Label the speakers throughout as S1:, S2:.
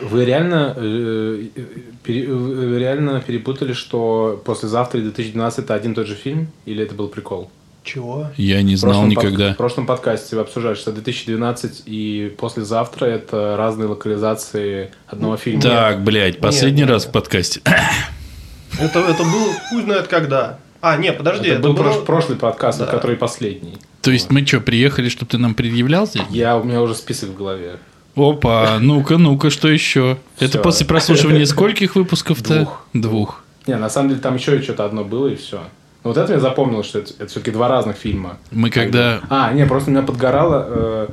S1: Вы реально, э, э, пере- вы реально перепутали, что послезавтра и 2012 это один и тот же фильм? Или это был прикол?
S2: Чего?
S3: Я не
S1: В
S3: знал
S1: прошлом под-
S3: никогда.
S1: в прошлом подкасте вы обсуждали, что 2012 и послезавтра это разные локализации
S2: Ну,
S1: одного фильма.
S3: Так, блядь, последний
S2: нет,
S3: раз в подкасте.
S2: Это, это был хуй знает когда. А, нет,
S1: Это,
S2: подожди, это,
S1: был
S2: было-
S1: прош- прошлый подкаст,
S2: Да.
S1: который последний.
S3: То есть мы что, приехали, чтобы ты нам предъявлял здесь?
S1: Я, у меня уже список в голове.
S3: Опа, ну-ка, ну-ка, что еще? Это
S1: Всё.
S3: после прослушивания скольких выпусков-то?
S1: Двух.
S3: Двух.
S1: Не, на самом деле там еще и что-то одно было, и все. Вот это я запомнил, что это, все-таки два разных фильма.
S3: Мы когда...
S1: А, не, просто меня подгорало. э,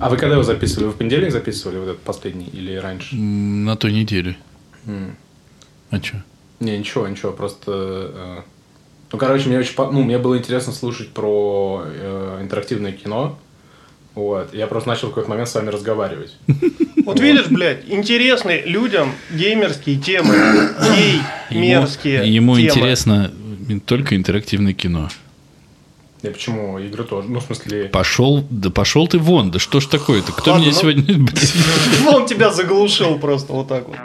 S1: А вы когда его записывали? Вы в понедельник записывали вот этот последний или раньше?
S3: м, На той неделе.
S1: М.
S3: А что?
S1: Не, ничего, ничего, просто... э, Ну, короче, мне очень... по- Ну, мне было интересно слушать про э, интерактивное кино. Вот. Я просто начал в какой-то момент с вами разговаривать.
S2: Вот видишь, блядь, интересны людям геймерские темы, гей, мерзкие
S3: Ему
S2: темы.
S3: интересно м, только интерактивное кино.
S1: Я почему игры тоже? Ну, в смысле...
S3: Пошел, да пошел ты вон, да что ж такое-то? Кто
S2: Ладно,
S3: меня
S2: ну-
S3: сегодня... блядь?
S2: Он тебя заглушил просто вот так вот.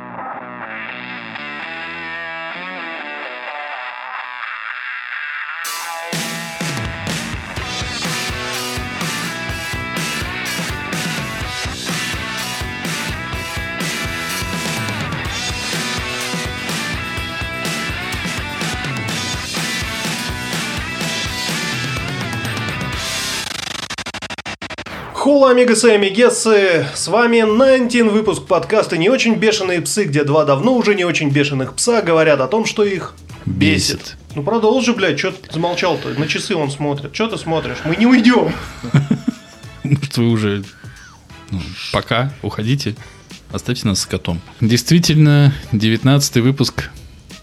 S2: Хула, амигасы и амигессы, с вами 19 выпуск подкаста «Не очень бешеные псы», где два давно уже не очень бешеных пса говорят о том, что их
S3: Бесит.
S2: Ну продолжи, блядь, что ты замолчал-то? На часы он смотрит. Что ты смотришь? Мы не уйдем.
S3: Может, вы уже... ну, Пока, уходите. Оставьте нас с котом. Действительно, 19 выпуск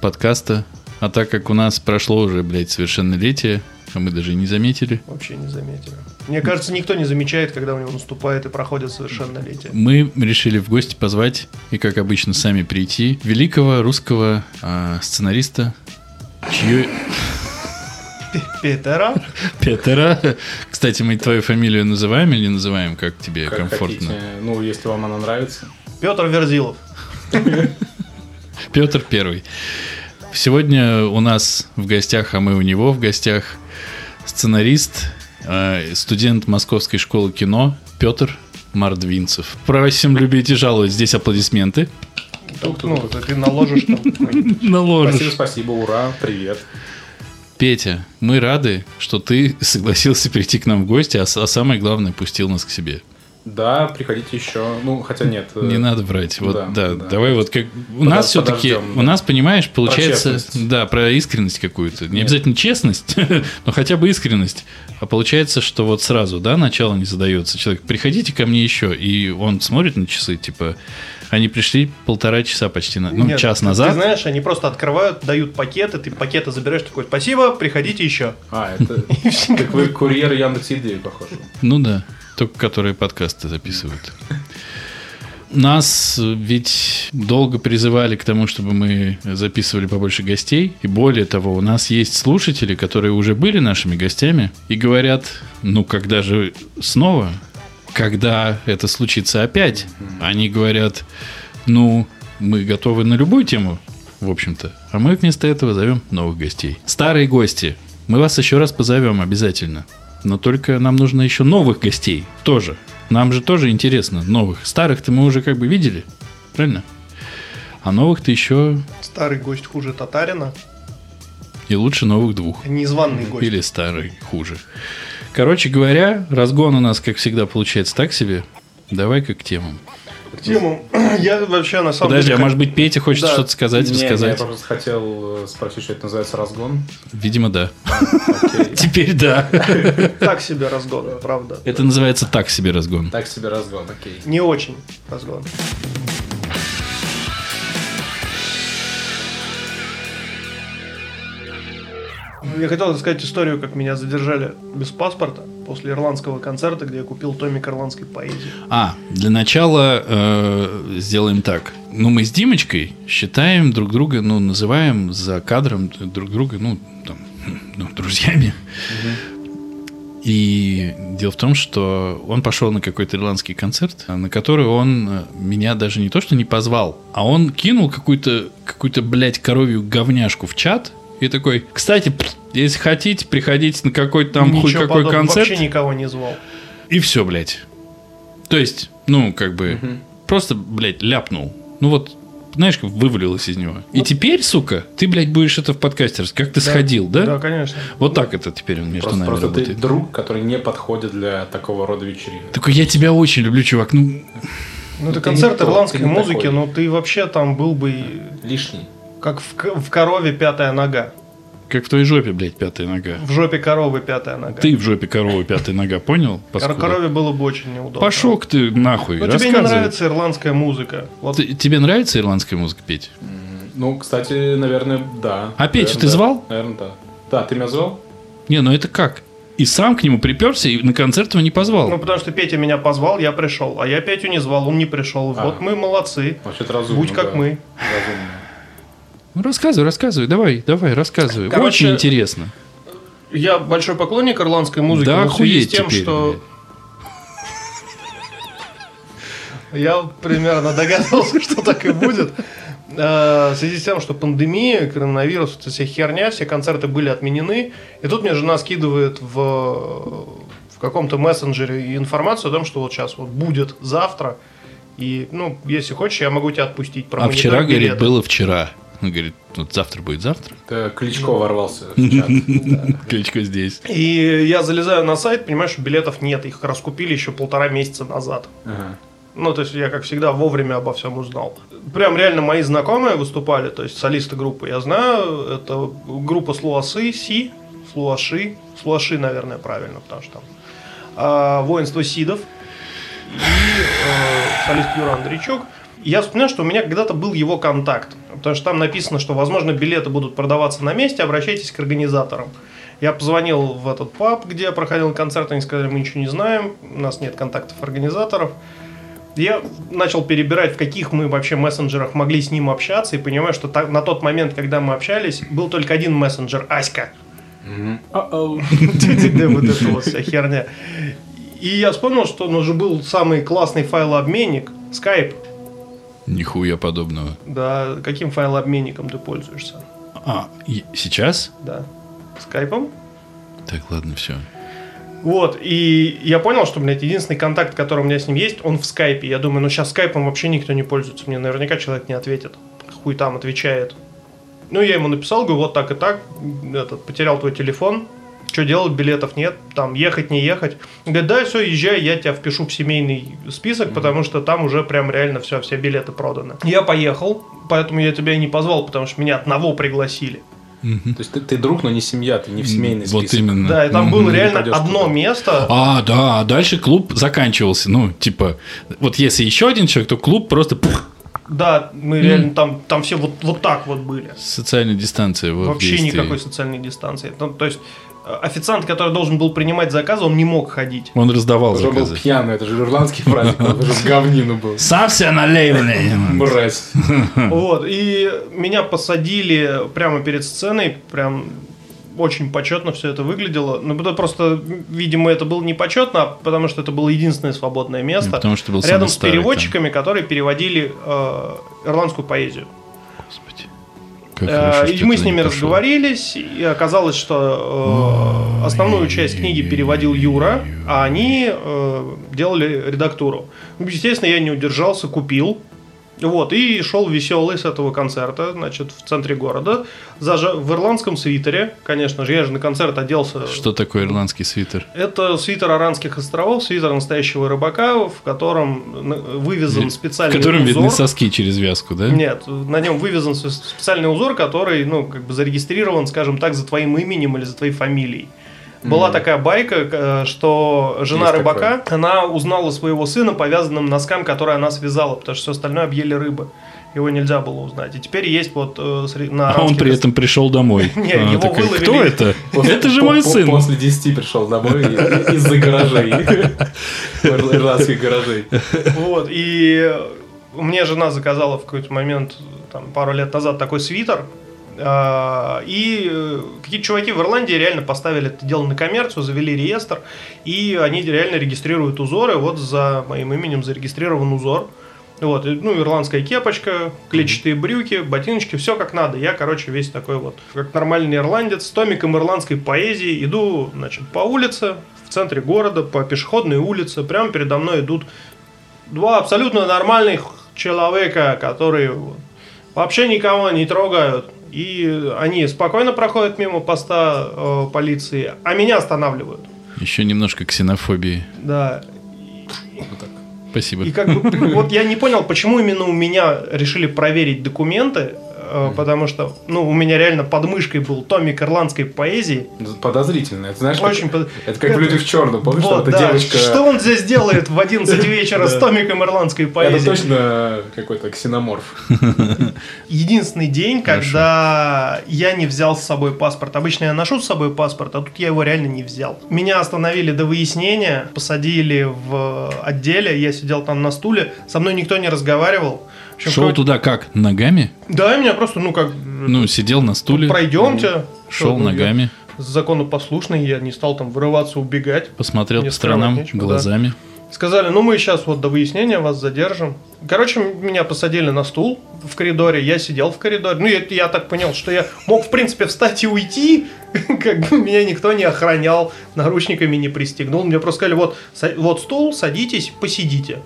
S3: подкаста. А так как у нас прошло уже, блядь, совершеннолетие, а мы даже и не заметили,
S2: Вообще не заметили. Мне кажется, никто не замечает, когда у него наступает и проходит совершеннолетие.
S3: мы решили в гости позвать и, как обычно, сами прийти великого русского а, сценариста, чье...
S2: Пе- Петера?
S3: Петера. Кстати, мы твою фамилию называем или не называем, как тебе
S1: Как
S3: комфортно?
S1: хотите. Ну, если вам она нравится.
S2: Петр Верзилов.
S3: Петр Первый. Сегодня у нас в гостях, а мы у него в гостях, сценарист, э, студент Московской школы кино Петр Мордвинцев. Просим любить и жаловать. Здесь аплодисменты.
S2: Ну, это ты наложишь там.
S1: Спасибо,
S3: Наложишь.
S1: спасибо, ура, привет.
S3: Петя, мы рады, что ты согласился прийти к нам в гости, а, с- а самое главное, пустил нас к себе.
S1: Да, приходите еще. Ну, хотя нет. э,
S3: Не надо брать. Вот,
S1: да,
S3: да,
S1: да.
S3: Давай вот как... У нас все-таки...
S1: подождем,
S3: У
S1: да.
S3: нас, понимаешь, получается...
S1: честность.
S3: да, про искренность какую-то. Не обязательно честность, но хотя бы искренность. А получается, что вот сразу, да, начало не задается. Человек, приходите ко мне еще. И он смотрит на часы, типа... Они пришли полтора часа почти, на, ну,
S2: Нет,
S3: час
S2: ты-
S3: назад.
S2: Ты знаешь, они просто открывают, дают пакеты, ты пакеты забираешь, такой, спасибо, приходите еще.
S1: А, это... Так вы курьер Яндекс Идеи, похоже.
S3: Ну да, только которые подкасты записывают. Нас э, ведь долго призывали к тому, чтобы мы записывали побольше гостей. И более того, у нас есть слушатели, которые уже были нашими гостями и говорят, ну когда же снова? Когда это случится опять? Они говорят, ну мы готовы на любую тему, в общем-то. А мы вместо этого зовем новых гостей. Старые гости, мы вас еще раз позовем обязательно. Но только нам нужно еще новых гостей тоже. Нам же тоже интересно новых. Старых-то мы уже как бы видели, правильно? А новых-то еще
S2: Старый гость хуже татарина,
S3: и лучше новых двух.
S2: незваный гость.
S3: Или старый хуже. Короче говоря, разгон у нас, как всегда, получается так себе. Давай-ка к темам.
S2: К темам. Я вообще на самом
S3: Подожди, а
S2: деле...
S3: может быть, Петя хочет
S2: Да.
S3: что-то сказать,
S1: Не, не,
S3: рассказать?
S1: Я просто хотел э, спросить, что это называется разгон.
S3: Видимо, да.
S1: Окей.
S3: Теперь да.
S2: Так себе разгон, правда.
S3: Это называется так себе разгон.
S1: Так себе разгон, окей.
S2: Не очень разгон. Я хотел рассказать историю, как меня задержали без паспорта после ирландского концерта, где я купил томик ирландской поэзии.
S3: А, для начала э, сделаем так. Ну, мы с Димочкой считаем друг друга, ну, называем за кадром друг друга, ну, там, ну, друзьями. И дело в том, что он пошел на какой-то ирландский концерт, на который он э, меня даже не то что не позвал, а он кинул какую-то, какую-то, блядь, коровью говняшку в чат и такой, кстати, пф, если хотите, приходите на какой-то там
S2: Ничего
S3: хуй какой
S2: подобного,
S3: концерт.
S2: Вообще никого не звал.
S3: И все, блядь. То есть, ну, как бы, просто, блядь, ляпнул. Ну вот, знаешь, как вывалилось из него. И теперь, сука, ты, блядь, будешь это в подкасте рассказывать. Как ты сходил, да?
S2: Да, конечно.
S3: Вот так это теперь он между
S1: Просто,
S3: нами
S1: просто ты
S3: работает.
S1: друг, который не подходит для такого рода вечеринок.
S3: Такой, я тебя очень люблю, чувак. Ну,
S2: Ну, это
S1: ты
S2: концерт
S1: никто,
S2: ирландской
S1: ты не
S2: музыки,
S1: такой.
S2: но ты вообще там был бы и
S1: Лишний.
S2: как в, к- в корове пятая нога.
S3: как в твоей жопе, блядь, пятая нога.
S2: В жопе коровы пятая нога.
S3: Ты в жопе коровы пятая нога, понял?
S2: Кор-
S3: паскуда?
S2: корове было бы очень неудобно.
S3: Пошел к ты нахуй,
S2: Но Ну, тебе не
S3: рассказывай.
S2: нравится ирландская музыка. Вот
S3: Ты- тебе нравится ирландская музыка петь?
S1: Ну, кстати, наверное, да.
S3: А Петю
S1: Наверное,
S3: ты
S1: да.
S3: звал?
S1: Наверное, да. Да, ты меня звал?
S3: Не, ну это как? И сам к нему приперся и на концерт его не позвал.
S2: Ну, потому что Петя меня позвал, я пришел. А я Петю не звал, он не пришел.
S1: А.
S2: Вот мы молодцы.
S1: Вообще-то разумно.
S2: Будь как
S1: Ну да.
S2: мы.
S1: Разумно.
S3: Ну, рассказывай, рассказывай, давай, давай, рассказывай.
S2: Короче,
S3: Очень интересно.
S2: Я большой поклонник ирландской музыки,
S3: да
S2: но в связи
S3: охуеть
S2: с тем,
S3: теперь.
S2: что я примерно догадался, что так и будет. Э, В связи с тем, что пандемия, коронавирус, вот эта вся херня, все концерты были отменены. И тут мне жена скидывает в, в каком-то мессенджере информацию о том, что вот сейчас вот будет завтра. И, ну, если хочешь, я могу тебя отпустить.
S3: блядь. А
S2: промониторь
S3: вчера, говорит,
S2: билеты.
S3: было вчера. Он говорит, вот завтра будет завтра.
S1: Это Кличко
S2: Ну.
S1: ворвался в чат.
S3: Кличко здесь.
S2: И я залезаю на сайт, понимаю, что билетов нет. Их раскупили еще полтора месяца назад.
S1: Ага.
S2: Ну, то есть я, как всегда, вовремя обо всем узнал. Прям реально мои знакомые выступали, то есть солисты группы я знаю. Это группа Слуасы, Си, Слуаши. Слуаши, наверное, правильно, потому что там. а, Воинство Сидов и э, солист Юра Андрейчук. Я вспоминаю, что у меня когда-то был его контакт, потому что там написано, что, возможно, билеты будут продаваться на месте, обращайтесь к организаторам. Я позвонил в этот паб, где проходил концерт, они сказали, мы ничего не знаем, у нас нет контактов организаторов. Я начал перебирать, в каких мы вообще мессенджерах могли с ним общаться, и понимаю, что та- на тот момент, когда мы общались, был только один мессенджер Аська.
S1: Мгм.
S2: Да, вот эта вот вся херня. И я вспомнил, что он уже был самый классный файлообменник, Skype.
S3: Нихуя подобного.
S2: Да, каким файлообменником ты пользуешься?
S3: А, и сейчас?
S2: Да. Скайпом?
S3: Так, ладно, все.
S2: Вот, и я понял, что, блядь, единственный контакт, который у меня с ним есть, он в скайпе. Я думаю, ну сейчас скайпом вообще никто не пользуется. Мне наверняка человек не ответит. Хуй там отвечает. Ну, я ему написал, говорю, вот так и так, этот, потерял твой телефон, что делать, билетов нет, там, ехать, не ехать. Он Говорит, да, все, езжай, я тебя впишу в семейный список, потому что там уже прям реально все, все билеты проданы. Я поехал, поэтому я тебя и не позвал, потому что меня одного пригласили.
S1: То есть ты, ты друг, но не семья, ты не в семейный
S3: Вот
S1: список.
S3: именно.
S2: Да, и там было
S1: Не
S2: реально
S1: попадёшь
S2: одно
S1: туда.
S2: место.
S3: А, да, а дальше клуб заканчивался. Ну, типа, вот если еще один человек, то клуб просто пух,
S2: Да, мы реально там, там все вот, вот так вот были.
S3: социальная дистанция. вот
S2: Вообще
S3: действий.
S2: никакой социальной дистанции. Ну, то есть э, официант, который должен был принимать заказы, он не мог ходить.
S3: Он раздавал
S1: Уже был
S3: заказы.
S1: пьяный, это же ирландский праздник, он же в говнину был.
S3: Сам себя налей, блин.
S1: Мразь.
S3: Хм.
S2: Вот, и меня посадили прямо перед сценой, прям очень почетно все это выглядело. Ну, потому- просто, видимо, это было не почетно, а потому что это было единственное свободное место.
S3: Ну, потому что был самый
S2: рядом с
S3: старый там.
S2: переводчиками, которые переводили э, ирландскую поэзию.
S3: Господи. Как
S2: Э,
S3: хорошо,
S2: и
S3: что
S2: мы
S3: ты
S2: с ними
S3: не пошел.
S2: разговорились, и оказалось, что э, основную часть книги переводил Юра, а они э, делали редактуру. Ну, Естественно, я не удержался, купил. Вот, и шел веселый с этого концерта, значит, в центре города, зажа- в ирландском свитере, конечно же, я же на концерт оделся.
S3: Что такое ирландский свитер?
S2: Это свитер Аранских островов, свитер настоящего рыбака, в котором э, вывезен
S3: В
S2: специальный
S3: В котором
S2: узор.
S3: видны соски через вязку, да?
S2: Нет, на нем вывезен с- специальный узор, который, ну, как бы зарегистрирован, скажем так, за твоим именем или за твоей фамилией. Была такая байка, э, что жена
S1: Есть
S2: рыбака, она узнала своего сына повязанным носкам, которые она связала, потому что все остальное объели рыбы. Его нельзя было узнать. И теперь есть вот э, сре- на
S3: А он
S2: Аранских
S3: при
S2: островах-
S3: этом пришел домой.
S2: Не,
S3: Она
S2: его
S3: такая,
S2: выловили.
S3: Кто это?
S1: После-
S3: Это же
S1: по-
S3: мой
S1: по-
S3: сын.
S1: После 10 пришел домой и- из-за гаражей. Ирландских гаражей.
S2: Вот, и мне жена заказала в какой-то момент, там, пару лет назад такой свитер, А, И э, какие-то чуваки в Ирландии реально поставили это дело на коммерцию, завели реестр, и они реально регистрируют узоры. Вот за моим именем зарегистрирован узор. Вот, и, ну, ирландская кепочка, клетчатые брюки, ботиночки, все как надо. Я, короче, весь такой вот, как нормальный ирландец, с томиком ирландской поэзии иду, значит, по улице, в центре города, по пешеходной улице. Прямо передо мной идут два абсолютно нормальных человека, которые вот, вообще никого не трогают. И они спокойно проходят мимо поста э, полиции, а меня останавливают.
S3: Еще немножко ксенофобии.
S2: Да.
S1: Вот так.
S3: Спасибо.
S2: И как бы, вот я не понял, почему именно у меня решили проверить документы, э, потому что, ну, у меня реально под мышкой был томик ирландской поэзии.
S1: Подозрительно. Это знаешь, как-
S2: Очень под-
S1: это как в людях в черном, помнишь,
S2: Вот,
S1: там эта
S2: да.
S1: девочка.
S2: Что он здесь делает в 11 вечера с
S1: Да.
S2: томиком ирландской
S1: Это
S2: поэзии?
S1: точно какой-то ксеноморф.
S2: единственный день,
S3: Хорошо.
S2: когда я не взял с собой паспорт. Обычно я ношу с собой паспорт, а тут я его реально не взял. Меня остановили до выяснения, посадили в отделе, я сидел там на стуле, со мной никто не разговаривал. В общем,
S3: Шел
S2: какой-
S3: туда как? Ногами?
S2: Да, меня просто, ну как,
S3: Ну, сидел на стуле,
S2: пройдемте.
S3: шел
S2: Ну, я
S3: ногами,
S2: Законопослушный, я не стал там вырываться, убегать.
S3: посмотрел
S2: мне
S3: по сторонам
S2: скрывать нечего, да.
S3: глазами.
S2: Сказали, ну мы сейчас вот до выяснения вас задержим. Короче, меня посадили на стул в коридоре, я сидел в коридоре. Ну, я, я так понял, что я мог, в принципе, встать и уйти, как бы меня никто не охранял, наручниками не пристегнул. Мне просто сказали, вот, са- вот стул, садитесь, посидите.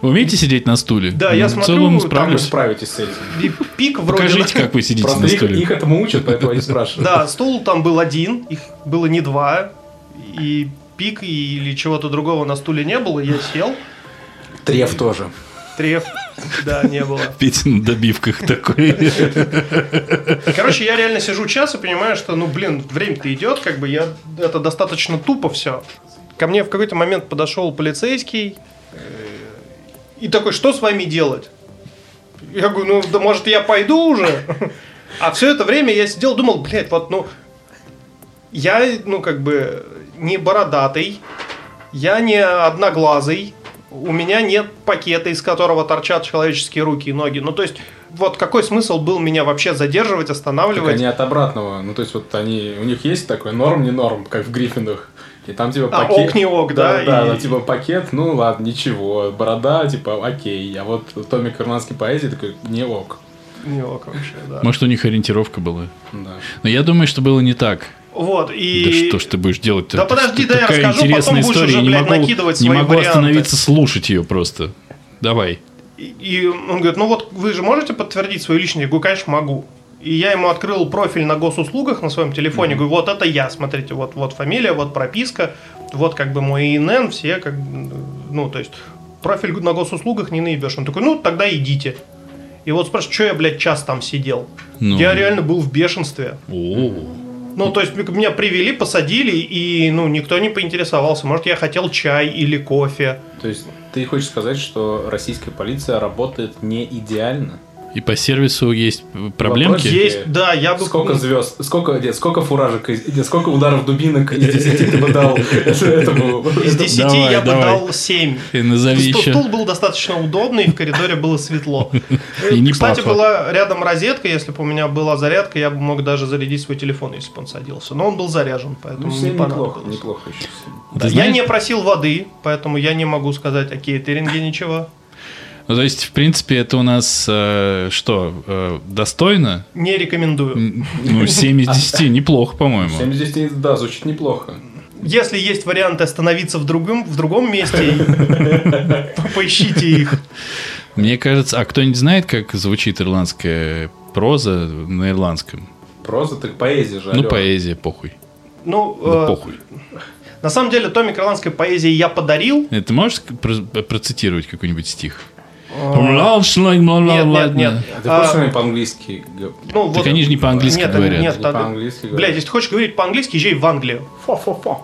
S3: Умеете сидеть на стуле? Ну,
S2: Да, я
S3: в
S2: смотрю,
S3: целом
S1: Как
S2: там
S1: вы
S3: справлюсь.
S1: справитесь с этим?
S2: И пик вроде...
S3: Покажите, как вы сидите
S1: Просто
S3: на
S1: их,
S3: стуле.
S1: их этому учат, поэтому они спрашивают.
S2: Да, стул там был один, их было не два, и пик и- или чего-то другого на стуле не было, я сел,
S1: Треф тоже.
S2: треф, да, не было.
S3: Петя на добивках такой.
S2: Короче, я реально сижу час и понимаю, что, ну, блин, время-то идет, как бы я... Это достаточно тупо все. Ко мне в какой-то момент подошел полицейский э, и такой, что с вами делать? Я говорю, ну, да может я пойду уже? А все это время я сидел, думал, блядь, вот, ну, я, ну, как бы, не бородатый, я не одноглазый, у меня нет пакета, из которого торчат человеческие руки и ноги. Ну, то есть, вот какой смысл был меня вообще задерживать,
S1: Так
S2: останавливать?
S1: они от обратного. Ну, то есть, вот они. У них есть такой норм, не норм, как в Гриффинах. И там типа
S2: А,
S1: пакет.
S2: ок, не ок, да,
S1: Да,
S2: и-
S1: ну, типа пакет, ну ладно, ничего. Борода, типа, окей. А вот Томик ирландской поэзии такой не ок.
S2: Не ок вообще, да.
S3: Может, у них ориентировка была.
S1: Да.
S3: Но я думаю, что было не так.
S2: Вот,
S3: Да
S2: и...
S3: что ж ты будешь делать-то?
S2: Да
S3: Это ж
S2: подожди, да
S3: ты-
S2: я
S3: такая
S2: расскажу, потом
S3: интересная
S2: будешь
S3: история.
S2: уже,
S3: Я не
S2: блядь,
S3: могу,
S2: накидывать
S3: не
S2: свои
S3: могу
S2: варианты.
S3: остановиться слушать ее просто. Давай.
S2: И- И он говорит, ну вот вы же можете подтвердить свою личность? Я говорю, конечно, могу. И я ему открыл профиль на госуслугах на своем телефоне, говорю, вот это я, смотрите, вот, вот фамилия, вот прописка, вот как бы мой ИНН, все как, бы, ну, то есть, профиль на госуслугах не наебешь. Он такой, ну, тогда идите. И вот спрашивает, что я, блядь, час там сидел?
S3: Ну.
S2: Я реально был в бешенстве.
S3: О,
S2: Ну, то есть, меня привели, посадили, и, ну, никто не поинтересовался, может, я хотел чай или кофе.
S1: То есть, ты хочешь сказать, что российская полиция работает не идеально?
S3: И по сервису есть проблемки?
S1: Вопрос
S2: Есть, да, я бы...
S1: Сколько звезд, сколько, нет, сколько фуражек, из- нет, сколько ударов дубинок из 10 ты бы дал этому?
S2: Из 10
S3: Давай,
S2: я бы
S3: давай.
S2: дал 7.
S3: И назови
S2: Стул,
S3: еще.
S2: стул был достаточно удобный, и в коридоре было светло.
S3: И не
S2: Кстати,
S3: пахло.
S2: была рядом розетка, если бы у меня была зарядка, я бы мог даже зарядить свой телефон, если бы он садился. Но он был заряжен,
S1: Ну,
S2: поэтому не
S1: семь неплохо,
S2: понадобилось.
S1: неплохо еще семь.
S3: Ты
S2: Да, Я
S3: знаешь-
S2: не просил воды, поэтому я не могу сказать о кейтеринге ничего.
S3: Ну, то есть, в принципе, это у нас э, что, э, достойно?
S2: Не рекомендую.
S3: М, Ну, 7 из 10, неплохо, по-моему.
S1: Семь из 10, да, звучит неплохо.
S2: Если есть варианты остановиться в другом, в другом месте, поищите их.
S3: Мне кажется, а кто-нибудь знает, как звучит ирландская проза на ирландском?
S1: Проза, так поэзия же,
S3: Ну,
S1: алло.
S3: поэзия, похуй.
S2: Ну,
S3: Да
S2: э,
S3: похуй.
S2: на самом деле, томик ирландской поэзии я подарил.
S3: Э, Ты можешь ск- про- процитировать какой-нибудь стих?
S2: Нет, нет, нет.
S1: А ты
S2: А,
S1: хочешь с нами по-английски? г-
S2: ну,
S3: Ну, Так
S2: вот-
S3: они же не по-английски
S2: Нет,
S3: говорят.
S2: нет,
S1: Не
S2: надо-
S1: по-английски
S2: Блядь, если ты хочешь говорить по-английски, езжай в Англию.
S1: Фо-фо-фо.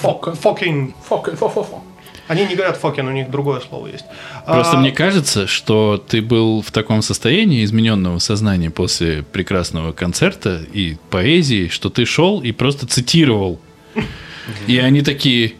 S2: Фок, Fucking.
S1: Фо-ка- Фо-фо-фо.
S2: Они не говорят фокин, у них другое слово есть.
S3: Просто
S2: А,
S3: мне кажется, что ты был в таком состоянии измененного сознания после прекрасного концерта и поэзии, что ты шел и просто цитировал. И они такие,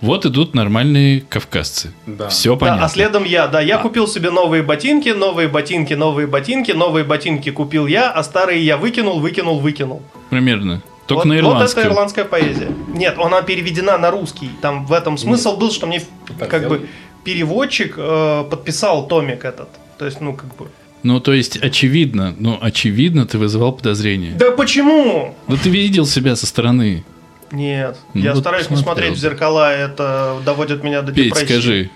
S3: Вот идут нормальные кавказцы.
S1: Да.
S3: Все
S2: Да,
S3: понятно.
S2: а следом я, да, я
S3: А.
S2: купил себе новые ботинки, новые ботинки, новые ботинки, новые ботинки купил я, а старые я выкинул, выкинул, выкинул.
S3: Примерно. Только
S2: вот,
S3: на
S2: Вот
S3: ирландском.
S2: это ирландская поэзия. Нет, она переведена на русский. Там в этом смысл был, что мне
S1: Так
S2: как
S1: сделали.
S2: бы переводчик э, подписал томик этот. То есть, ну, как бы.
S3: Ну, то есть, очевидно, ну, очевидно, ты вызывал подозрения.
S2: Да почему?
S3: Но ты видел себя со стороны.
S2: Нет,
S3: Ну,
S2: я
S3: вот
S2: стараюсь не
S3: посмотрел.
S2: смотреть в зеркала, это доводит меня до
S3: Петь,
S2: депрессии.
S3: скажи,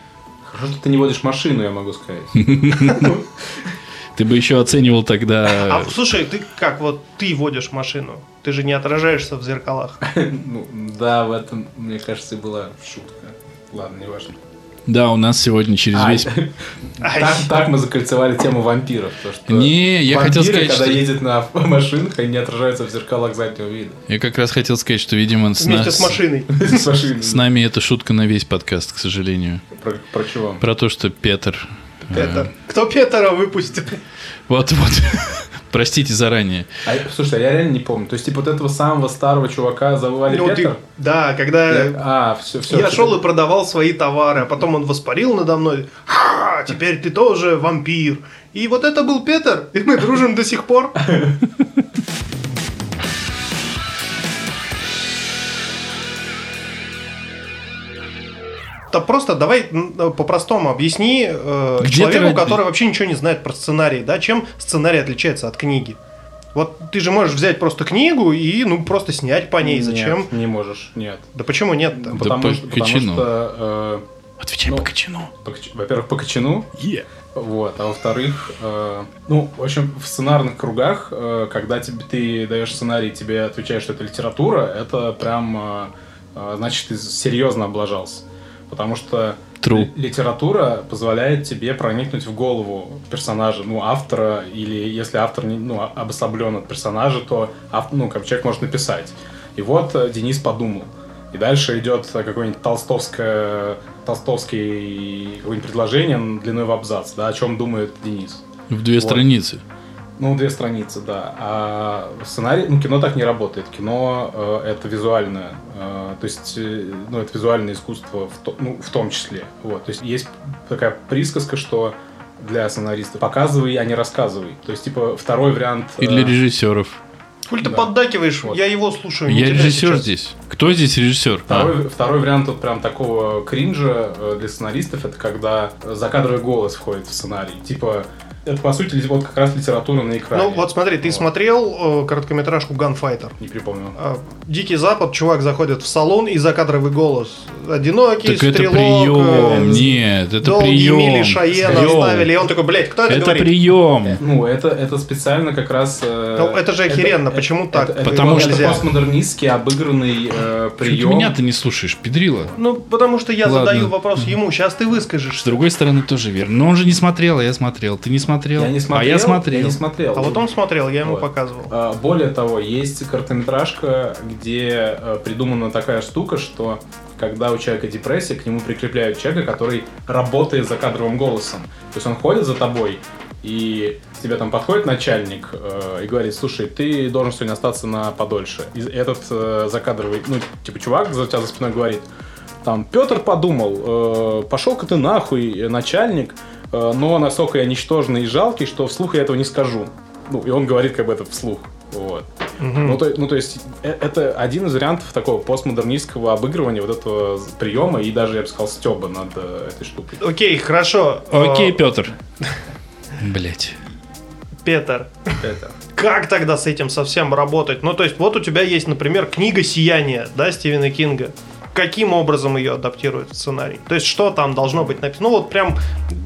S1: Хорошо, что ты не водишь машину, я могу сказать.
S3: ты бы еще оценивал
S2: А
S3: тогда...
S2: слушай, ты как вот ты водишь машину? Ты же не отражаешься в зеркалах.
S1: Ну, да, в этом, мне кажется, и была шутка. Ладно, не важно.
S3: Да, у нас сегодня через
S2: А,
S1: Ай.
S3: весь...
S2: Ай.
S1: Так, так мы закольцевали тему вампиров. То, что
S3: Не, я
S1: вампиры,
S3: хотел сказать,
S1: когда
S3: что...
S1: ездят на машинах, они не отражаются в зеркалах заднего вида.
S3: Я как раз хотел сказать, что, видимо, с,
S2: Вместе
S3: нас-
S2: с машиной.
S1: С машиной.
S3: с нами эта шутка на весь подкаст, к сожалению.
S1: ну, Про, про чего?
S3: Про то, что Петр... э,
S2: Петер. Кто Петера выпустил?
S3: Вот-вот. Простите заранее.
S1: А, я- слушай, а я реально не помню. То есть, типа, вот этого самого старого чувака забывали
S2: Ну, ты-
S1: Петр?
S2: Да, когда
S1: Я- А, все, все.
S2: я шел и продавал свои товары, а потом он воспарил надо мной. «Ха, теперь ты тоже вампир. И вот это был Петер, и мы дружим до сих пор. Да просто давай м, по-простому объясни э,
S3: Где ты
S2: человеку,
S3: роди-
S2: который вообще ничего не знает про сценарий, да, чем сценарий отличается от книги. Вот ты же можешь взять просто книгу и ну просто снять по ней. Зачем?
S1: Нет, не можешь, нет.
S2: Да почему нет-то?
S1: Ну, потому,
S3: по
S1: что,
S3: кочану.
S1: потому что,
S3: Отвечай
S1: Ну.
S3: по кочану.
S1: э, по кач- во-первых, по кочану,
S3: Е.
S1: Вот, а во-вторых, э, ну, в общем, в сценарных кругах, э, когда тебе, ты даешь сценарий, тебе отвечают, что это литература, это прям, э, э, значит, ты серьезно облажался. Потому что
S3: True.
S1: ли- литература позволяет тебе проникнуть в голову персонажа, ну, автора, или если автор, не- ну, а- обособлен от персонажа, то ав- ну, как бы человек может написать. И вот э, Денис подумал. И дальше идет э, какое-нибудь толстовское, толстовский какое-нибудь предложение н- длиной в абзац, да, о чем думает Денис.
S3: В две
S1: Вот.
S3: страницы.
S1: Ну, две страницы, да. А сценарий, ну, кино так не работает. Кино э, это визуальное, э, то есть, э, ну, это визуальное искусство в, то- ну, в том числе. Вот, то есть есть такая присказка, что для сценариста показывай, а не рассказывай. То есть, типа, второй вариант...
S3: И
S1: э,
S3: для режиссеров.
S2: Хуль ты
S1: Да.
S2: поддакиваешь,
S1: Вот.
S2: я его слушаю. не
S3: Я
S2: тебя
S3: режиссер
S2: сейчас.
S3: здесь. Кто здесь А, режиссер?
S2: А,
S1: Второй, второй вариант вот прям такого кринжа э, для сценаристов это когда закадровый голос входит в сценарий. Типа, это по сути вот как раз литература на экране.
S2: Ну вот смотри, ты
S1: Вот.
S2: смотрел э, короткометражку Gunfighter.
S1: Не припомню.
S2: А, Дикий Запад, чувак заходит в салон и закадровый голос. Одинокий,
S3: Так это
S2: стрелок,
S3: прием.
S2: э,
S3: Нет, это
S2: долгие
S3: прием.
S2: мили Шаена
S3: Прием.
S2: оставили. И он такой, блядь, кто это,
S3: Это
S2: говорит? Э,
S3: прием.
S1: Ну, это, это специально как раз... э,
S2: Ну, это же охеренно, почему так?
S3: Потому
S1: его-
S3: что-
S1: это постмодернистский обыгранный э,
S3: Ты
S1: прием.
S3: меня ты не слушаешь, педрила.
S2: Ну, потому что я
S3: Ладно.
S2: задаю вопрос ему, сейчас ты выскажешь.
S3: С другой стороны, тоже верно. Но он же не смотрел, а я смотрел. Ты не смотрел.
S1: Я не смотрел.
S3: А я смотрел.
S1: я не смотрел.
S2: А вот он смотрел, я ему
S1: Вот.
S2: показывал.
S1: Э, Более того, есть короткометражка, где э, придумана такая штука, что когда у человека депрессия, к нему прикрепляют человека, который работает за кадровым голосом. То есть он ходит за тобой, и к тебе там подходит начальник э, и говорит, слушай, ты должен сегодня остаться на подольше. И этот э, закадровый, ну, типа, чувак за тебя за спиной говорит, там, Петр подумал, пошел-ка ты нахуй, э, начальник, э, но настолько я ничтожный и жалкий, что вслух я этого не скажу. Ну, и он говорит как бы это вслух. Вот.
S2: Мгм.
S1: Ну, то, ну, то есть, э, это один из вариантов такого постмодернистского обыгрывания вот этого з- приема и даже, я бы сказал, стеба над э, этой штукой.
S2: Окей, хорошо.
S3: Окей,
S2: Э,
S3: Петр. Блять.
S2: Петер.
S1: Это.
S2: Как тогда с этим совсем работать? Ну, то есть, вот у тебя есть, например, книга «Сияние», да, Стивена Кинга. Каким образом ее адаптируют в сценарий? То есть, что там должно быть написано? Ну, вот прям,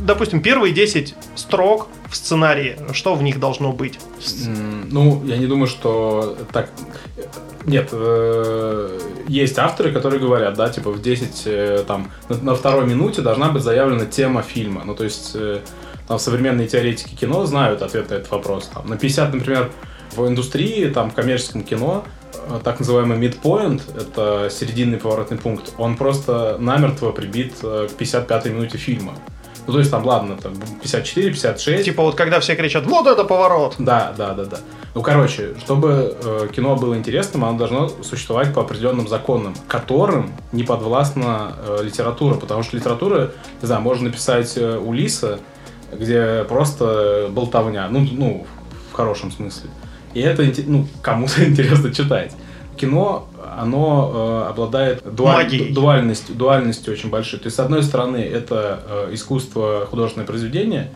S2: допустим, первые 10 строк в сценарии, что в них должно быть?
S1: М, Ну, я не думаю, что так... Нет, э, есть авторы, которые говорят, да, типа в 10, э, там, на, на второй минуте должна быть заявлена тема фильма. Ну, то есть, э, там, современные теоретики кино знают ответ на этот вопрос. Там, на 50, например, в индустрии, там, в коммерческом кино, э, так называемый midpoint, это серединный поворотный пункт, он просто намертво прибит э, к 55-й минуте фильма. Ну, то есть там, ладно, там 54, 56.
S2: Типа вот когда все кричат «Вот это поворот!»
S1: Да, да, да, да. Ну, короче, чтобы э, кино было интересным, оно должно существовать по определенным законам, которым не подвластна э, литература, потому что литература, не знаю, можно написать э, Улиса, где просто болтовня, ну, ну, в хорошем смысле. И это, инте- ну, кому-то интересно читать. Кино, оно э, обладает дуаль-
S2: Магией.
S1: дуальностью, дуальностью очень большой. То есть, с одной стороны, это э, искусство, художественное произведение,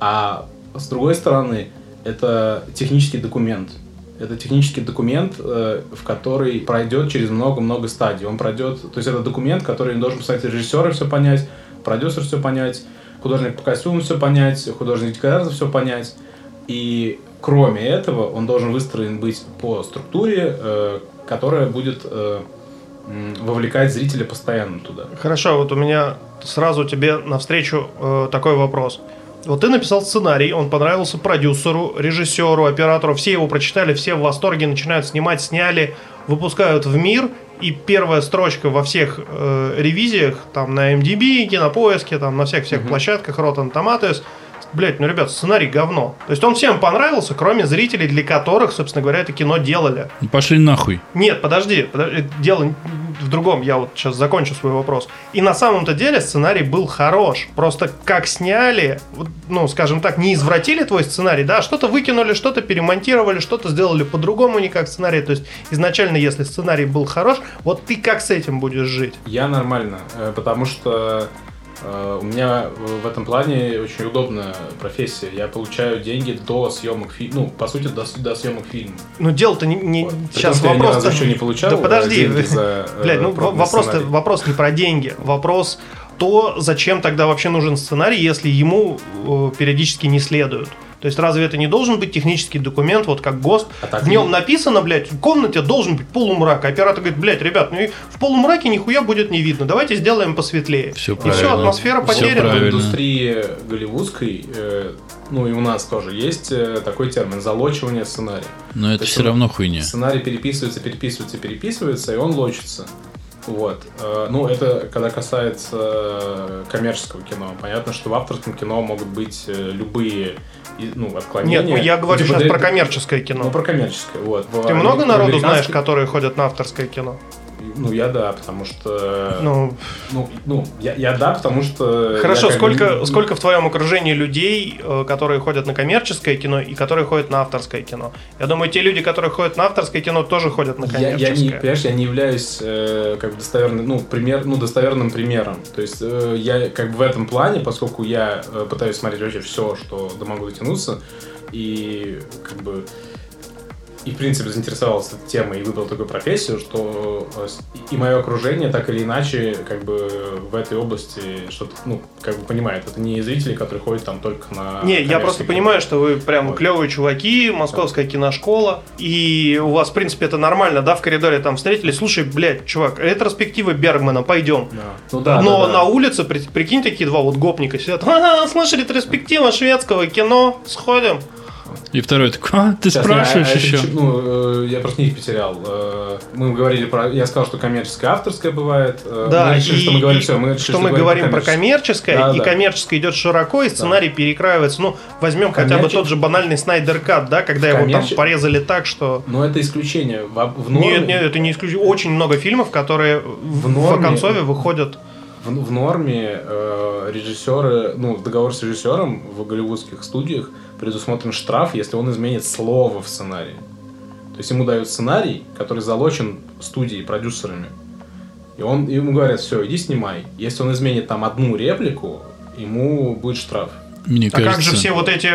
S1: а с другой стороны, это технический документ. Это технический документ, э, в который пройдет через много-много стадий. Он пройдет, то есть это документ, который должен писать режиссер и все понять, продюсер все понять, художник по костюму все понять, художник декоратор все понять. И кроме этого, он должен выстроен быть по структуре, э, которая будет э, м, вовлекать зрителя постоянно туда.
S2: Хорошо, вот у меня сразу тебе навстречу э, такой вопрос. Вот ты написал сценарий, он понравился продюсеру, режиссеру, оператору, все его прочитали, все в восторге, начинают снимать, сняли, выпускают в мир, и первая строчка во всех э, ревизиях, там на MDB, кинопоиске, там на всех-всех
S1: Мгм.
S2: площадках, Rotten Tomatoes, блять, ну, ребят, сценарий говно. То есть он всем понравился, кроме зрителей, для которых, собственно говоря, это кино делали.
S3: Ну, Пошли нахуй.
S2: Нет, подожди, подожди, дело в другом, я вот сейчас закончу свой вопрос. И на самом-то деле сценарий был хорош, просто как сняли, вот, ну, скажем так, не извратили твой сценарий, да, а что-то выкинули, что-то перемонтировали, что-то сделали по-другому, не как сценарий, то есть изначально, если сценарий был хорош, вот ты как с этим будешь жить?
S1: Я нормально, э, потому что э, у меня в этом плане очень удобная профессия. Я получаю деньги до съемок фильма, ну, по сути, до, с- до съемок фильма.
S2: Ну, дело-то не... не-
S1: Вот. При том,
S2: сейчас
S1: что я ни
S2: вопрос...
S1: разу еще не получал
S2: Да
S1: э,
S2: подожди,
S1: деньги за, э,
S2: Блядь, ну
S1: пробный
S2: вопрос,
S1: сценарий.
S2: вопрос не про деньги, вопрос то, зачем тогда вообще нужен сценарий, если ему э, периодически не следуют. То есть разве это не должен быть технический документ, вот как ГОСТ?
S1: А так
S2: в нем
S1: и-
S2: написано, блядь, в комнате должен быть полумрак. А Оператор говорит, блядь, ребят, ну и в полумраке нихуя будет не видно. Давайте сделаем посветлее.
S3: Всё
S2: и все,
S3: правильно.
S2: атмосфера
S3: Всё
S2: потеряна.
S3: правильно.
S1: В индустрии голливудской, э, ну и у нас тоже есть э, такой термин залочивание сценария.
S3: Но это
S1: Почему?
S3: все равно хуйня.
S1: Сценарий переписывается, переписывается, переписывается, и он лочится. Вот. Э, Ну, это когда касается э, коммерческого кино. Понятно, что в авторском кино могут быть э, любые и- ну, отклонения.
S2: Нет, ну, я говорю
S1: Ну, типа,
S2: сейчас
S1: да-
S2: про коммерческое кино.
S1: Ну, про коммерческое, вот. В
S2: Ты
S1: аме-
S2: много
S1: в
S2: народу знаешь,
S1: американском-
S2: которые ходят на авторское кино?
S1: Ну, я да, потому что... Ну,
S2: Ну,
S1: ну, я, я да, потому что...
S2: Хорошо,
S1: я как бы
S2: сколько,
S1: не-
S2: сколько в твоем окружении людей, э, которые ходят на коммерческое кино и которые ходят на авторское кино? Я думаю, те люди, которые ходят на авторское кино, тоже ходят на
S1: Я, я не,
S2: коммерческое.
S1: понимаешь, я не являюсь э, как бы достоверным, ну, пример, ну, достоверным примером. То есть э, я как бы в этом плане, поскольку я э, пытаюсь смотреть вообще все, что до могу дотянуться, и как бы и в принципе заинтересовался этой темой и выбрал такую профессию, что э, с- и мое окружение так или иначе как бы в этой области что-то, ну, как бы понимает. Это не зрители, которые ходят там только на...
S2: Не, я просто
S1: коммерческие
S2: понимаю, что вы прям
S1: Вот.
S2: клевые чуваки, московская киношкола, и у вас, в принципе, это нормально, да, в коридоре там встретились, слушай, блядь, чувак, ретроспективы Бергмана, пойдем.
S1: кино. Да. Ну да,
S2: Но
S1: да, да.
S2: на улице, при- прикинь, такие два вот гопника сидят, «Ха-ха, слышь, ретроспектива шведского кино, сходим.
S3: И второй такой, а, ты
S1: Сейчас,
S3: спрашиваешь
S1: а, а это
S3: еще?
S1: чё- ну, э, я просто нить потерял. Э, мы говорили про... Я сказал, что коммерческое, авторское бывает. Э, мы решили,
S2: и-
S1: что мы говорим
S2: и
S1: все. Мы решили,
S2: что мы говорим про коммерческое,
S1: Да,
S2: и
S1: да.
S2: коммерческое идет широко, и сценарий перекраивается. Ну, возьмем хотя бы
S1: Коммерче-
S2: тот же банальный Снайдер Кат, да, когда его
S1: Коммерче-
S2: там порезали так, что.
S1: Но это исключение. В, в норме,
S2: Нет, нет, это не исключено. Очень много фильмов, которые в,
S1: В норме-
S2: в концове выходят.
S1: В, в норме э, режиссеры, ну, договор с режиссером в голливудских студиях предусмотрен штраф, если он изменит слово в сценарии. То есть ему дают сценарий, который залочен студией, продюсерами. И он, ему говорят, все, иди снимай. Если он изменит там одну реплику, ему будет штраф.
S3: Мне
S2: а как же
S3: кажется,
S2: все вот эти.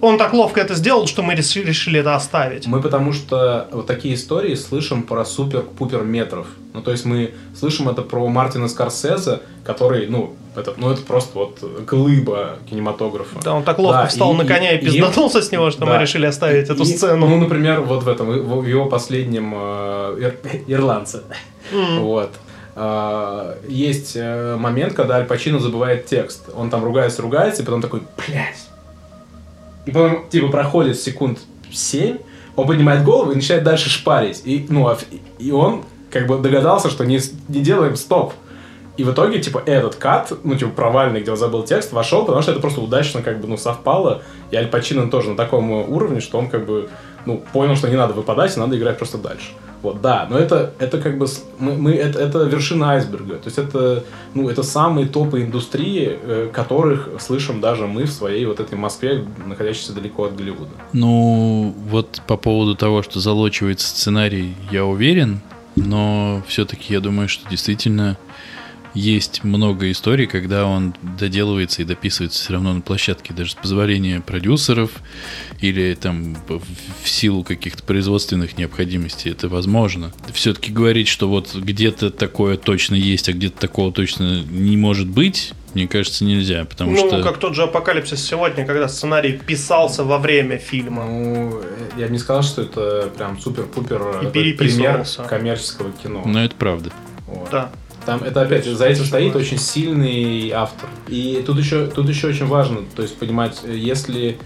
S2: Он так ловко это сделал, что мы рес- решили это оставить.
S1: Мы потому что вот такие истории слышим про супер-пупер метров. Ну, то есть мы слышим это про Мартина Скорсезе, который, ну, это, ну, это просто вот глыба кинематографа.
S2: Да, он так ловко
S1: Да,
S2: встал
S1: и-
S2: на коня и,
S1: и- и-
S2: пизданулся с него, что мы
S1: да.
S2: решили оставить эту
S1: И,
S2: сцену.
S1: Ну, например, вот в этом, в его последнем э, ир- «Ирландце». ну,
S2: М.
S1: Вот. А, Есть э, момент, когда Аль Пачино забывает текст. Он там ругается, ругается, и потом такой, блядь. И потом, типа, проходит секунд 7, он поднимает голову и начинает дальше шпарить. И, ну, а ф- и он как бы догадался, что не, с- не делаем стоп. И в итоге, типа, этот кат, ну, типа, провальный, где он забыл текст, вошел, потому что это просто удачно, как бы, ну, совпало. И Аль Пачино тоже на таком э, уровне, что он, как бы, ну, понял, что не надо выпадать, и надо играть просто дальше. Вот, да, но это, это как бы, с- мы, мы- это, это вершина айсберга. То есть это, ну, это самые топы индустрии, э, которых слышим даже мы в своей вот этой Москве, находящейся далеко от Голливуда.
S3: Ну, вот по поводу того, что залочивается сценарий, я уверен, но все-таки я думаю, что действительно есть много историй, когда он доделывается и дописывается все равно на площадке, даже с позволения продюсеров или там в в силу каких-то производственных необходимостей это возможно. Все-таки говорить, что вот где-то такое точно есть, а где-то такого точно не может быть, мне кажется, нельзя, потому
S2: ну,
S3: что...
S2: как тот же апокалипсис сегодня, когда сценарий писался во время фильма.
S1: Ну, э, я бы не сказал, что это прям супер-пупер
S2: И
S1: э, пример
S2: переписывался.
S1: коммерческого кино.
S3: Но ну, это правда.
S1: Вот.
S2: Да.
S1: Там это опять же, за этим стоит очень сильный автор. И тут еще, тут еще очень важно, то есть понимать, э, если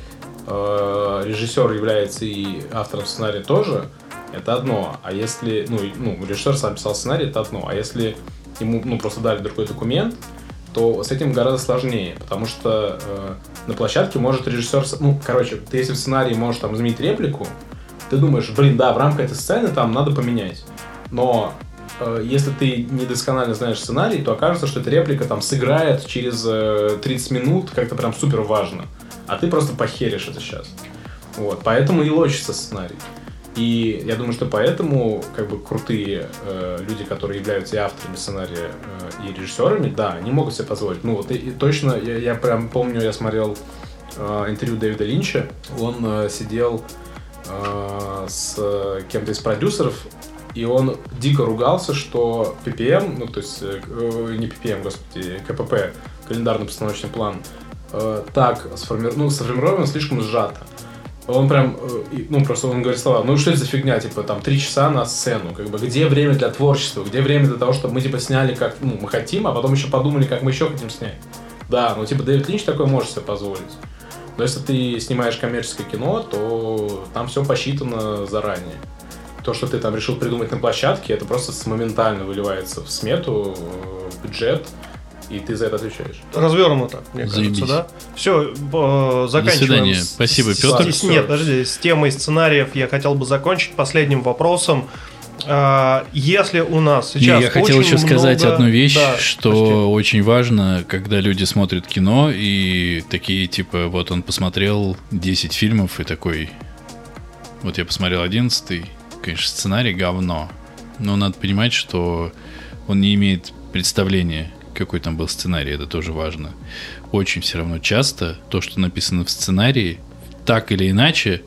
S1: э, режиссер является и автором сценария тоже, это одно. А если, ну, и- ну, режиссер сам писал сценарий, это одно. А если ему, ну, просто дали другой документ, то с этим гораздо сложнее, потому что э, на площадке может режиссер... с- Ну, короче, ты если в сценарии можешь там изменить реплику, ты думаешь, блин, да, в рамках этой сцены там надо поменять. Но э, если ты недосконально знаешь сценарий, то окажется, что эта реплика там сыграет через э, 30 минут как-то прям супер важно. А ты просто похеришь это сейчас. Вот, поэтому и лочится сценарий. И я думаю, что поэтому как бы крутые э, люди, которые являются и авторами сценария, э, и режиссерами, да, они могут себе позволить. Ну вот и, и точно, я, я прям помню, я смотрел э, интервью Дэвида Линча, он э, сидел э, с э, кем-то из продюсеров, и он дико ругался, что PPM, ну то есть э, э, не PPM, господи, КПП, календарно-постановочный план, э, так сформи- ну, сформирован слишком сжато. Он прям, э, и- ну просто он говорит слова, ну что это за фигня, типа там три часа на сцену, как бы где время для творчества, где время для того, чтобы мы типа сняли как ну, мы хотим, а потом еще подумали, как мы еще хотим снять. Да, ну типа Дэвид Линч такой может себе позволить. Но если ты снимаешь коммерческое кино, то там все посчитано заранее. То, что ты там решил придумать на площадке, это просто с- моментально выливается в смету, э, в бюджет, и ты за это отвечаешь.
S2: Развернуто, мне кажется,
S3: Заебись.
S2: да? Все, заканчиваем.
S3: свидания.
S2: с-
S3: Спасибо,
S2: с-
S3: Пётр.
S2: с- нет, подожди, с темой сценариев я хотел бы закончить последним вопросом. А, Если у нас
S3: Не,
S2: сейчас
S3: я хотел
S2: очень
S3: еще сказать
S2: много-
S3: одну вещь,
S2: Да,
S3: что
S2: прости.
S3: очень важно, когда люди смотрят кино и такие, типа, вот он посмотрел 10 фильмов и такой, вот я посмотрел 11, конечно, сценарий говно. Но надо понимать, что он не имеет представления, какой там был сценарий, это тоже важно. Очень все равно часто то, что написано в сценарии, так или иначе,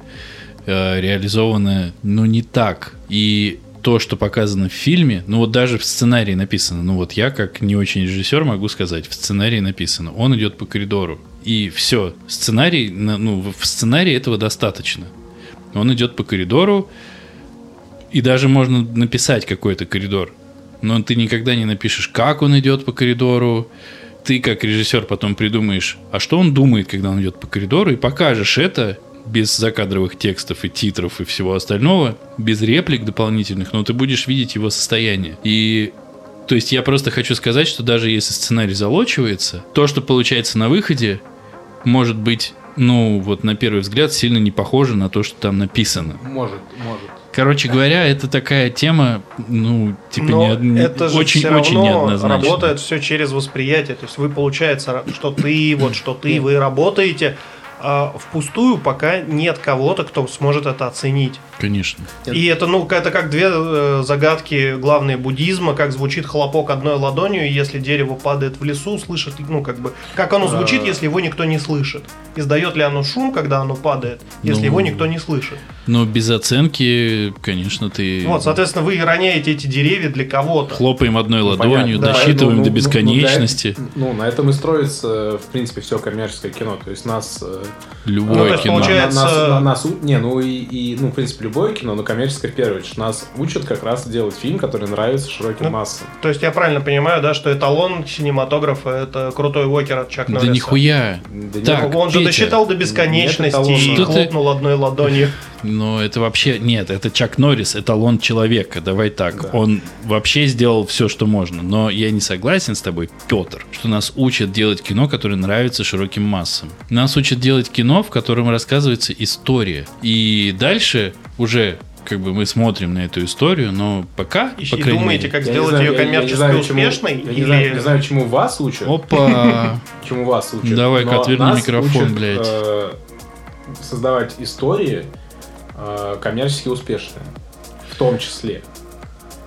S3: э, реализовано, ну, не так. И то, что показано в фильме, ну вот даже в сценарии написано, ну вот я как не очень режиссер могу сказать, в сценарии написано, он идет по коридору. И все, сценарий, на- ну в- в сценарии этого достаточно. Он идет по коридору, и даже можно написать какой-то коридор. Но ты никогда не напишешь, как он идет по коридору. Ты, как режиссер, потом придумаешь, а что он думает, когда он идет по коридору, и покажешь это без закадровых текстов и титров и всего остального, без реплик дополнительных, но ты будешь видеть его состояние. И то есть я просто хочу сказать, что даже если сценарий залочивается, то, что получается на выходе, может быть, ну, вот на первый взгляд, сильно не похоже на то, что там написано.
S1: Может, может.
S3: Короче говоря, это такая тема, ну, типа,
S2: Но
S3: не од- не-
S2: это же
S3: очень,
S2: всё
S3: очень
S2: равно
S3: неоднозначно.
S2: работает все через восприятие. То есть вы, получается, ра- что ты, вот что ты, вы работаете а, впустую, пока нет кого-то, кто сможет это оценить.
S3: Конечно.
S1: Нет.
S2: И это, ну, это как две э, загадки главные буддизма, как звучит хлопок одной ладонью, и если дерево падает в лесу, слышит, ну, как бы, как оно звучит,
S1: А.
S2: если его никто не слышит. Издает ли оно шум, когда оно падает, если
S3: Ну.
S2: его никто не слышит.
S3: Но без оценки, конечно, ты
S2: Вот, соответственно, вы роняете эти деревья для кого-то.
S3: хлопаем одной
S1: Ну,
S3: ладонью,
S1: понятно, да.
S3: досчитываем
S1: Ну,
S3: до
S1: ну, ну, ну, да,
S3: бесконечности.
S1: Ну, на этом и строится, в принципе, все коммерческое кино. То есть нас... э,
S3: Любое
S2: Ну, то есть
S3: кино.
S2: получается-
S1: на- нас- на- нас у- не, ну и, и, ну, в принципе, любое кино, но коммерческое в первую очередь. Нас учат как раз делать фильм, который нравится широким
S2: Ну,
S1: массам.
S2: То есть я правильно понимаю, да, что эталон синематографа это крутой уокер от Чак
S3: Да
S2: Норриса. Типа,
S3: нихуя.
S1: Да
S3: Так,
S2: Он же
S3: Петя,
S2: досчитал до
S1: нет
S2: бесконечности
S1: эталона.
S2: и
S3: Что ты-
S2: хлопнул одной ладонью.
S3: Но это вообще... Нет, это Чак Норрис, эталон человека. Давай так.
S1: Да.
S3: Он вообще сделал все, что можно. Но я не согласен с тобой, Петр, что нас учат делать кино, которое нравится широким массам. Нас учат делать кино, в котором рассказывается история. И дальше уже как бы мы смотрим на эту историю, но пока,
S2: И,
S3: по
S2: и
S3: крайней
S2: думаете,
S3: мере...
S2: как
S1: Я не
S2: сделать
S1: знаю,
S2: ее
S1: я- я не
S2: коммерчески
S1: знаю, чему-
S2: успешной?
S1: Я
S2: или...
S1: не знаю, не знаю, чему вас учат.
S3: Опа!
S1: Чему вас учат.
S3: Давай-ка,
S1: Но
S3: отверни
S1: нас
S3: микрофон,
S1: учат,
S3: блядь.
S1: э, создавать истории э, коммерчески успешные. В том числе.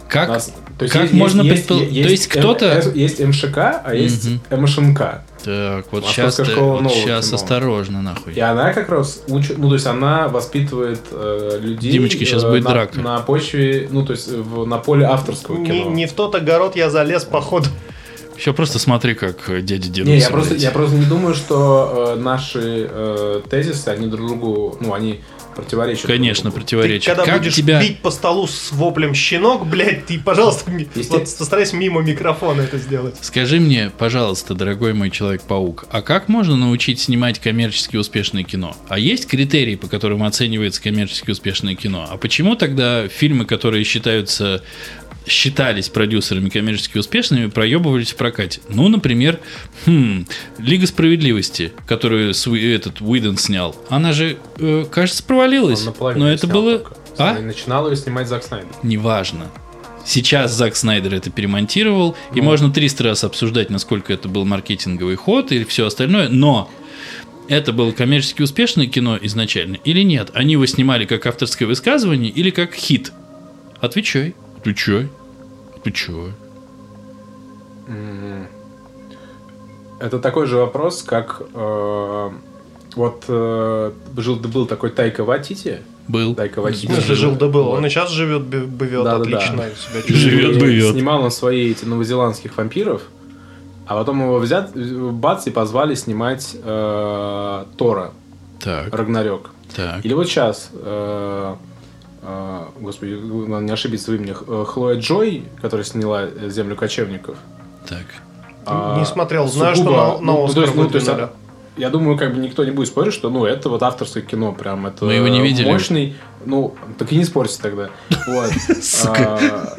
S3: Как?
S1: Нас- то
S3: А как можно предпол-
S1: е-
S3: то есть кто-то-
S1: М- есть МШК, а есть МШНК.
S3: Так, вот
S1: Московская
S3: сейчас,
S1: школа нового
S3: сейчас
S1: кино.
S3: осторожно, нахуй.
S1: И она как раз учит, ну то есть она воспитывает э, людей.
S3: Димочки, щас
S1: э,
S3: будет
S1: на,
S3: драка.
S1: На почве, ну то есть в- на поле авторского
S2: Не,
S1: кино.
S2: не в тот огород я залез, походу.
S3: Еще просто смотри, как э, дядя дерутся.
S1: Не, я просто,
S3: блядь.
S1: я просто не думаю, что э, наши э, тезисы, они друг другу, ну, они противоречат. друг
S3: Конечно,
S1: другу.
S3: противоречит.
S2: Ты когда
S3: как
S2: будешь
S3: тебя...
S2: бить по столу с воплем щенок, блядь, ты, пожалуйста, ми-
S1: Есте-
S2: вот постарайся мимо микрофона это сделать.
S3: Скажи мне, пожалуйста, дорогой мой Человек-паук, а как можно научить снимать коммерчески успешное кино? А есть критерии, по которым оценивается коммерчески успешное кино? А почему тогда фильмы, которые считаются считались продюсерами коммерчески успешными, проебывались в прокате. Ну, например, хм, Лига справедливости, которую Суи- этот Уидон снял, она же, э, кажется, провалилась.
S1: Он наполовину
S3: Но это
S1: снял
S3: было...
S1: только.
S3: А?
S1: Начинал ее снимать Зак Снайдер.
S3: неважно. Сейчас Зак Снайдер это перемонтировал, и можно 300 раз обсуждать, насколько это был маркетинговый ход и все остальное, но это было коммерчески успешное кино изначально или нет? Они его снимали как авторское высказывание или как хит? Отвечай. Отвечай. Отвечай.
S1: М. Это такой же вопрос, как э, вот э, жил да был такой Тайка Ватити.
S3: Был.
S1: Тайка
S2: В
S1: Ватити.
S2: смысле, жил да Ну, был. Он
S1: Вот.
S2: и сейчас живет, бе- бывет,
S1: Да-да-да.
S2: отлично себя
S1: И
S2: чувствует.
S3: Живет, бывет.
S1: Снимал он свои эти новозеландских вампиров, а потом его взят, бац, и позвали снимать э, Тора,
S3: Так,
S1: Рагнарёк.
S3: так.
S1: А Или вот сейчас, э, э, господи, надо не ошибиться в именах, э, Хлоя Джой, которая сняла э, «Землю кочевников».
S3: Так.
S1: а,
S2: Не смотрел, знаю, что
S1: сугубо,
S2: на- на
S1: ну, то
S2: Оскар
S1: есть, ну, то есть,
S2: выдвинули.
S1: Я думаю, как бы никто не будет спорить, что ну это вот авторское кино, прям это
S3: Мы его не видели.
S1: мощный. Ну, так и не спорьте тогда. Вот.
S3: Сука.
S1: А,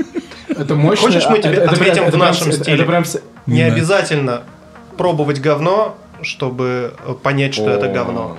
S1: Это мощный. а,
S2: Хочешь, мы тебе
S1: это- это
S2: ответим
S1: прям- это
S2: в
S1: прям-
S2: нашем
S1: это
S2: стиле?
S1: прям с-
S2: Не
S3: Да.
S2: обязательно пробовать говно, чтобы э, понять, что это говно.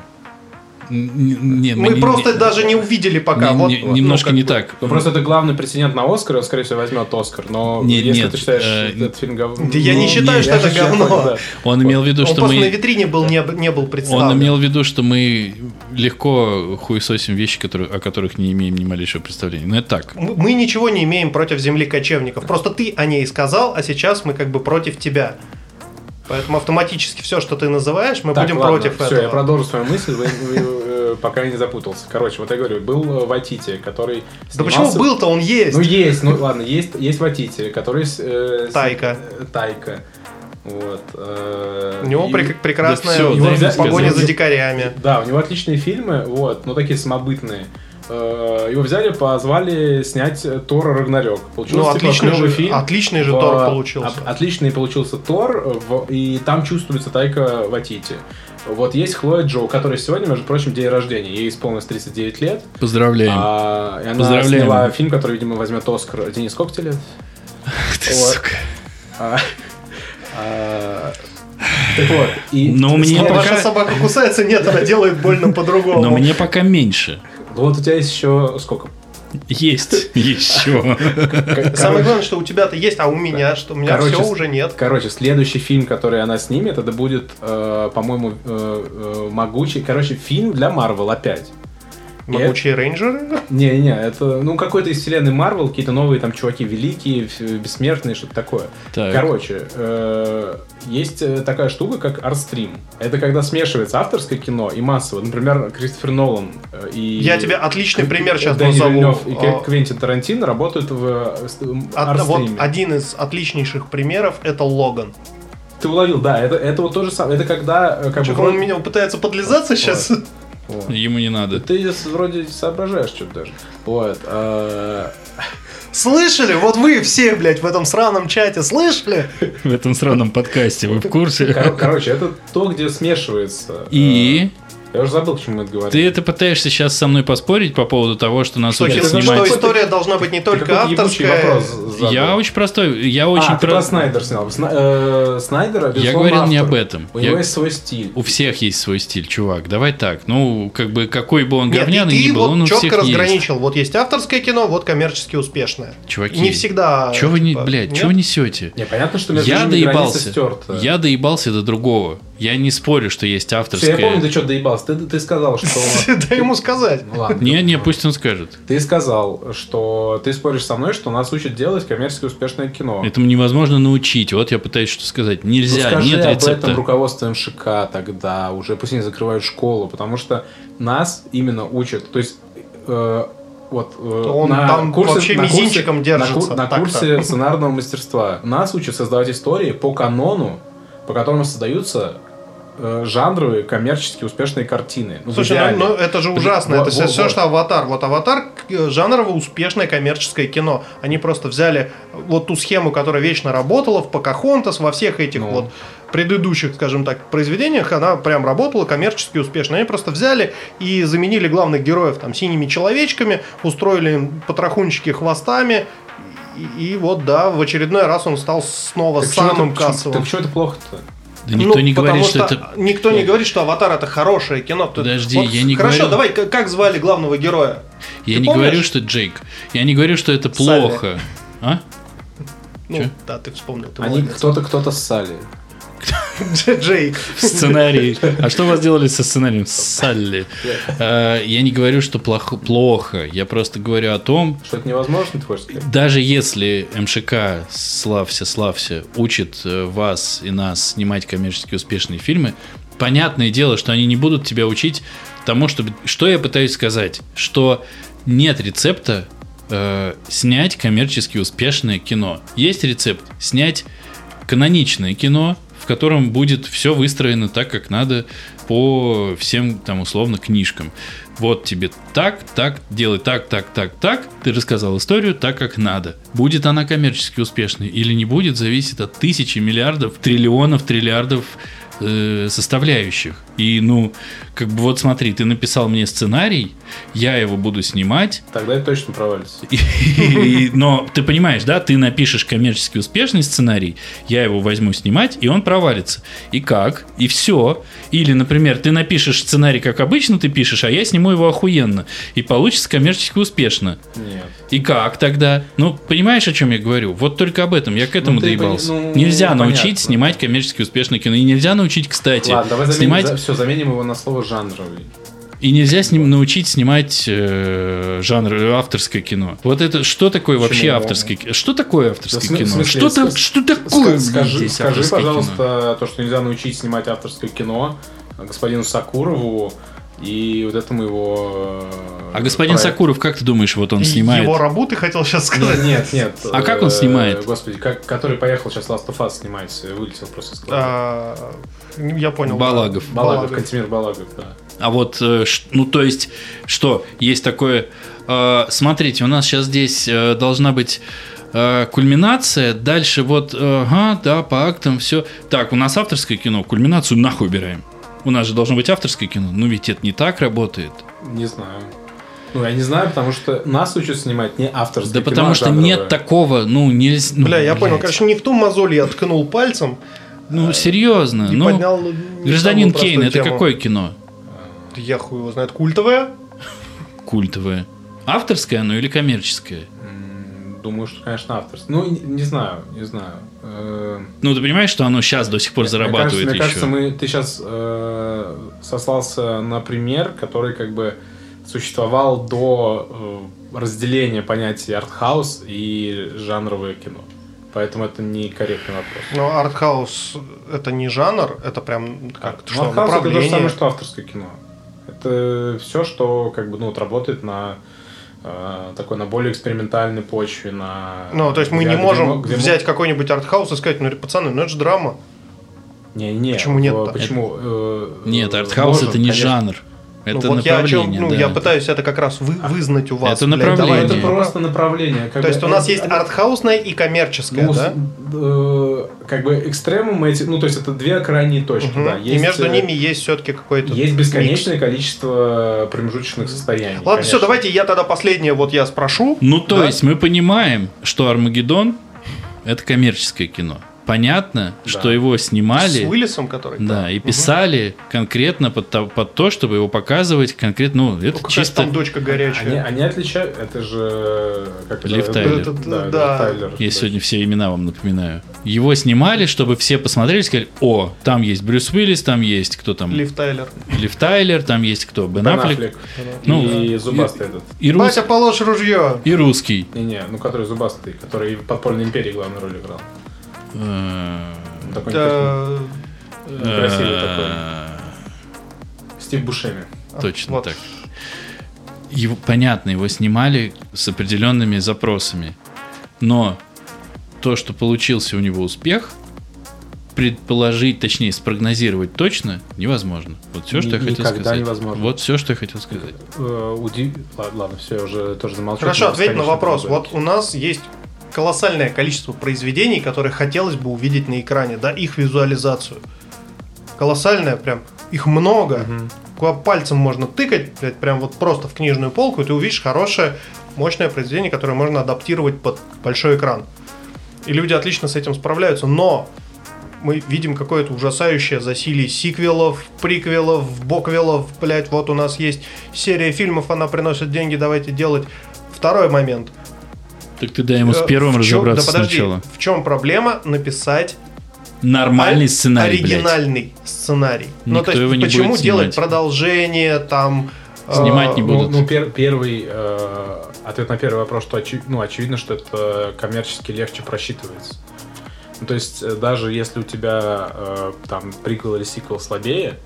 S3: Н- н- не,
S2: Мы
S3: не-
S2: просто
S3: не-
S2: даже не увидели пока.
S3: не-
S2: Вот,
S3: не-
S2: ну,
S3: Немножко
S2: как
S3: не
S2: бы.
S3: так.
S1: Ну просто это главный претендент на Оскар, он, скорее всего, возьмет Оскар. Но
S3: Нет,
S1: если
S3: нет,
S1: ты считаешь,
S3: э,
S1: что этот фильм говно.
S2: Да я не
S1: Ну,
S2: считаю,
S1: я
S2: что это
S1: же- я
S2: говно.
S1: понял, да.
S3: Он имел в виду,
S2: Он
S3: что
S2: просто
S3: мы...
S2: на витрине был, не, б- не был представлен.
S3: Он имел в виду, что мы легко хуесосим вещи, которые, о которых не имеем ни малейшего представления. Но это так.
S2: Мы мы ничего не имеем против земли кочевников. Просто ты о ней сказал, а сейчас мы как бы против тебя. Поэтому автоматически все, что ты называешь, мы
S1: Так,
S2: будем
S1: ладно,
S2: против
S1: всё,
S2: этого.
S1: я продолжу свою мысль, вы- вы, э, пока я не запутался. Короче, вот я говорю, был э, Ватити, который
S2: Да почему
S1: снимался-
S2: был-то он есть?
S1: Ну есть, ну ладно, есть, есть Ватити, который... с- э, с-
S2: Тайка.
S1: э, Тайка. Вот. э,
S2: У него
S1: и-
S2: прек- прекрасная
S3: всё,
S2: его
S1: да, я
S2: погоня
S1: сказал.
S2: за дикарями.
S1: Да, у него отличные фильмы, вот, но такие самобытные. Э, Его взяли, позвали снять э, Тора Рагнарёк. Получился
S2: Ну,
S1: типа,
S2: отличный
S1: клёвый
S2: же,
S1: фильм.
S2: отличный же
S1: В-
S2: Тор получился.
S1: об- Отличный получился Тор, э, в- и там чувствуется Тайка Ватити. Вот есть Хлоя Джо, которая сегодня, между прочим, день рождения. Ей исполнилось 39 лет.
S3: Поздравляем.
S1: А, и она
S3: Поздравляем.
S1: сняла фильм, который, видимо, возьмет Оскар. Денис, сколько тебе лет?
S3: Ты,
S1: вот.
S3: сука.
S1: А, а, Так вот. и-
S3: Но Ну, мне
S1: Снова-
S2: Но
S3: пока-
S2: ваша собака кусается, нет, она делает больно по-другому.
S3: Но мне пока меньше.
S1: Вот у тебя есть еще сколько?
S3: Есть еще.
S2: Самое главное, что у тебя-то есть, а у меня что? У меня
S1: Короче,
S2: все уже нет.
S1: Короче, следующий фильм, который она снимет, это будет, э, по-моему, э, э, «Могучий». Короче, фильм для Марвел опять.
S2: Могучие рейнджеры.
S1: Не-не, это, ну, какой-то из вселенной Марвел, какие-то новые там чуваки великие, ф- бессмертные, что-то такое.
S3: Так.
S1: Короче, э, есть э, такая штука, как артстрим. Это когда смешивается авторское кино и массовое. Например, Кристофер Нолан э, и...
S2: Я тебе отличный пример сейчас
S1: Дэнни
S2: назову.
S1: Вильнёв и Квен-
S2: А,
S1: Квентин Тарантино работают в э, с- м,
S2: от- вот
S1: арт-стриме.
S2: один из отличнейших примеров это Логан.
S1: Ты уловил, да, это, это вот то же самое. Это когда... э, Как
S2: Чё,
S1: бы,
S2: он
S1: вроде-
S2: меня пытается подлизаться сейчас.
S1: Вот.
S3: Ему не надо.
S1: Ты с- вроде соображаешь что-то даже. Вот. э,
S2: Слышали? Вот вы все, блядь, в этом сраном чате слышали?
S3: В этом сраном подкасте. Вы в
S1: кор-
S3: курсе?
S1: Короче, это то, где смешивается. э,
S3: э, И
S1: Я уже забыл, к чему мы это говорили.
S3: Ты это пытаешься сейчас со мной поспорить по поводу того, что нас
S2: Что,
S3: учат
S1: ты
S2: кино-
S1: знаешь,
S2: что
S3: снимать...
S1: какой-то-
S2: история должна быть не
S1: Ты
S2: только
S1: какой-то ебучий
S2: авторская.
S1: вопрос задал.
S3: Я очень простой, я очень
S1: а, ты
S3: про-
S1: про Снайдер снял. Сна- э, Снайдера,
S3: Я
S1: безусловно,
S3: говорил не
S1: автор.
S3: об этом.
S1: У
S3: Я-
S1: него есть свой стиль.
S3: У всех есть свой стиль, чувак. Давай так. Ну, как бы какой бы он
S2: Нет, и
S3: говняный
S2: ты
S3: ни был,
S2: вот
S3: он у
S2: четко
S3: всех есть.
S2: разграничил. Вот есть авторское кино, вот коммерчески успешное.
S3: Чуваки,
S2: И не всегда.
S3: Чего вы не,
S2: типа,
S3: блядь,
S2: нет?
S3: чего вы несете?
S1: Не, понятно, что между
S3: Я
S1: ними граница
S3: доебался.
S1: стерта.
S3: Я доебался до другого. Я не спорю, что есть
S1: Всё, я помню,
S3: авторское.
S1: ты что доебался. Ты, ты сказал, что...
S2: Дай ему сказать.
S1: Ну ладно.
S3: Не, не, пусть он скажет.
S1: Ты сказал, что ты споришь со мной, что нас учат делать коммерчески успешное кино.
S3: Этому невозможно научить. Вот я пытаюсь что сказать.
S1: Ну,
S3: Нельзя,
S1: скажи
S3: нет
S1: об
S3: рецепта.
S1: этом руководство МШК тогда уже, пусть они закрывают школу, потому что нас именно учат, то есть э, вот э,
S2: он там вообще мизинчиком
S1: на
S2: держится,
S1: на
S2: так-то.
S1: курсе сценарного мастерства нас учат создавать истории по канону, по которому создаются э, жанровые коммерчески успешные картины. Ну, в
S2: Слушай,
S1: идеале.
S2: ну, ну, это же
S1: Блин,
S2: ужасно.
S1: во-
S2: это все,
S1: во- во.
S2: что аватар. Вот аватар к- жанрово успешное коммерческое кино. Они просто взяли вот ту схему, которая вечно работала в Покахонтас, во всех этих
S1: Ну.
S2: вот предыдущих, скажем так, произведениях, она прям работала коммерчески успешно. Они просто взяли и заменили главных героев там синими человечками, устроили им потрохунчики хвостами. И, и вот, да, в очередной раз он стал снова
S1: Так чего
S2: самым
S1: это-
S2: кассовым.
S1: Так что это плохо-то?
S3: Да никто
S2: Ну,
S3: не говорит,
S2: потому
S3: что это...
S2: Никто не говорит, что «Аватар» — это хорошее кино. Ты-
S3: Подожди,
S2: вот
S3: я не
S2: Хорошо,
S3: говорю.
S2: давай, к- как звали главного героя?
S3: Я
S2: ты
S3: не
S2: помнишь?
S3: говорю, что Джейк. Я не говорю, что это
S2: Салли.
S3: плохо. А?
S2: Ну,
S3: Чё?
S2: да, ты вспомнил. Ты
S1: Они
S2: молодец.
S1: кто-то кто-то ссали.
S2: Джейк.
S3: Сценарий. А что у вас делали со сценарием? Салли. Э, Я не говорю, что плохо- плохо. Я просто говорю о том,
S1: Что это невозможно, ты хочешь сказать?
S3: Даже если МШК, славься, славься, учит э, вас и нас снимать коммерчески успешные фильмы, понятное дело, что они не будут тебя учить тому, чтобы... Что я пытаюсь сказать? Что нет рецепта э, снять коммерчески успешное кино. Есть рецепт снять каноничное кино, в котором будет все выстроено так, как надо по всем там условно книжкам. Вот тебе так, так, делай так, так, так, так. Ты рассказал историю так, как надо. Будет она коммерчески успешной или не будет, зависит от тысячи миллиардов, триллионов, триллиардов э, составляющих. И ну, как бы вот смотри, ты написал мне сценарий, я его буду снимать,
S1: Тогда это точно провалится.
S3: и- Но ты понимаешь, да, ты напишешь коммерчески успешный сценарий, я его возьму снимать, и он провалится. И как? И все. Или, например, ты напишешь сценарий, как обычно ты пишешь, а я сниму его охуенно. И получится коммерчески успешно.
S1: Нет.
S3: И как тогда? Ну, понимаешь, о чем я говорю? Вот только об этом. Я к этому
S1: ты пони-
S3: доебался.
S1: ну,
S3: нельзя научить
S1: понятно.
S3: снимать коммерчески успешное кино. И нельзя научить, кстати,
S1: Ладно, давай заменим,
S3: снимать...
S1: все, заменим его на слово жанровый.
S3: И нельзя с ним научить снимать э, жанр э, авторское кино. Вот это что такое
S1: Почему?
S3: вообще авторское кино? Что такое
S1: Да
S3: авторское
S1: в см-
S3: кино?
S1: в смысле,
S3: что,
S1: ска-
S3: та- что
S1: Ска-
S3: такое?
S1: скажи,
S3: здесь
S1: скажи,
S3: авторское
S1: пожалуйста,
S3: кино?
S1: то, что нельзя научить снимать авторское кино а господину Сакурову и вот этому его... э,
S3: А господин
S1: проект-
S3: Сакуров, как ты думаешь, вот он снимает?
S2: Его рабу ты хотел сейчас сказать?
S1: Нет, нет, нет.
S3: А как он
S1: Э,
S3: снимает?
S1: Господи, как, который поехал сейчас Last of Us снимать, э, вылетел просто из головы.
S2: А, Я понял.
S1: Балагов,
S3: Балагов.
S2: А, Балагов.
S1: Кантемир Балагов, да.
S3: А вот, э, ш- ну то есть, что, есть такое, э, смотрите, у нас сейчас здесь э, должна быть э, кульминация, дальше вот, э, ага, да, по актам все. Так, у нас авторское кино, кульминацию нахуй убираем. У нас же должно быть авторское кино, ну ведь это не так работает.
S1: Не знаю. Ну, я не знаю, потому что нас учат снимать не авторское
S3: Да
S1: кино,
S3: потому
S1: а
S3: что
S1: жанровое.
S3: нет такого, ну нельзя. ну,
S2: Бля, я понял.
S3: блядь.
S2: Короче, не в ту мозоль я ткнул пальцем
S3: Ну серьезно,
S2: и
S3: ну.
S2: поднял... не
S3: Гражданин
S2: самую
S3: Кейн,
S2: простую
S3: это
S2: тему.
S3: какое кино?
S2: Я хуй его знает. Культовая?
S3: Культовое. Авторское оно или коммерческое?
S1: М, Думаю, что, конечно, авторское. Ну, не, не знаю, не знаю. Э,
S3: Ну, ты понимаешь, что оно сейчас до сих пор зарабатывает
S1: Мне кажется,
S3: еще?
S1: мне кажется, мы, ты сейчас сослался на пример, который как бы существовал до э, разделения понятий артхаус и жанровое кино. Поэтому это некорректный вопрос.
S2: Но артхаус это не жанр, это прям как
S1: Ну,
S2: что,
S1: артхаус это то же
S2: направление.
S1: самое, что авторское кино. Это все, что как бы ну, вот, работает на э, такой на более экспериментальной почве, на.
S2: Ну, то есть мы
S1: где-
S2: не
S1: где
S2: можем
S1: мо- где мо-
S2: взять какой-нибудь артхаус и сказать, ну, пацаны, ну это же драма.
S1: Не, не.
S2: Почему нет-то?
S1: Почему? э,
S3: Нет,
S1: э,
S3: артхаус
S1: можем,
S3: это не
S1: конечно.
S3: жанр. Это
S2: ну, вот я, о
S3: направление,
S2: чем- ну,
S3: да.
S2: я пытаюсь это как раз вы- вызнать у вас.
S3: Это
S2: блядь,
S3: направление.
S2: давай
S1: А, это
S2: это про-
S1: просто э, направление. как
S2: То
S1: бы
S2: есть у нас
S1: это-
S2: есть артхаусное и коммерческое,
S1: ну, с-
S2: да?
S1: э, как бы экстремум эти, ну то есть это две крайние точки,
S2: Мгм.
S1: да.
S2: и
S1: Есть,
S2: между
S1: э,
S2: ними есть все-таки какой-то...
S1: есть
S2: микс.
S1: бесконечное количество промежуточных состояний.
S2: Ладно, все,
S1: конечно.
S2: давайте я тогда последнее вот я спрошу.
S3: Ну, то
S2: Да.
S3: есть мы понимаем, что «Армагеддон» — это коммерческое кино. Понятно,
S1: Да.
S3: что его снимали...
S2: С Уиллисом, который...
S3: Да, и
S2: Мгм.
S3: писали конкретно под, то- под то, чтобы его показывать конкретно. Ну,
S2: Ну,
S3: это
S2: какая-то
S3: чисто...
S2: там дочка
S1: Они,
S2: горячая.
S1: они отличают, это же э, как это-
S3: Лив
S1: это-
S3: Тайлер.
S1: это- Да, Лив
S2: Да.
S1: Тайлер.
S3: Я сегодня все имена вам напоминаю. Его снимали, чтобы все посмотрели и сказали, о, там есть Брюс Уиллис, там есть кто там, Лив,
S2: Лив Тайлер.
S3: Тайлер, там есть кто, Бен
S1: Бен
S3: Аффлек.
S1: Аффлек.
S3: Ну,
S1: и зубастый этот.
S3: И, рус-
S2: Батя, положь ружье.
S3: и русский.
S1: Не-не, ну который зубастый, который в подпольной империи главную роль играл.
S3: Э,
S1: Он Такой
S2: Да,
S1: некрасивый такой.
S3: э,
S1: Стив Бушеми.
S3: Точно
S2: Э, вот.
S3: так. Его, понятно, его снимали с определенными запросами. Но то, что получился у него успех, предположить, точнее, спрогнозировать точно невозможно. Вот все, что я хотел
S1: Никогда
S3: сказать.
S1: невозможно.
S3: Вот все, что я хотел сказать.
S1: Э, уди- Ладно, ладно, все, я уже тоже замолчал.
S2: Хорошо,
S1: Потому что,
S2: ответь на
S1: конечно,
S2: вопрос.
S1: это будет.
S2: Вот у нас есть колоссальное количество произведений, которые хотелось бы увидеть на экране, да, их визуализацию. Колоссальное прям, их много.
S1: Мгм.
S2: Куда пальцем можно тыкать, блядь, прям вот просто в книжную полку, и ты увидишь хорошее, мощное произведение, которое можно адаптировать под большой экран. И люди отлично с этим справляются, но мы видим какое-то ужасающее засилие сиквелов, приквелов, боквелов, блять, вот у нас есть серия фильмов, она приносит деньги, давайте делать. Второй момент.
S3: Так ты дай ему с
S2: Э,
S3: первым
S2: в чём-
S3: разобраться
S2: да подожди,
S3: сначала.
S2: В чем проблема написать
S3: Нормальный
S2: Ори-
S3: сценарий, блядь.
S2: оригинальный сценарий? ну,
S3: Никто
S2: то есть,
S3: его не
S2: почему
S3: будет
S2: делать
S3: снимать.
S2: продолжение, там... э,
S3: Снимать не
S1: Ну,
S3: будут.
S1: ну, пер- первый э, ответ на первый вопрос, что очи- ну, очевидно, что это коммерчески легче просчитывается. Ну, то есть э, даже если у тебя э, там приквел или сиквел слабее,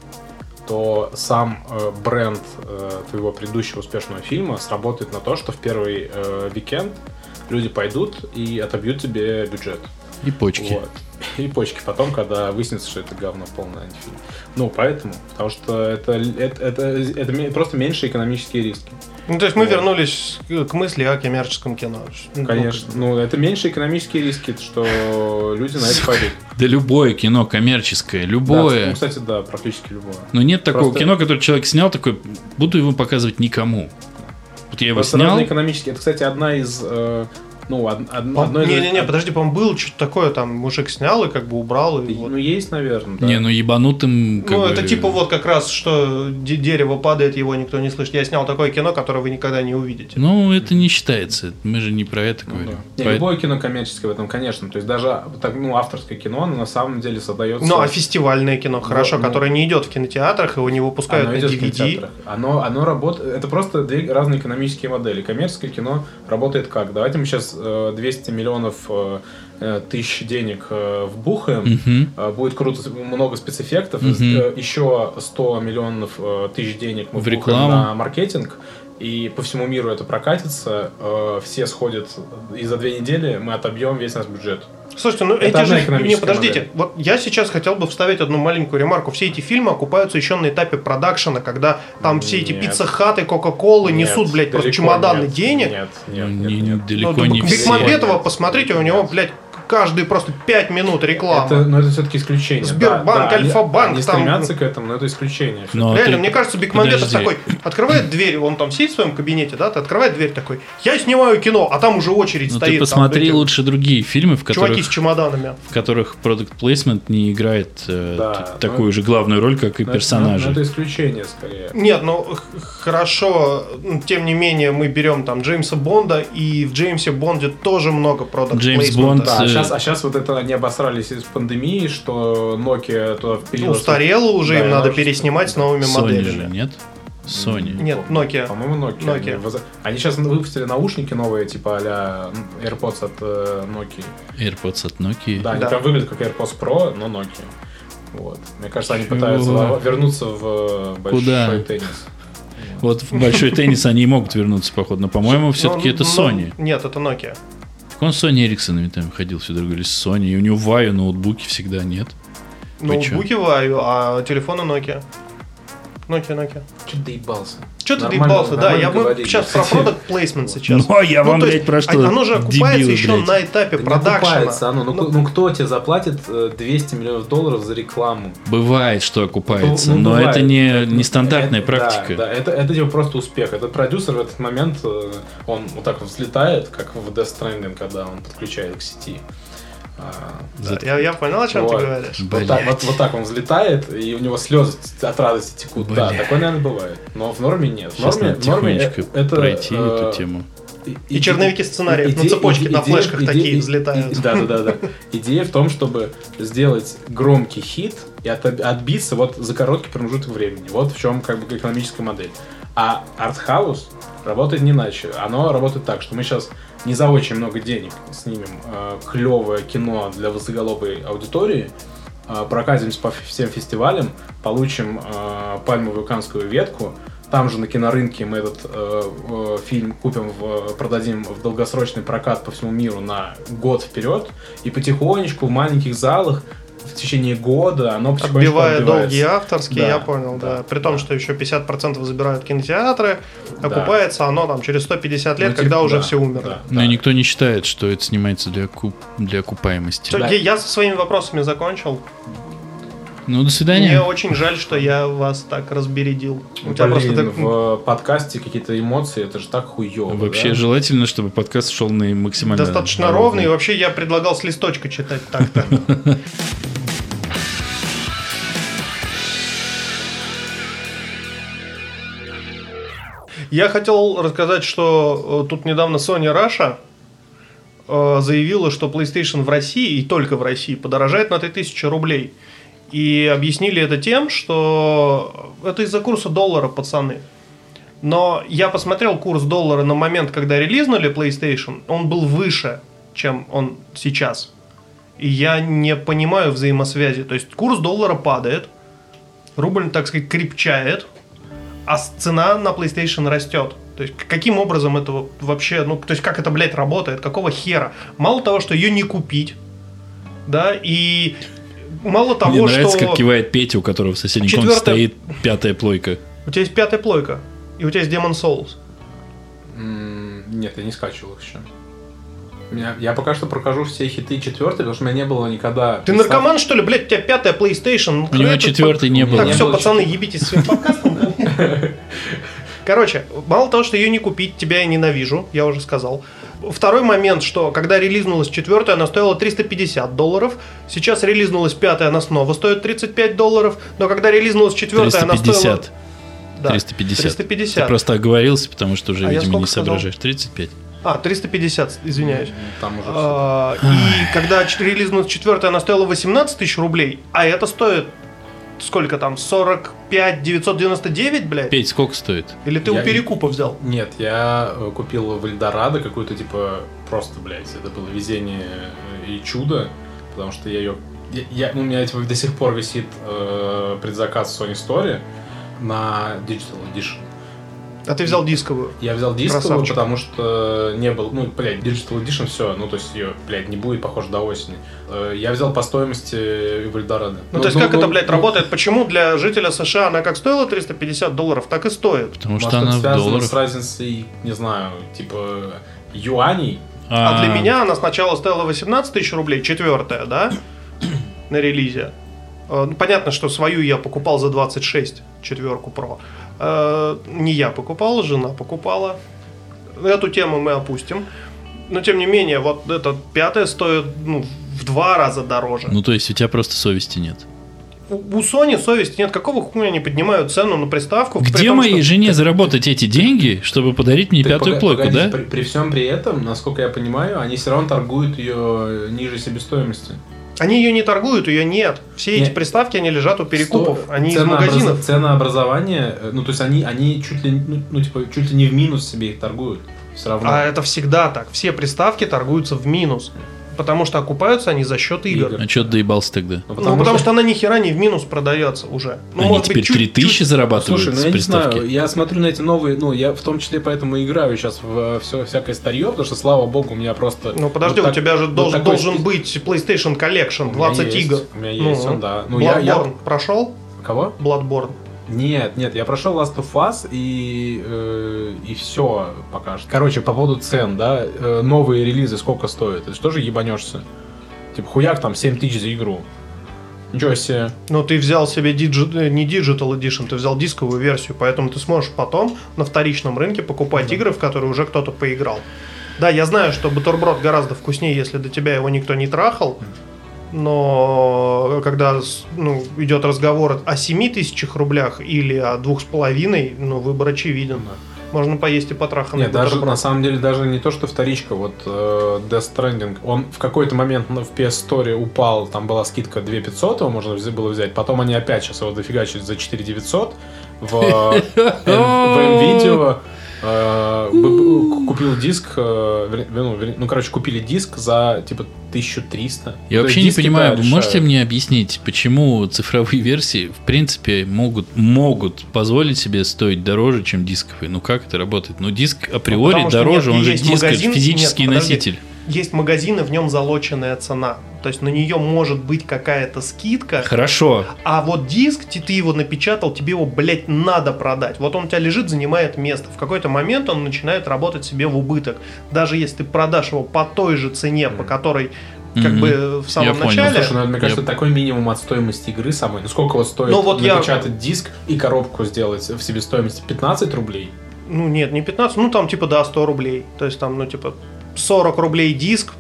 S1: то сам э, бренд э, твоего предыдущего успешного фильма сработает на то, что в первый э, викенд люди пойдут и отобьют тебе бюджет.
S3: И почки.
S1: Вот. И почки потом, когда выяснится, что это говно полное антифильм. Ну, поэтому, потому что это, это, это, это ме- просто меньше экономические риски.
S2: Ну, то есть мы
S1: Вот.
S2: вернулись к мысли о коммерческом кино. Ну,
S1: Конечно. Ну, это меньше экономические риски, что люди на это
S3: Сука,
S1: пойдут.
S3: Да любое кино коммерческое,
S1: Да,
S3: любое.
S1: ну, кстати, да, практически любое.
S3: Но нет такого
S1: Просто-
S3: кино, которое человек снял, такой, буду его показывать никому. Вот я его
S1: Просто
S3: снял.
S1: разные экономические. Это, кстати, одна из... э, ну, од- од-
S2: По-
S1: одно из...
S2: Не-не-не, подожди, по-моему, было что-то такое, там мужик снял и как бы убрал. И вот.
S1: Ну, есть, наверное, да.
S3: Не, ну ебанутым... как
S2: Ну,
S3: бы,
S2: это типа вот как раз, что де- дерево падает, его никто не слышит. Я снял такое кино, которое вы никогда не увидите.
S3: Ну, это не считается. Мы же не про это
S1: Ну, да.
S3: говорим.
S1: Не,
S3: Поэт-
S1: любое кино коммерческое в этом, конечно. То есть даже так, ну, авторское кино, оно на самом деле создается...
S2: Ну, а фестивальное кино, хорошо,
S1: ну.
S2: которое не идет в кинотеатрах, его не выпускают
S1: Оно
S2: на
S1: идет в
S2: DVD.
S1: кинотеатрах. Оно, оно работает. Это просто две разные экономические модели. Коммерческое кино работает как? Давайте мы сейчас 200 миллионов э, э, тысяч денег э, вбухаем.
S3: Мгм. Ну,
S1: э, Будет круто, много спецэффектов.
S3: Мгм.
S1: э, Еще 100 миллионов э, тысяч денег мы
S3: В
S1: вбухаем
S3: рекламу.
S1: на маркетинг. И по всему миру это прокатится. э, Все сходят. И за две недели мы отобьем весь наш бюджет.
S2: Слушайте, ну
S1: Это
S2: эти
S1: одна
S2: же... Не,
S1: экономическая
S2: подождите.
S1: модель.
S2: Вот я сейчас хотел бы вставить одну маленькую ремарку. Все эти фильмы окупаются еще на этапе продакшена, когда там все эти
S1: Нет.
S2: пицца-хаты, кока-колы
S1: Нет,
S2: несут, блядь, просто
S1: далеко
S2: чемоданы
S1: нет,
S2: денег.
S1: Нет,
S3: Ну,
S1: нет, нет,
S3: не-
S1: нет.
S3: Далеко
S2: Ну,
S3: не
S2: так
S3: все.
S2: Бекмамбетова, посмотрите, у него, блядь, каждые просто 5 минут реклама.
S1: Это, но это все-таки исключение.
S2: Сбербанк,
S1: они-
S2: Альфа-банк,
S1: Они
S2: там-
S1: стремятся к этому, но это исключение.
S3: Но
S2: Реально,
S3: Ну, а ты-
S2: мне кажется, Бекмамбетов
S3: подожди.
S2: такой открывает дверь, он там сидит в своем кабинете, да, ты открывает дверь такой, я снимаю кино, а там уже очередь
S3: Ну,
S2: стоит.
S3: ты
S2: там
S3: посмотри
S2: эти
S3: лучше другие фильмы, в
S2: Чуваки
S3: которых,
S2: с чемоданами.
S3: в которых product placement не играет э,
S1: Да,
S3: т-
S1: ну,
S3: такую же главную роль, как и
S1: Но это- но- но это
S3: персонажи.
S1: исключение скорее.
S2: Нет, ну х- хорошо, ну, тем не менее, мы берем там Джеймса Бонда, и в Джеймсе Бонде тоже много Ну, продуктов.
S3: Джеймс Бонд,
S1: Да,
S3: Э,
S1: а сейчас, а щас вот это они обосрались из пандемии, что Nokia туда
S2: Ну,
S1: впилила...
S2: Устарело уже,
S1: Да,
S2: им
S1: и
S2: надо
S1: множество.
S2: переснимать с новыми
S3: Sony же,
S2: моделями.
S3: нет? Sony.
S2: Нет, Nokia.
S1: По-моему, Nokia.
S2: Nokia.
S1: Они, воз- они сейчас выпустили наушники новые, типа а-ля AirPods от э, Nokia.
S3: AirPods от Nokia.
S1: Да, они
S2: Да.
S1: прям выглядят как AirPods Pro, но Nokia. Вот. Мне кажется, они
S3: Чего?
S1: пытаются во- вернуться в э, большой
S3: Куда?
S1: теннис.
S3: Вот в большой теннис они и могут вернуться, походу. Но, по-моему, все-таки
S2: Ну,
S3: это
S2: ну,
S3: Sony.
S2: Нет, это Nokia.
S3: Так он с Sony Эриксонами там ходил, всегда говорили с Sony. И у него ваю
S2: Ну,
S3: ноутбуки всегда нет. Вы чё?
S2: Ноутбуки Ваю, а телефоны Nokia. Nokia, Nokia.
S1: Че ты доебался?
S2: Что ты
S1: Нормально-
S2: доебался? Да, я
S1: нормально
S2: мы
S1: говори.
S2: сейчас про продукт плейсмент сейчас.
S3: Ну, а я вам,
S2: то есть,
S3: блядь, про что?
S2: Оно же окупается
S3: дебилы,
S2: еще
S3: блядь.
S2: на этапе
S1: Да не окупается
S2: продакшена.
S1: оно. Ну,
S2: Ну,
S1: к- ну кто тебе заплатит э, 200 миллионов долларов за рекламу?
S3: Бывает, что окупается,
S1: Ну, ну,
S3: но
S1: бывает.
S3: это не нестандартная
S1: Это-
S3: практика.
S1: Да, да, это, это типа просто успех. Этот продюсер в этот момент, э, он вот так вот взлетает, как в Death Stranding, когда он подключает к сети. А,
S2: да, я, я понял, о чем
S1: Вот.
S2: ты говоришь.
S1: Вот так, вот, вот так он взлетает, и у него слезы т- от радости текут. Да,
S3: Блядь.
S1: такое, наверное, бывает. Но в норме нет. В
S3: Сейчас
S1: норме,
S3: надо
S1: в норме
S3: тихонечко
S1: э- это,
S3: пройти
S1: э,
S3: эту тему.
S1: и-
S2: И черновики сценариев
S1: иде-
S2: на цепочке,
S1: иде-
S2: на
S1: идея-
S2: флешках
S1: идея-
S2: такие
S1: и-
S2: взлетают.
S1: и- Да, да, да, да. Идея в том, чтобы сделать громкий хит и от- отбиться вот за короткий промежуток времени. Вот в чем как бы экономическая модель. А артхаус работает не иначе. Оно работает так, что мы сейчас не за очень много денег снимем клевое кино для высоголовой аудитории, э, прокатимся по ф- всем фестивалям, получим э, пальмовую канскую ветку, там же на кинорынке мы этот э, э, фильм купим, в- продадим в долгосрочный прокат по всему миру на год вперед, и потихонечку в маленьких залах в течение года оно потихонечку
S2: Отбивая
S1: отбивается.
S2: долги авторские,
S1: Да,
S2: я понял, да.
S1: да,
S2: При том,
S1: да.
S2: что еще 50% забирают кинотеатры,
S1: Да.
S2: окупается оно там через 150 лет,
S1: Ну,
S2: когда
S1: типа,
S2: уже
S1: да,
S2: все умерли.
S1: да,
S3: Но
S1: да.
S3: Ну, никто не считает, что это снимается для, окуп- для окупаемости.
S2: Всё,
S1: Да.
S2: я- Я со своими вопросами закончил.
S3: Ну, до
S2: Мне
S3: свидания.
S2: очень жаль, что я вас так разбередил. У тебя
S1: Блин,
S2: просто так...
S1: в э, подкасте какие-то эмоции, это же так хуево.
S3: Вообще
S1: да?
S3: желательно, чтобы подкаст шел на максимально...
S2: Достаточно ровный. И вообще я предлагал с листочка читать так-то. Я хотел рассказать, что э, тут недавно Sony Russia э, заявила, что PlayStation в России и только в России подорожает на 3000 рублей. И объяснили это тем, что это из-за курса доллара, пацаны. Но я посмотрел курс доллара на момент, когда релизнули PlayStation, он был выше, чем он сейчас. И я не понимаю взаимосвязи. То есть курс доллара падает, рубль, так сказать, крепчает, а с- цена на PlayStation растет. То есть к- каким образом это во- вообще, ну, то есть как это, блядь, работает, какого хера? Мало того, что ее не купить, да, и мало того,
S3: Мне нравится,
S2: что...
S3: как кивает Петя, у которого в соседней комнате
S2: Четвёртая-
S3: стоит пятая плойка.
S2: У тебя есть пятая плойка, и у тебя есть Demon Souls.
S1: М, Нет, я не скачивал их еще. Я, я пока что прокажу все хиты четвертой, потому что у меня не было никогда...
S2: Ты
S1: представ-
S2: наркоман, что ли, блядь, у тебя пятая PlayStation? ну,
S3: У него четвертой не
S1: Так,
S3: было.
S2: Так,
S1: Не
S2: все,
S1: было
S2: пацаны, ебитесь своим подкастом. Короче, мало того, что ее не купить, тебя я ненавижу, я уже сказал. Второй момент, что когда релизнулась четвертая, она стоила 350 долларов. Сейчас релизнулась пятая, она снова стоит 35 долларов. Но когда релизнулась четвертая, она стоила...
S3: 350.
S2: Да,
S3: 350.
S2: 350.
S3: Ты просто оговорился, потому что
S2: А
S3: уже,
S2: я
S3: видимо, не
S2: сколько сказал?
S3: соображаешь. 35.
S2: А, 350, извиняюсь.
S1: Там уже всё.
S2: А, И когда ч- релизнулась четвертая, она стоила 18 тысяч рублей, а это стоит сколько там, 45 999, блядь?
S3: Петь, сколько стоит?
S2: Или ты
S1: Я-
S2: у перекупа взял?
S1: Нет, я э, купил в Эльдорадо какую-то, типа, просто, блядь, это было везение э, и чудо, потому что я ее... Я, я- ну, у меня, типа, до сих пор висит э, предзаказ Sony Story на Digital Edition.
S2: А ты взял дисковую.
S1: Я взял дисковую,
S2: Красавчик.
S1: потому что не был, ну, блядь, Digital Edition, все, ну, то есть ее, блядь, не будет, похоже, до осени. Э, я взял по стоимости в Эльдорадо.
S2: Ну, то есть, как это, блядь,
S1: ну,
S2: работает? Почему для жителя США она как стоила 350 долларов, так и стоит?
S3: Потому
S1: может,
S3: что
S1: это
S3: она в
S1: связано
S3: долларах.
S1: с разницей, не знаю, типа, юаней,
S2: А для меня она сначала стоила 18 тысяч рублей, четвертая, да, на релизе. Э, ну, Понятно, что свою я покупал за 26, четверку про. Э, Не я покупал, жена покупала. Эту тему мы опустим. Но тем не менее, вот эта пятая стоит ну, в два раза дороже.
S3: Ну, то есть у тебя просто совести нет.
S2: У у Sony совести нет, какого хуя они поднимают цену на приставку? при
S3: Где
S2: том,
S3: моей
S2: что-
S3: жене заработать эти деньги, чтобы подарить мне
S1: Ты
S3: пятую
S1: пога-
S3: плойку,
S1: погоди,
S3: да?
S1: При, при всем при этом, насколько я понимаю, они все равно торгуют ее ниже себестоимости.
S2: Они ее не торгуют, ее нет. Все эти
S1: Не.
S2: приставки, они лежат у перекупов,
S1: Что
S2: они из
S1: ценообраз-
S2: магазинов.
S1: Ценообразование, э, ну то есть они, они чуть ли, ну, ну, типа, чуть ли не в минус себе их торгуют. Все равно.
S2: А это всегда так. Все приставки торгуются в минус. Потому что окупаются они за счет игр.
S1: Игр.
S3: А что ты доебался тогда?
S1: Ну,
S2: Ну, потому что... она ни хера не в минус продается уже. Ну,
S3: Они
S2: может
S3: теперь
S2: быть, чуть-
S3: 3000
S2: чуть-
S3: зарабатывают
S1: Слушай, ну
S3: с
S1: я не
S3: приставки.
S1: знаю, я смотрю на эти новые, ну я в том числе поэтому и играю сейчас в все всякое старье, потому что слава богу у меня просто.
S2: Ну, подожди,
S1: вот
S2: у
S1: так-
S2: тебя же
S1: вот
S2: должен,
S1: такой
S2: должен
S1: спи-
S2: быть PlayStation
S1: У
S2: Collection,
S1: меня
S2: 20
S1: есть,
S2: игр.
S1: У меня есть,
S2: Ну,
S1: он, да. Ну я,
S2: Bloodborne
S1: я
S2: прошел?
S1: кого?
S2: Bloodborne.
S1: Нет, нет, я прошел Last of Us и, э, и все пока что. Короче, по поводу цен, да, э, новые релизы сколько стоят? Это же тоже ебанешься. Типа хуяк там 7 тысяч за игру. Ничего себе.
S2: Но Ну, ты взял себе диджи- э, не Digital Edition, ты взял дисковую версию, поэтому ты сможешь потом на вторичном рынке покупать игры, в которые уже кто-то поиграл. Да, я знаю, что бутерброд гораздо вкуснее, если до тебя его никто не трахал, но э, когда с- ну, идет разговор о 7 тысячах рублях или о двух с половиной, ну, выбор очевиден. Можно поесть и потраханный
S1: Нет, даже
S2: бутерброд.
S1: на самом деле даже не то, что вторичка, вот э, Death Stranding, он в какой-то момент на- в PS Store упал, там была скидка 2500, его можно вз- было взять, потом они опять сейчас его дофигачили за 4900 в, э, в М-видео. э, б- б- купил диск, э, вер- ну, вер- ну, короче, купили диск за типа 1300.
S3: Я вообще не понимаю, вы можете мне объяснить, почему цифровые версии, в принципе, могут, могут позволить себе стоить дороже, чем дисковые? Ну как это работает? Ну диск априори
S2: потому что
S3: дороже,
S2: нет,
S3: он же
S2: есть
S3: диск, это
S2: магазин-
S3: физический
S2: нет, подожди.
S3: носитель.
S2: Есть магазины, в нем залоченная цена. То есть на нее может быть какая-то скидка.
S3: Хорошо,
S2: А вот диск, ти- ты его напечатал, тебе его, блядь, надо продать. Вот он у тебя лежит, занимает место. В какой-то момент он начинает работать себе в убыток. Даже если ты продашь его по той же цене, по которой, как
S3: Мгм.
S2: бы, в самом
S3: Я понял.
S2: начале...
S1: Слушай, ну, мне кажется,
S3: Я-
S1: такой минимум от стоимости игры самой. Ну, сколько вот стоит
S2: Ну, вот я-
S1: напечатать диск и коробку сделать в себестоимости? 15 рублей?
S2: Ну, нет, не 15, ну, там, типа, да, 100 рублей. То есть, там, ну, типа, 40 рублей диск,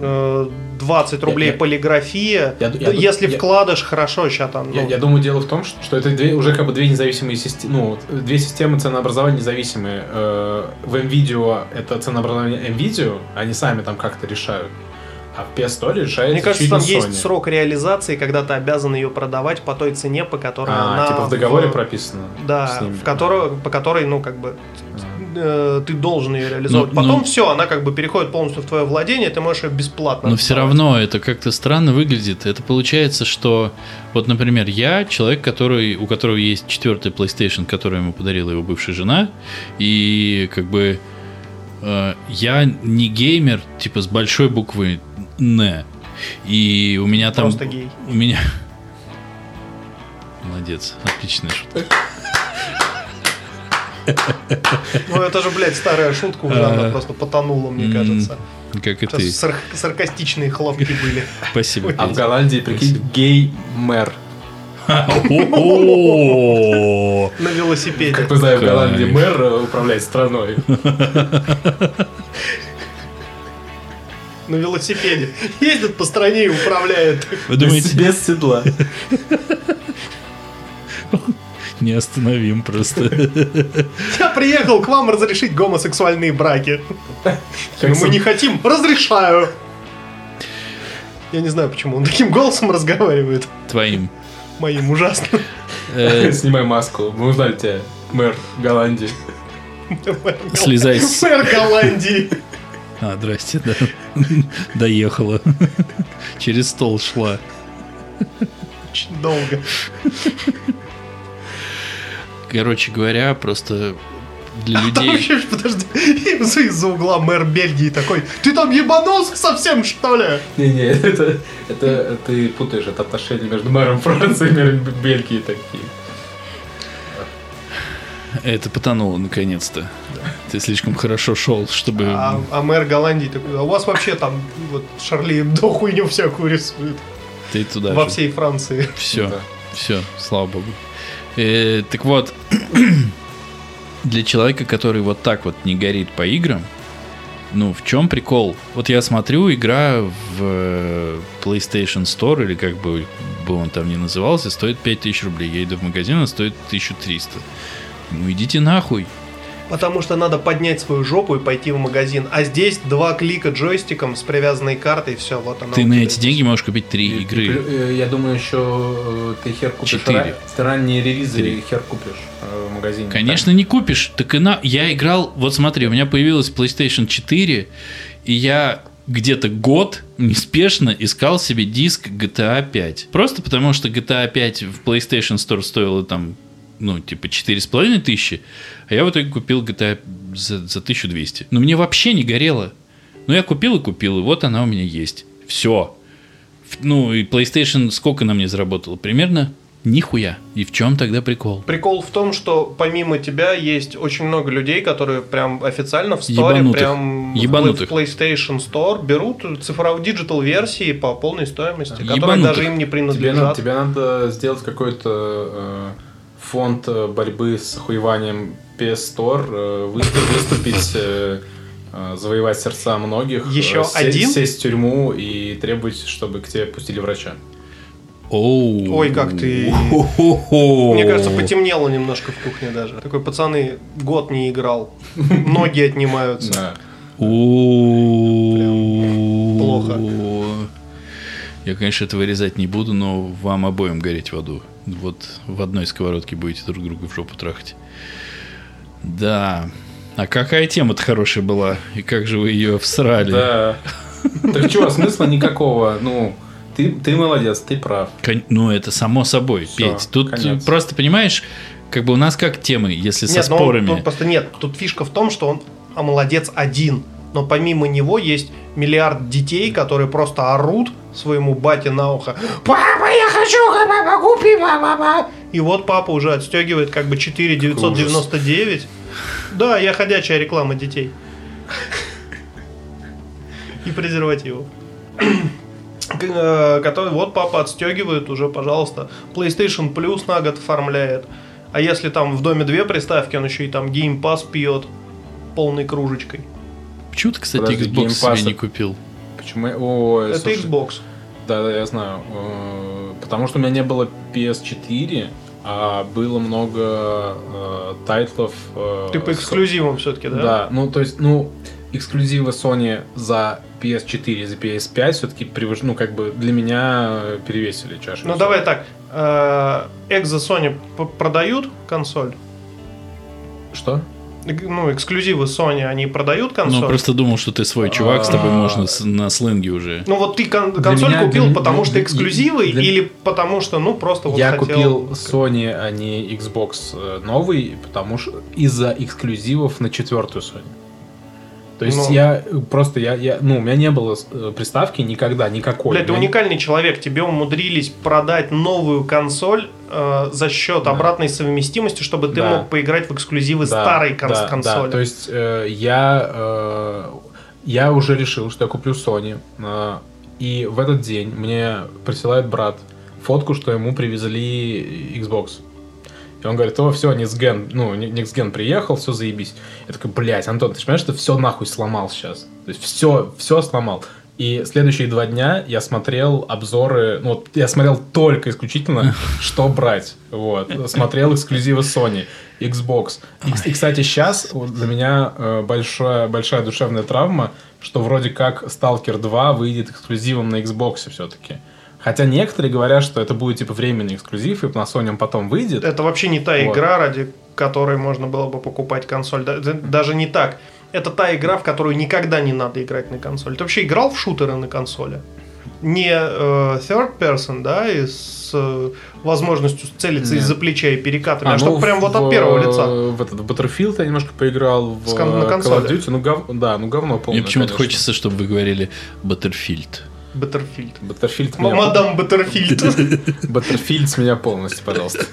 S2: э, 20 рублей
S1: я-
S2: полиграфия.
S1: Я- я-
S2: Да, Ну, Если
S1: я-
S2: вкладыш, хорошо, сейчас там...
S1: Я,
S2: ну,
S1: я думаю, дело в том, что, что это две, уже как бы две независимые системы, ну, вот, э, две системы ценообразования независимые. Э, В NVIDIA это ценообразование NVIDIA, они сами там как-то решают. А в PS Store решает
S2: Мне кажется,
S1: чуть
S2: там
S1: не Sony.
S2: есть срок реализации, когда ты обязан ее продавать по той цене, по которой
S1: А,
S2: она...
S1: типа в договоре прописано.
S2: Да,
S1: с ними.
S2: в которую, по которой, ну, как бы, э, ты должен ее реализовать.
S3: Но- но-
S2: Потом все, она как бы переходит полностью в твое владение, ты можешь ее бесплатно.
S3: но все
S2: отдавать.
S3: равно это как-то странно выглядит. Это получается, что вот, например, я человек, который, у которого есть четвертый PlayStation, который ему подарила его бывшая жена, и как бы э, я не геймер, типа с большой буквы Н. И у меня там...
S2: Просто гей.
S3: У меня... Молодец, отличная шутка.
S2: Ну, это же, блядь, старая шутка уже, она
S3: Э,
S2: просто потонула, мне
S3: м,
S2: кажется.
S3: Как и
S2: Сейчас
S3: ты.
S2: сар- саркастичные хлопки были.
S3: Спасибо.
S1: А в
S3: Петя.
S1: Голландии, прикинь, гей-мэр.
S3: О-о-о!
S2: На велосипеде.
S1: Как мы знаем, в Голландии
S3: Кайф.
S1: мэр э, управляет страной.
S2: На велосипеде. Ездит по стране и управляет.
S3: Вы думаете,
S1: без седла.
S3: не остановим просто.
S2: Я приехал к вам разрешить гомосексуальные браки.
S1: Как
S2: Ну, мы
S1: сам-
S2: не хотим, разрешаю. Я не знаю, почему он таким голосом разговаривает.
S3: Твоим.
S2: Моим ужасным.
S3: Э,
S1: Снимай маску, мы узнали тебя, мэр Голландии.
S3: Слезай с-
S2: Сэр Голландии.
S3: А, здрасте, да. Доехала. Через стол шла.
S2: Очень долго.
S3: Короче говоря, просто для
S2: Там
S3: людей...
S2: вообще, подожди, из- из-за угла мэр Бельгии такой, ты там ебанулся совсем, что ли?
S1: Не-не, это, это ты путаешь, это отношения между мэром Франции и мэром Б- Бельгии такие.
S3: А, Это потонуло наконец-то. Ты слишком хорошо шел, чтобы...
S2: А, а мэр Голландии такой, а у вас вообще там вот Шарли Эбдо хуйню всякую рисует
S3: Ты туда
S2: во
S3: же.
S2: всей Франции.
S3: Все,
S1: Да.
S3: все, слава богу. Э, так вот, для человека, который вот так вот не горит по играм, ну, в чем прикол? Вот я смотрю, игра в э, PlayStation Store, или как бы, бы он там ни назывался, стоит 5000 рублей. Я иду в магазин, он стоит 1300. Ну, идите нахуй.
S2: Потому что надо поднять свою жопу и пойти в магазин. А здесь два клика джойстиком с привязанной картой, все, вот она.
S3: Ты
S2: у
S3: на
S2: тебя
S3: эти деньги можешь купить три
S1: И- и
S3: игры.
S1: плю- э, Я думаю, еще э, ты хер купишь.
S3: Четыре.
S1: ра- Ты ранние релизы
S3: Три.
S1: хер купишь э, в магазине.
S3: Конечно, не купишь. Так и на... Я играл, вот смотри, у меня появилась PlayStation 4, и я где-то год неспешно искал себе диск GTA 5. Просто потому, что GTA 5 в PlayStation Store стоило там, ну, типа 4,5 тысячи, а я в итоге купил GTA за, за 1200. Но мне вообще не горело. Ну, я купил и купил, и вот она у меня есть. Все. Ну, и PlayStation сколько на мне заработало? Примерно Нихуя. И в чем тогда прикол?
S2: Прикол в том, что помимо тебя есть очень много людей, которые прям официально в сторе,
S3: Ебанутых.
S2: прям в
S3: Ебанутых.
S2: Play- PlayStation Store берут цифровые диджитал версии по полной стоимости, которые
S3: Ебанутых.
S2: даже им не
S1: Ну, Тебе, на-
S2: принадлежат.
S1: тебе надо сделать какой-то э, фонд э, борьбы с охуеванием PS Store, э, вы- выступить, э, э, завоевать сердца многих, э,
S2: Еще
S1: се-
S2: один?
S1: сесть в тюрьму и требовать, чтобы к тебе пустили врача.
S3: Оу.
S2: Ой, как ты.
S3: Хо-хо-хо.
S2: Мне кажется, потемнело немножко в кухне даже. Такой, пацаны, год не играл. Ноги отнимаются.
S1: Да.
S3: Оу.
S2: плохо.
S3: Я, конечно, это вырезать не буду, но вам обоим гореть в аду. Вот в одной сковородке будете друг друга в жопу трахать. Да. А какая тема-то хорошая была? И как же вы ее всрали?
S1: Да. Так чего, смысла никакого? Ну, ты, ты молодец, ты прав.
S3: Кон- Ну, это само собой,
S1: Всё,
S3: Петь. Тут
S1: конец.
S3: просто, понимаешь, как бы у нас как темы, если со
S2: Нет, ну, но он-
S3: спорами.
S2: тут просто нет. Тут фишка в том, что он а молодец один. Но помимо него есть миллиард детей, которые просто орут своему бате на ухо. Папа, я хочу, папа, купи, папа, папа». И вот папа уже отстегивает как бы 4 999. Да, я ходячая реклама детей. И презервативов. Э, который вот папа отстегивает уже, пожалуйста. PlayStation Plus на год оформляет. А если там в доме две приставки, он еще и там Game Pass пьет полной кружечкой.
S3: Почему ты, кстати,
S1: Подожди,
S3: Xbox
S1: геймпаса-
S3: себе не купил?
S1: Почему? я- Ой,
S2: Это
S1: слушай.
S2: Xbox.
S1: Да, да, я знаю. Э, Потому что у меня не было PS4, а было много э, тайтлов. э,
S2: Ты по
S1: с-
S2: эксклюзивам все-таки, Типа да?
S1: Да, ну то есть, ну, эксклюзивы Sony за PS4 и за PS5 все-таки превыш... ну, как бы для меня э, перевесили чашу.
S2: Ну давай так. э, Экзо Sony п- продают консоль.
S1: Что?
S2: Г- Ну, эксклюзивы Sony, они продают консоль.
S3: Ну, просто думал, что ты свой чувак, с тобой
S1: А.
S3: можно с- на сленге уже.
S2: Ну, вот ты кон-
S1: Для
S2: консоль
S1: меня-
S2: купил,
S1: для-
S2: потому что
S1: для-
S2: эксклюзивы,
S1: для-
S2: или потому что, ну, просто вот
S1: Я
S2: хотел-
S1: купил Sony, а не Xbox э, новый, потому что из-за эксклюзивов на четвертую Sony. То есть
S2: Ну.
S1: я э, просто, я, я, ну, у меня не было э, приставки никогда, никакой.
S2: Бля, ты
S1: У меня-
S2: уникальный человек, тебе умудрились продать новую консоль э, за счет
S1: Да.
S2: обратной совместимости, чтобы ты
S1: Да.
S2: мог поиграть в эксклюзивы
S1: Да,
S2: старой кон-
S1: да,
S2: консоли.
S1: да. То есть э, я, э, я уже решил, что я куплю Sony. э, и в этот день мне присылает брат фотку, что ему привезли Xbox. И он говорит, о, все, Никсген, ну, Ни- Никсген приехал, все, заебись. Я такой, блядь, Антон, ты же понимаешь, что все нахуй сломал сейчас. То есть все, все сломал. И следующие два дня я смотрел обзоры, ну, вот я смотрел только исключительно, что брать. Вот. Смотрел эксклюзивы Sony, Xbox. И, кс- и, кстати, сейчас для меня э, большая, большая душевная травма, что вроде как Stalker 2 выйдет эксклюзивом на Xbox все-таки. Хотя некоторые говорят, что это будет типа временный эксклюзив, и на Sony он потом выйдет.
S2: Это вообще не та
S1: Вот.
S2: игра, ради которой можно было бы покупать консоль. Да- да- Даже не так. Это та игра, в которую никогда не надо играть на консоли. Ты вообще играл в шутеры на консоли? Не э, third person, да, и с э, возможностью целиться
S1: Нет.
S2: из-за плеча и перекатами, а,
S1: ну,
S2: чтобы прям вот
S1: в,
S2: от первого
S1: э,
S2: лица.
S1: В этот в Battlefield я немножко поиграл в
S2: С кон- на
S1: э, Call of
S2: консоли.
S1: Duty. Ну, гов- да, ну говно полное.
S3: Мне почему-то
S1: конечно.
S3: хочется, чтобы вы говорили Баттерфильд.
S2: Баттерфильд.
S1: Battlefield
S2: М-
S1: меня...
S2: Мадам Баттерфильд.
S1: Баттерфильд с меня полностью, пожалуйста.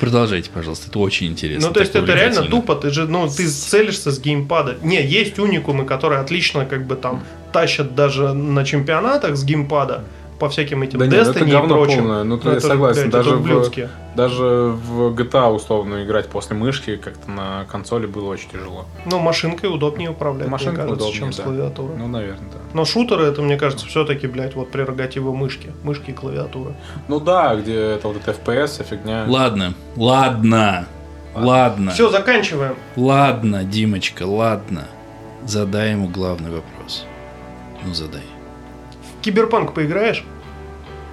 S3: Продолжайте, пожалуйста, это очень интересно.
S2: Ну, то есть
S3: так
S2: это реально
S3: увлекательно.
S2: тупо, ты же, ну, ты целишься с геймпада. Не, есть уникумы, которые отлично, как бы там, тащат даже на чемпионатах с геймпада по всяким этим
S1: Да нет, ну это
S2: Типа Destiny и
S1: говно
S2: прочим.
S1: полное. Ну,
S2: Но
S1: то я
S2: это,
S1: согласен.
S2: блядь, это
S1: Даже в,
S2: ублюдски.
S1: даже в GTA условно играть после мышки как-то на консоли было очень тяжело.
S2: Ну, машинкой удобнее управлять,
S1: Машинка
S2: мне кажется,
S1: удобнее,
S2: чем с
S1: да.
S2: клавиатурой.
S1: Ну, наверное, да.
S2: Но шутеры, это, мне кажется, все-таки, блядь, вот прерогатива мышки. Мышки и клавиатуры.
S1: Ну да, где это вот это FPS, а фигня.
S3: Ладно, ладно, ладно,
S2: Все, заканчиваем.
S3: ладно, Димочка, ладно. Задай ему главный вопрос. Ну, задай.
S2: В Киберпанк поиграешь?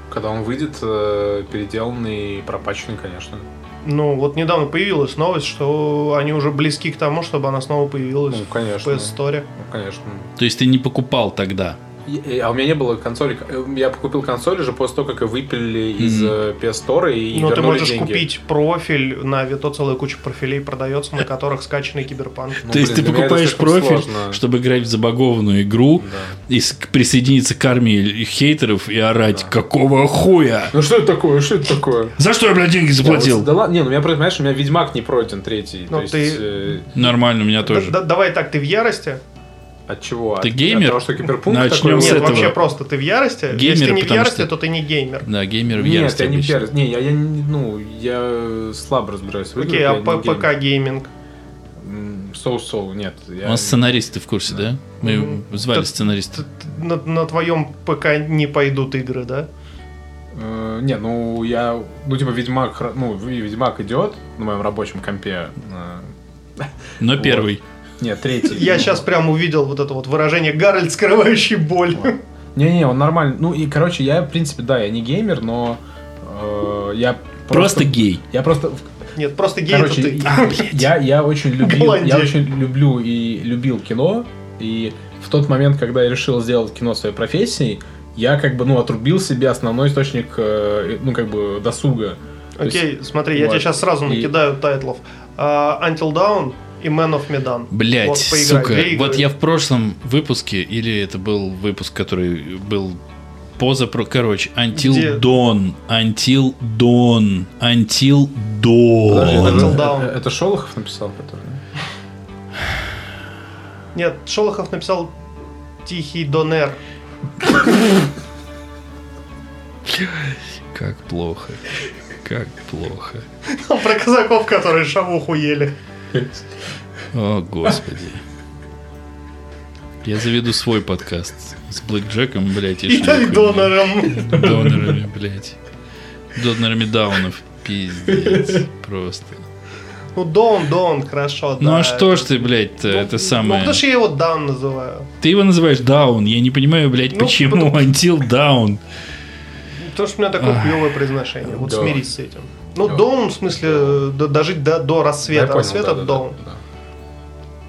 S1: Когда он выйдет, э, переделанный и пропаченный, конечно.
S2: Ну, вот недавно появилась новость, что они уже близки к тому, чтобы она снова появилась
S1: Ну,
S2: в
S1: конечно.
S2: PS Store.
S1: Ну, конечно.
S3: То есть ты не покупал тогда,
S1: И- А у меня не было консоли. Я купил консоль уже после того, как ее выпили из
S3: Мгм.
S1: э, PS Store и
S2: Ну, ты
S1: вернули
S2: можешь
S1: деньги.
S2: купить профиль на Авито, целая куча профилей продается, на которых скачанный киберпанк.
S1: Ну,
S3: То есть
S1: блин,
S3: ты
S1: для меня это
S3: покупаешь
S1: слишком
S3: профиль,
S1: сложно.
S3: чтобы играть в забагованную игру
S1: Да.
S3: и с- присоединиться к армии хейтеров и орать,
S1: Да.
S3: какого хуя?
S1: Ну что это такое? Что это такое?
S3: За что я, блядь, деньги
S1: Да, вот,
S3: заплатил?
S1: да ладно, не, ну у меня, понимаешь, у меня Ведьмак не пройден третий.
S2: Ну,
S1: то есть,
S2: ты-
S1: э,
S3: Нормально, у меня тоже.
S2: Да- да- Давай так, ты в ярости?
S1: от чего?
S3: Ты
S1: От-
S3: геймер?
S1: От того, что киберпункт
S3: Начнем
S1: такой?
S3: с
S2: Нет,
S1: Нет,
S3: этого.
S2: вообще просто ты в ярости. Если
S3: Геймер,
S2: ты не в
S3: потому
S2: ярости,
S3: что-
S2: то ты не геймер.
S3: Да, геймер в
S1: Нет,
S3: ярости
S1: я не
S3: обычно.
S1: пиар. Не, я, я не- ну, я слабо разбираюсь в играх,
S2: Окей,
S1: я
S2: а
S1: не
S2: П-
S1: геймер.
S2: ПК гейминг.
S1: М, Соу-соу, нет. Я...
S3: Он сценарист, ты в курсе, да? Мы его
S1: Ну,
S2: Мгм.
S3: звали
S2: Т- Т-
S3: сценариста.
S2: т- На, на твоем ПК не пойдут игры, да?
S1: Э, не, ну я, ну типа Ведьмак, хра- ну и Ведьмак идет на моем рабочем компе. э,
S3: Но
S1: Вот.
S3: первый.
S1: Нет, третий.
S2: Я сейчас прям увидел вот это вот выражение Гарольд, скрывающий боль.
S1: Не-не, он нормальный. Ну и, короче, я, в принципе, да, я не геймер, но э, я
S3: Просто гей.
S1: Я просто...
S2: Нет, просто гей это
S1: Короче,
S2: ты.
S1: я, я очень любил...
S2: Голландия.
S1: Я очень люблю и любил кино. И в тот момент, когда я решил сделать кино своей профессией, я как бы, ну, отрубил себе основной источник, э, ну, как бы, досуга. То есть-
S2: Окей, смотри, я
S1: вот.
S2: тебе сейчас сразу
S1: И-
S2: накидаю тайтлов. А, Until Dawn и Man of Medan.
S3: Блять,
S2: Вот, поиграй,
S3: сука.
S2: две игры.
S3: Вот я в прошлом выпуске, или это был выпуск, который был позапро... Короче, Until
S2: Где?
S3: Dawn. Until Dawn. Until Dawn.
S1: Подожди,
S2: Until
S1: это,
S2: Dawn.
S1: это- это Шолохов написал, который... да?
S2: Нет, Шолохов написал Тихий Донер.
S3: Как плохо. Как плохо.
S2: Про казаков, которые шавуху ели.
S3: О, господи. Я заведу свой подкаст с Блэк Джеком, блядь,
S2: И
S3: шлюхами.
S2: Донором.
S3: Донорами, блядь. Донорами даунов. Пиздец. Просто.
S2: Ну, Дон, Дон, хорошо,
S3: Ну
S2: да,
S3: а что
S2: это-
S3: ж ты, блядь,
S2: Ну,
S3: это
S2: Ну,
S3: самое...
S2: потому что я его Дан называю.
S3: Ты его называешь даун. Я не понимаю, блядь,
S2: Ну,
S3: почему Until Down.
S2: Потому что у меня такое
S3: Ах.
S2: клевое произношение. Вот
S1: Dawn.
S2: смирись с этим. Ну,
S1: Dawn.
S2: Дон, в смысле, э, до- дожить до, до
S1: Да, я
S2: рассвета.
S1: понял,
S2: рассвета
S1: да-да-да,
S2: Dawn.
S1: да.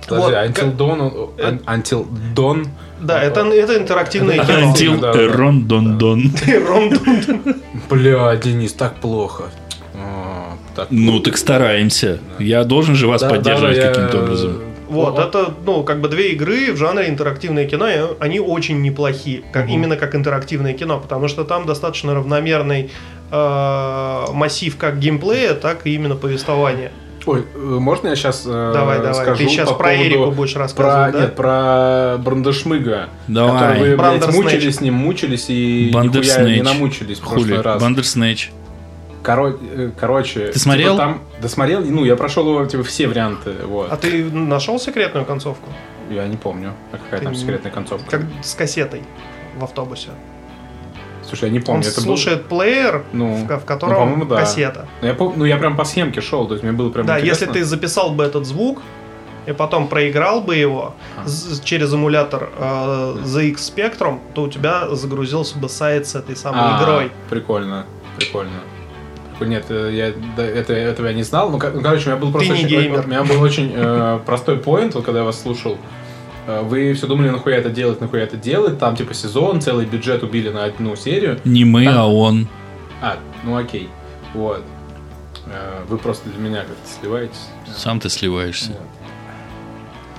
S1: Подожди, а
S2: Вот,
S1: Until Dawn, он-
S2: э,
S1: un- Until Dawn,
S2: Да, это, это интерактивное кино.
S1: Антил-
S3: Until
S1: да, да.
S3: Рон Дон Дон.
S2: Ром-дун.
S1: Бля, Денис, так плохо. А, так
S3: Ну так стараемся. Я должен же вас
S1: Да,
S3: поддерживать
S1: да, я- э,
S3: каким-то образом.
S2: Вот, это, ну, как бы две игры в жанре интерактивное кино, и они очень неплохи, как,
S1: Мгм.
S2: именно как интерактивное кино, потому что там достаточно равномерный э, массив как геймплея, так и именно повествования.
S1: Ой, э, можно я сейчас
S2: Давай, давай,
S1: Э, скажу
S2: ты сейчас
S1: по
S2: про Эрику
S1: поводу...
S2: будешь
S1: Про,
S2: рассказывать, да?
S1: нет, про Брандашмыга, который
S3: Давай.
S1: вы, блядь,
S2: Брандерснэч.
S1: мучились с ним, мучились и
S3: Бандерснэч.
S1: нихуя не намучились в
S3: Хули.
S1: прошлый раз.
S3: Бандерснэч.
S1: Коро- э, Короче, типа
S3: смотрел?
S1: там, да смотрел, ну, я прошел его, типа, все варианты, вот.
S2: А ты нашел секретную концовку?
S1: Я не помню, а какая
S2: Ты
S1: там
S2: не-
S1: секретная концовка.
S2: Как с кассетой в автобусе.
S1: Слушай, я не помню,
S2: Он
S1: это был-
S2: слушает плеер,
S1: Ну,
S2: в, ко- в
S1: ну,
S2: котором
S1: по-моему, да.
S2: кассета.
S1: Ну, я, пом- ну, я прям по схемке шел, то есть мне было прям
S2: Да,
S1: интересно.
S2: если ты записал бы этот звук и потом проиграл бы его
S1: А.
S2: з- через эмулятор э, ZX Spectrum, то у тебя загрузился бы сайт с этой самой
S1: А,
S2: игрой.
S1: Прикольно, прикольно. Прикольно. Нет, э, я да, это, этого я не знал. Ну, ко- ну, короче, у меня был просто
S2: не
S1: очень,
S2: геймер.
S1: У меня был очень э, простой поинт, вот когда я вас слушал. Э, Вы все думали, нахуя это делать, нахуя это делать. Там, типа, сезон, целый бюджет убили на одну серию.
S3: Не мы,
S1: Да.
S3: а он.
S1: А, ну окей. Вот. Э, Вы просто для меня как-то сливаетесь. Э,
S3: Сам ты сливаешься.
S1: Вот.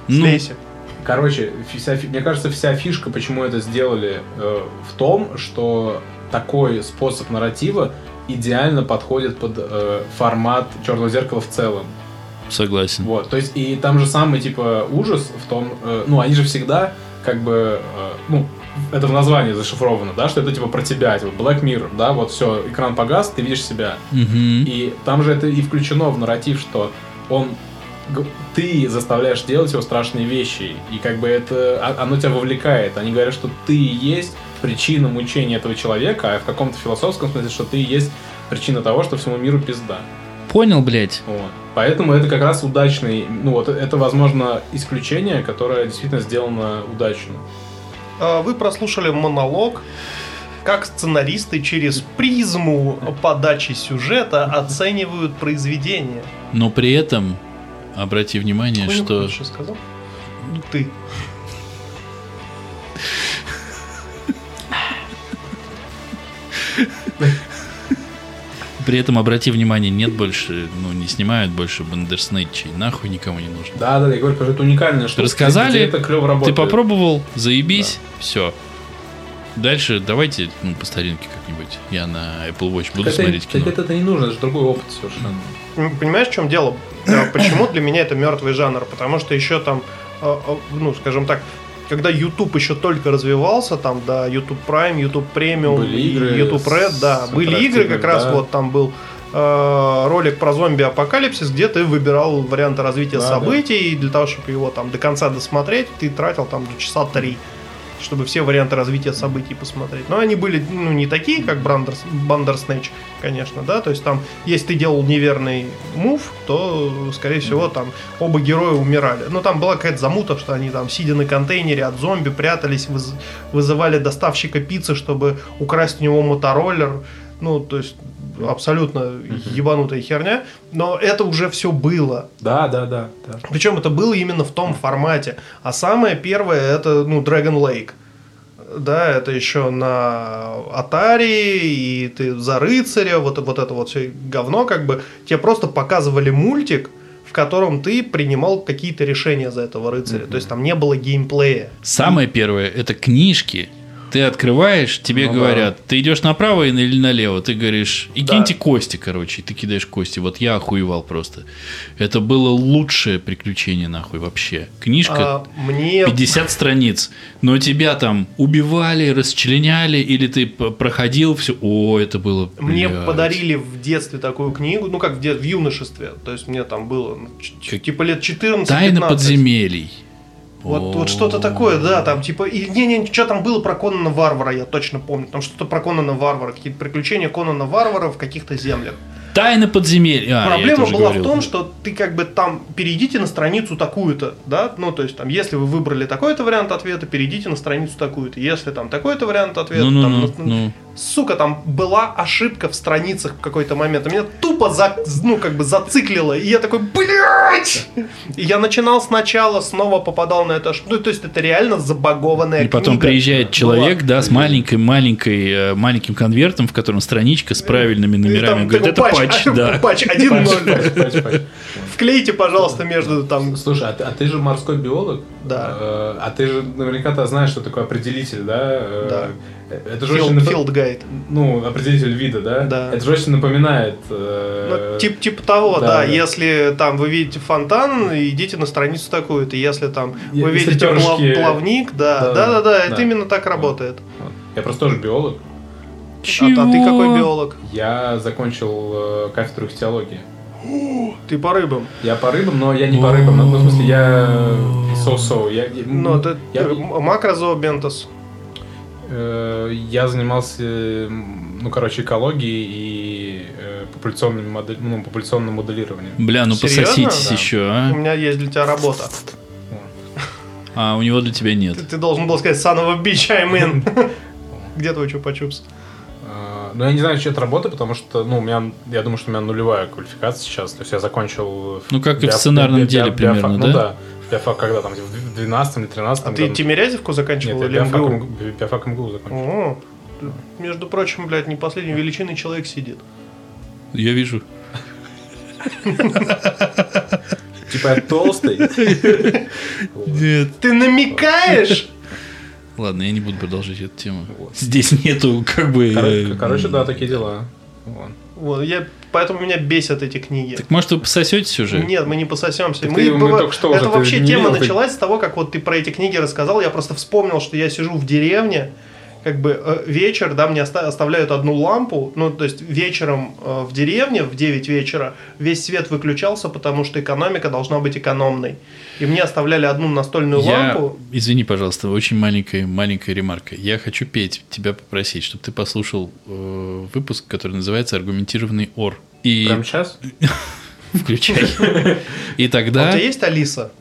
S3: Ну,
S2: Слейся.
S1: Короче, фи- вся фи- мне кажется, вся фишка, почему это сделали, э, в том, что такой способ нарратива идеально подходит под э, формат черного зеркала в целом.
S3: согласен.
S1: Вот, то есть, и там же самый, типа, ужас в том, э, ну, они же всегда, как бы, э, ну, это в названии зашифровано, да, что это, типа, про тебя, типа, Black Mirror, да, вот все, экран погас, ты видишь себя.
S3: Мгм.
S1: И там же это и включено в нарратив, что он г- ты заставляешь делать его страшные вещи, и как бы это а- оно тебя вовлекает. Они говорят, что ты и есть причина мучения этого человека, а в каком-то философском смысле, что ты и есть причина того, что всему миру пизда.
S3: Понял, блядь.
S1: Вот. Поэтому это как раз удачный, ну вот это, возможно, исключение, которое действительно сделано удачно.
S2: А, Вы прослушали монолог, как сценаристы через призму подачи сюжета оценивают произведение.
S3: Но при этом, обрати внимание,
S2: Понял,
S3: что...
S2: Что сказал? Ну, Ты.
S3: При этом, обрати внимание, нет больше, ну, не снимают больше бандерснэчей. Нахуй никому не нужно.
S1: Да, да, да, я говорю, потому что это уникальная штука.
S3: Рассказали,
S1: где это клево
S3: Ты
S1: работает.
S3: попробовал, заебись, все. Дальше давайте ну, по старинке как-нибудь. Я на Apple Watch буду
S1: Так это-
S3: смотреть кино.
S1: Так это не нужно, это же другой опыт совершенно.
S2: М, Понимаешь, в чем дело? Э, Почему для меня это мертвый жанр? Потому что еще там, э, э, ну, скажем так, когда YouTube еще только развивался, там, да, YouTube Prime, YouTube Premium,
S1: Были игры
S2: YouTube Red, да,
S1: с
S2: были игры, как
S1: интерактивными,
S2: раз
S1: да.
S2: вот там был э, ролик про зомби-апокалипсис, где ты выбирал варианты развития
S1: Да,
S2: событий, и для того, чтобы его там до конца досмотреть, ты тратил там до часа три чтобы все варианты развития событий посмотреть. Но они были ну, не такие, как Брандерс- Бандерснэч, конечно, да. То есть там, если ты делал неверный мув, то, скорее всего, там оба героя умирали. Но там была какая-то замута, что они там, сидя на контейнере от зомби, прятались, выз- вызывали доставщика пиццы, чтобы украсть у него мотороллер. Ну, то есть абсолютно ебанутая херня. Но это уже все было.
S1: Да, да, да, да.
S2: Причем это было именно в том формате. А самое первое это ну, Dragon Lake. Да, это еще на Atari, и ты за рыцаря, вот, вот это вот все говно, как бы тебе просто показывали мультик, в котором ты принимал какие-то решения за этого рыцаря. То есть там не было геймплея.
S3: Самое первое это книжки. Ты открываешь, тебе
S1: Ну да.
S3: говорят, ты идешь направо и- или налево, ты говоришь, и
S2: Да.
S3: киньте кости, короче, и ты кидаешь кости. Вот я охуевал просто. Это было лучшее приключение, нахуй, вообще. Книжка
S2: А мне
S3: 50 страниц, но тебя там убивали, расчленяли, или ты п- проходил все. О, это было.
S2: Мне
S3: блядь.
S2: подарили в детстве такую книгу, ну как в, де- в юношестве, то есть мне там было ну, ч- ч-
S3: Как-
S2: типа лет 14
S3: Тайна
S2: 15.
S3: подземелий.
S2: Вот, вот
S3: О.
S2: что-то такое, да, там типа... И, не, не, что там было про Конана Варвара, я точно помню. Там что-то про Конана Варвара, какие-то приключения Конана Варвара в каких-то землях.
S3: Тайна подземелья. А, я это
S2: Проблема
S3: уже
S2: была
S3: говорил.
S2: в том, что ты как бы там перейдите на страницу такую-то, да, ну то есть там, если вы выбрали такой-то вариант ответа, перейдите на страницу такую-то, если там такой-то вариант ответа,
S3: Ну, ну,
S2: там, на-
S3: ну, ну.
S2: сука, там была ошибка в страницах в какой-то момент. Меня тупо за, ну, как бы зациклило. И я такой, блядь! И я начинал сначала, снова попадал на эту ошибку. Ну, то есть это реально забагованная
S3: И потом
S2: книга
S3: приезжает
S2: была.
S3: человек, да, с маленькой, маленькой, э, маленьким конвертом, в котором страничка с правильными
S2: И
S3: номерами.
S2: там
S3: Говорит, это
S2: такой
S3: патч, да.
S2: Патч 1-0.
S1: Пальчик, пальчик, пальчик.
S2: Вклейте, пожалуйста, между там...
S1: Слушай, а ты, а ты же морской биолог?
S2: Да.
S1: Э, А ты же наверняка ты знаешь, что такое определитель, да? Э, Это же очень...
S2: Field,
S1: напо-
S2: field guide.
S1: Ну, определитель вида, да?
S2: Да.
S1: Это же очень напоминает...
S2: Ну,
S1: э,
S2: тип, типа того,
S1: да,
S2: да,
S1: да.
S2: Если там вы видите фонтан, идите на страницу такую-то. Если там
S1: Е-
S2: вы
S1: если
S2: видите пла-
S1: перышки-
S2: плавник,
S1: Да,
S2: да, да, да, да,
S1: да.
S2: это именно так работает.
S1: Я просто тоже биолог.
S2: А, а ты какой
S3: Чего?
S2: биолог?
S1: Я закончил э, кафедру ихтиологии.
S2: Ты по рыбам.
S1: Я по рыбам, но я не по рыбам. Ну, в смысле, я со-со. Я, я-
S2: Ну, это
S1: я,
S2: макрозообентос.
S1: э, я занимался, м, ну, короче, экологией и э, популяционными модель- ну, популяционным моделированием.
S3: Бля, ну
S2: Серьезно?
S3: пососитесь
S1: Да.
S3: еще,
S2: У
S3: а?
S2: меня есть для тебя работа.
S3: А у него для тебя нет.
S2: Ты, ты должен был сказать Санова Бич, I'm in». Где твой чупа-чупс?
S1: Э, Ну, я не знаю, что это работа, потому что, ну, у меня, я думаю, что у меня нулевая квалификация сейчас. То есть я закончил... э,
S3: Ну, как и в
S1: биоф-
S3: сценарном
S1: биофак-
S3: деле
S1: Ну,
S3: примерно, да?
S1: да. Биофак когда там, в 12 или 13
S2: А ты Тимирязевку
S1: Нет,
S2: заканчивал
S1: я
S2: или
S1: биофак
S2: МГУ?
S1: МГУ, биофак МГУ закончил.
S2: О, ты, Между прочим, блядь, не последней величины человек сидит.
S3: Я вижу.
S1: Типа я толстый.
S3: Нет.
S2: Ты намекаешь?
S3: Ладно, я не буду продолжать эту тему.
S1: Вот.
S3: Здесь нету как бы...
S1: Короче,
S3: э,
S1: короче, да, такие дела. Вот.
S2: Вот, я, поэтому меня бесят эти книги.
S3: Так может вы пососетесь уже?
S2: Нет, мы не пососемся.
S1: Так ты- мы
S2: быва-
S1: только что
S2: это
S1: уже, ты
S2: вообще
S1: не
S2: тема
S1: видел, ты-
S2: началась с того, как вот ты про эти книги рассказал. Я просто вспомнил, что я сижу в деревне, как бы э, вечер, да, мне оста- оставляют одну лампу. Ну, то есть вечером э, в деревне в 9 вечера весь свет выключался, потому что экономика должна быть экономной. И мне оставляли одну
S1: ну,
S2: настольную
S3: Я,
S2: лампу.
S3: извини, пожалуйста, очень маленькая, маленькая ремарка. Я хочу петь, тебя попросить, чтобы ты послушал э, выпуск, который называется «Аргументированный ор». И
S1: Прям сейчас?
S3: включай. И
S2: А у
S3: тогда,
S2: тебя есть Алиса?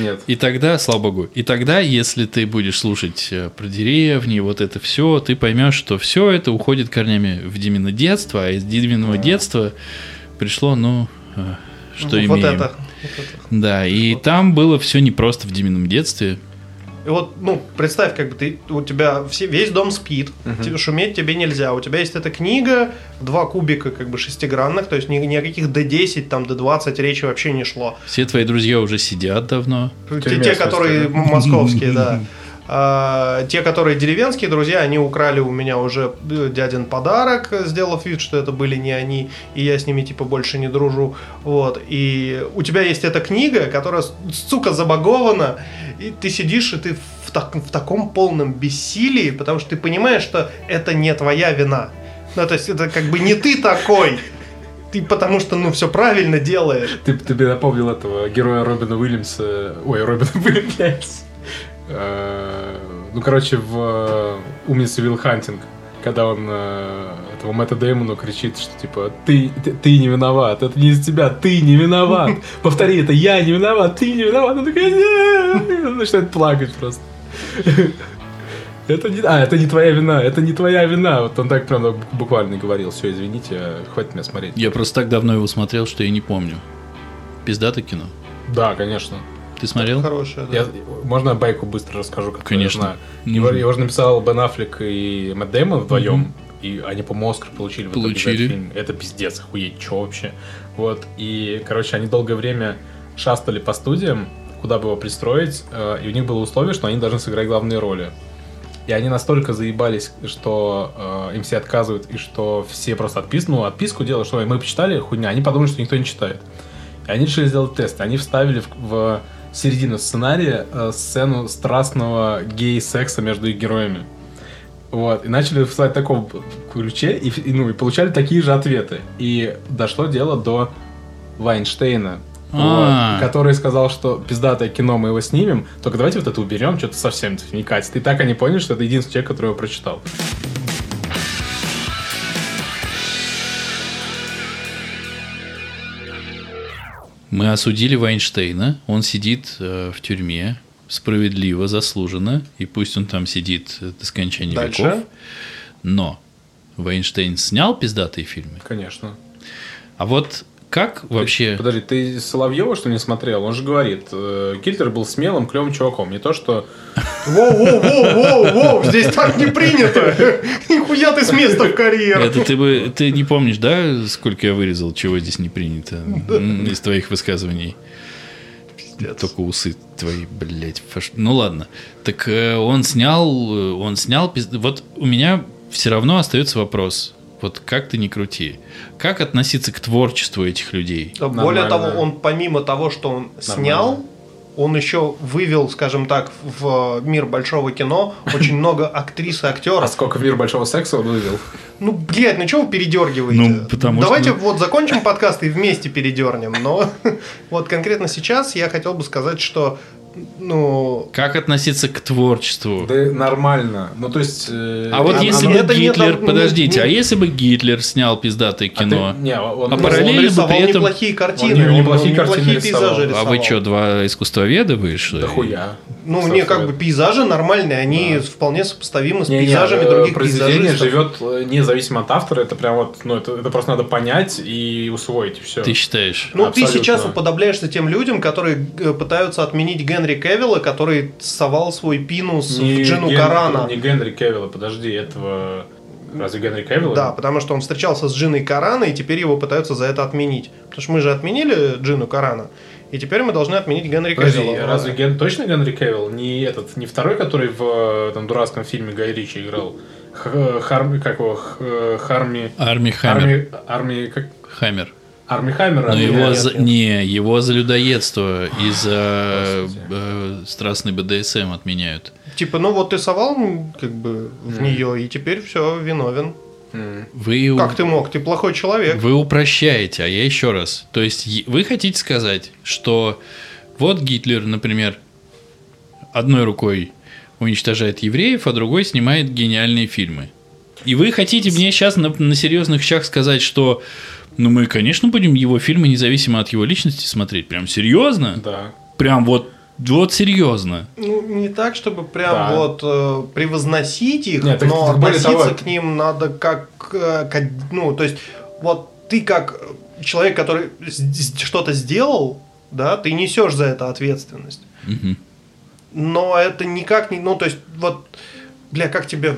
S1: Нет.
S3: и тогда, слава богу, и тогда, если ты будешь слушать э, про деревни, вот это все, ты поймешь, что все это уходит корнями в Димино детство, а из Диминого детства пришло, ну, э, что
S2: Ну, вот
S3: имеем.
S2: это.
S3: Да, и там было все не просто в Димином детстве.
S2: И вот, ну, представь, как бы ты, у тебя все, весь дом спит,
S1: Мгм.
S2: тебе шуметь тебе нельзя. У тебя есть эта книга, два кубика как бы шестигранных, то есть ни, ни о каких D10, там D20 речи вообще не шло.
S3: Все твои друзья уже сидят давно.
S2: Те,
S1: тюрьме,
S2: те,
S1: в смысле,
S2: которые
S1: да?
S2: м- московские, да. А, те, которые деревенские друзья, они украли у меня уже э, дядин подарок, э, сделав вид, что это были не они, и я с ними типа больше не дружу. Вот. И у тебя есть эта книга, которая, с- сука, забагована, и ты сидишь, и ты в, так- в таком полном бессилии, потому что ты понимаешь, что это не твоя вина. Ну, то есть это как бы не ты такой. Ты потому что, ну, все правильно делаешь.
S1: Ты, ты мне напомнил этого героя Робина Уильямса. Ой, Робина Уильямса. Э, Ну, короче, в э, «Умнице Вилл Хантинг», когда он э, этому Мэтта Дэймону кричит, что типа ты, ты, ты не виноват, это не из тебя, ты не виноват. Повтори это, я не виноват, ты не виноват. Он такой, «Нет!» И он начинает плакать просто. Это не, а, это не твоя вина, это не твоя вина. Вот он так прям буквально говорил, все, извините, хватит меня смотреть.
S3: Я просто так давно его смотрел, что я не помню. Пиздато кино.
S1: Да, конечно.
S3: Ты смотрел?
S2: Хорошая, да.
S1: Я- можно я байку быстро расскажу? которую я
S3: Конечно.
S1: знаю? Его,
S3: Нужно.
S1: его же написал Бен Аффлек и Мэтт Дэймон вдвоем. И они, по-моему, Оскар получили. в итоге за этот
S3: Получили.
S1: фильм. Это пиздец, охуеть, что вообще. Вот, и, короче, они долгое время шастали по студиям, куда бы его пристроить, э, и у них было условие, что они должны сыграть главные роли. И они настолько заебались, что э, им все отказывают, и что все просто отписку, ну, отписку делают, что «Ой, мы почитали, хуйня. Они подумали, что никто не читает. И они решили сделать тест. Они вставили в, в середину сценария э, сцену страстного гей-секса между их героями. Вот, и начали писать в таком ключе, и, и, ну, и получали такие же ответы. И дошло дело до Вайнштейна,
S3: А.
S1: вот, который сказал, что пиздатое кино мы его снимем, только давайте вот это уберем, что-то совсем типа не катит. И так они поняли, что это единственный человек, который его прочитал.
S3: Мы осудили Вайнштейна. Он сидит э, в тюрьме справедливо, заслуженно. И пусть он там сидит э, до скончания
S2: Дальше.
S3: веков. Но Вайнштейн снял пиздатые фильмы.
S1: Конечно.
S3: А вот как вообще...
S1: Подожди, ты Соловьева, что не смотрел? Он же говорит, э, Гитлер был смелым, клевым чуваком. Не то, что...
S2: Воу-воу-воу-воу-воу, здесь так не принято. Нихуя ты с места в карьер.
S3: Это ты бы... Ты не помнишь, да, сколько я вырезал, чего здесь не принято
S2: Ну
S3: м, из твоих высказываний? Только усы твои, блядь. фаш- Ну ладно. Так э, он снял, э, он снял. пиз- Вот у меня все равно остается вопрос. Вот как ты не крути. Как относиться к творчеству этих людей?
S2: Более
S1: Нормально.
S2: того, он помимо того, что он снял, он еще вывел, скажем так, в э, мир большого кино очень много актрис и
S1: А
S2: актеров.
S1: сколько в мир большого секса он вывел?
S2: Ну, блядь, ну чего вы передергиваете?
S3: Ну, потому что-
S2: Давайте вот закончим подкаст и вместе передернем. Но вот конкретно сейчас я хотел бы сказать, что ну,
S3: Как относиться к творчеству?
S1: Да нормально. Ну, то есть... э,
S3: А вот
S2: а-
S3: если
S2: а-
S3: бы
S2: это не
S3: Гитлер,
S2: там- не-
S3: подождите,
S2: не-
S3: а если бы Гитлер снял
S1: а
S3: пиздатое
S1: ты-
S3: кино?
S1: не, он,
S3: А
S1: он-
S3: параллель- параллельно
S2: он
S3: бы
S2: рисовал
S3: при этом-
S2: неплохие картины,
S1: не-
S2: он
S1: неплохие картины
S2: неплохие
S1: рисовал.
S2: пейзажи
S3: А
S2: рисовал.
S3: вы что, два искусствоведа вы, что ли?
S1: Да хуя.
S2: Ну,
S1: Со
S2: не
S1: своей-
S2: как бы пейзажи нормальные, они вполне сопоставимы с
S1: Не, не,
S2: пейзажами
S1: э,
S2: других
S1: произведение
S2: пейзажистов.
S1: живет э, независимо от автора. Это прям вот, ну, это, это просто надо понять и усвоить, и все.
S3: Ты считаешь?
S2: Ну, ты
S1: Абсолютно.
S2: сейчас уподобляешься тем людям, которые э, пытаются отменить Генри Кевилла, который совал свой пинус в Джину Карана.
S1: Не Генри Кевилла, подожди, этого... Разве Генри Кевилла?
S2: Да, потому что он встречался с Джиной Карана, и теперь его пытаются за это отменить. Потому что мы же отменили Джину Карана, и теперь мы должны отменить Генри
S1: Подожди,
S2: Кевилла.
S1: разве Ген... точно Генри Кевилл? Не этот, не второй, который в э, этом дурацком фильме Гай Ричи играл? Х- Харми, как его, Х- э, Харми...
S3: Арми Хаммер.
S1: Арми, арми, как,
S3: Хаммер.
S1: арми Хаммер.
S3: Но
S1: арми-
S3: его
S1: Нет,
S3: за...
S1: нет.
S3: Не, его за людоедство и за
S1: Господи.
S3: э, страстный БДСМ отменяют.
S2: Типа, ну вот ты совал м, как бы в
S1: Мгм.
S2: нее, и теперь все, виновен.
S1: М.
S3: Вы, у-
S2: Как ты мог? Ты плохой человек.
S3: вы упрощаете, а я еще раз. То есть е- вы хотите сказать, что вот Гитлер, например, одной рукой уничтожает евреев, а другой снимает гениальные фильмы. И вы хотите мне сейчас на, на серьезных щах сказать, что ну мы, конечно, будем его фильмы независимо от его личности смотреть. Прям серьезно?
S1: Да.
S3: Прям вот, вот серьезно.
S2: Ну, не так, чтобы прям
S1: Да.
S2: вот э, превозносить их,
S1: Нет, так-
S2: но
S1: так более
S2: относиться
S1: того-
S2: к ним надо как, э, к- Ну, то есть, вот ты как человек, который с- с- что-то сделал, да, ты несешь за это ответственность.
S3: Мгм.
S2: но это никак не... Ну, то есть, вот, бля, как тебе...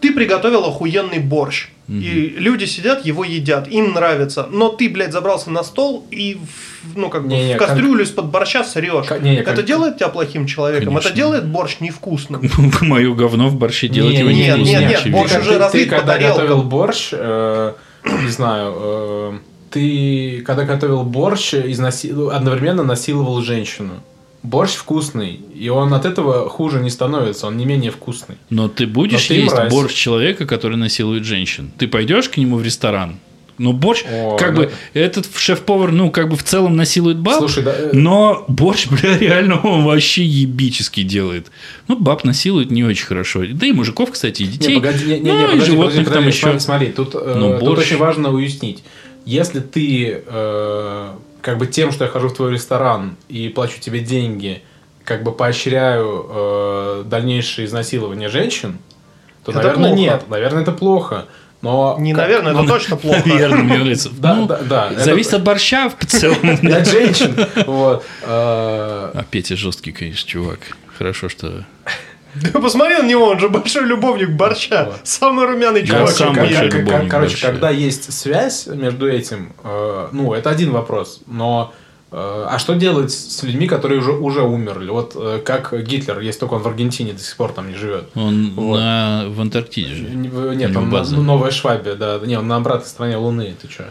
S2: Ты приготовил охуенный борщ. И люди сидят, его едят, им нравится. Но ты, блядь, забрался на стол и, в- ну, как бы,
S1: Не-не,
S2: в
S1: кон-
S2: кастрюлю из-под борща срешь.
S1: Ко- не-не,
S2: это
S1: кон-
S2: делает тебя плохим человеком?
S3: Конечно.
S2: Это делает борщ невкусным?
S3: Мое говно в борще делать
S1: Не,
S3: его не
S1: не,
S3: буду,
S1: не,
S3: не
S1: не,
S3: очевидно.
S2: борщ
S1: Ты,
S2: уже
S1: ты-
S2: разлит
S1: ты,
S2: по
S1: когда
S2: тарелкам.
S1: готовил борщ, э, не знаю, э, ты, когда готовил борщ, изнасил- ну, одновременно насиловал женщину. Борщ вкусный, и он от этого хуже не становится, он не менее вкусный.
S3: Но ты будешь
S1: Но ты
S3: есть
S1: мразь.
S3: борщ человека, который насилует женщин. Ты пойдешь к нему в ресторан. Но борщ,
S1: О,
S3: как
S1: да.
S3: бы, этот шеф-повар, ну, как бы в целом насилует баб.
S1: Слушай, да, э,
S3: Но борщ, бля, реально он вообще ебически делает. Ну, баб насилует не очень хорошо. Да и мужиков, кстати, и детей.
S1: Не, погоди, не, не,
S3: ну,
S1: не,
S3: и
S1: подожди,
S3: животных
S1: подожди,
S3: там
S1: подожди, Смотри,
S3: еще.
S1: смотри, тут, э,
S3: Ну,
S1: тут
S3: борщ.
S1: очень важно уяснить. Если ты э, как бы тем, что я хожу в твой ресторан и плачу тебе деньги, как бы поощряю э, дальнейшее изнасилование женщин, то,
S2: Это
S1: наверное,
S2: плохо.
S1: нет. Наверное, это плохо. Но
S2: Не,
S1: как-
S2: наверное, это точно плохо.
S3: Ну, Наверное, мне нравится.
S1: Да,
S3: Ну,
S1: да, да. это-
S3: Зависит от борща в целом.
S1: Для женщин. Вот. Э,
S3: А Петя жесткий, конечно, чувак. Хорошо, что...
S2: Да посмотри на него, он же большой любовник борща.
S1: Вот.
S2: Самый румяный
S3: Да,
S2: чувак.
S3: сам
S2: в мире.
S3: большой
S1: Короче,
S3: любовник
S1: как- короче,
S3: вообще.
S1: когда есть связь между этим, э, ну, это один вопрос, но э, а что делать с людьми, которые уже, уже умерли? Вот э, как Гитлер, если только он в Аргентине до сих пор там не живет.
S3: Он
S1: Вот.
S3: на... в Антарктиде же.
S1: Не- в- Нет,
S3: него
S1: там
S3: база.
S1: Новая Швабия, да. Не, он на обратной стороне Луны, ты чё?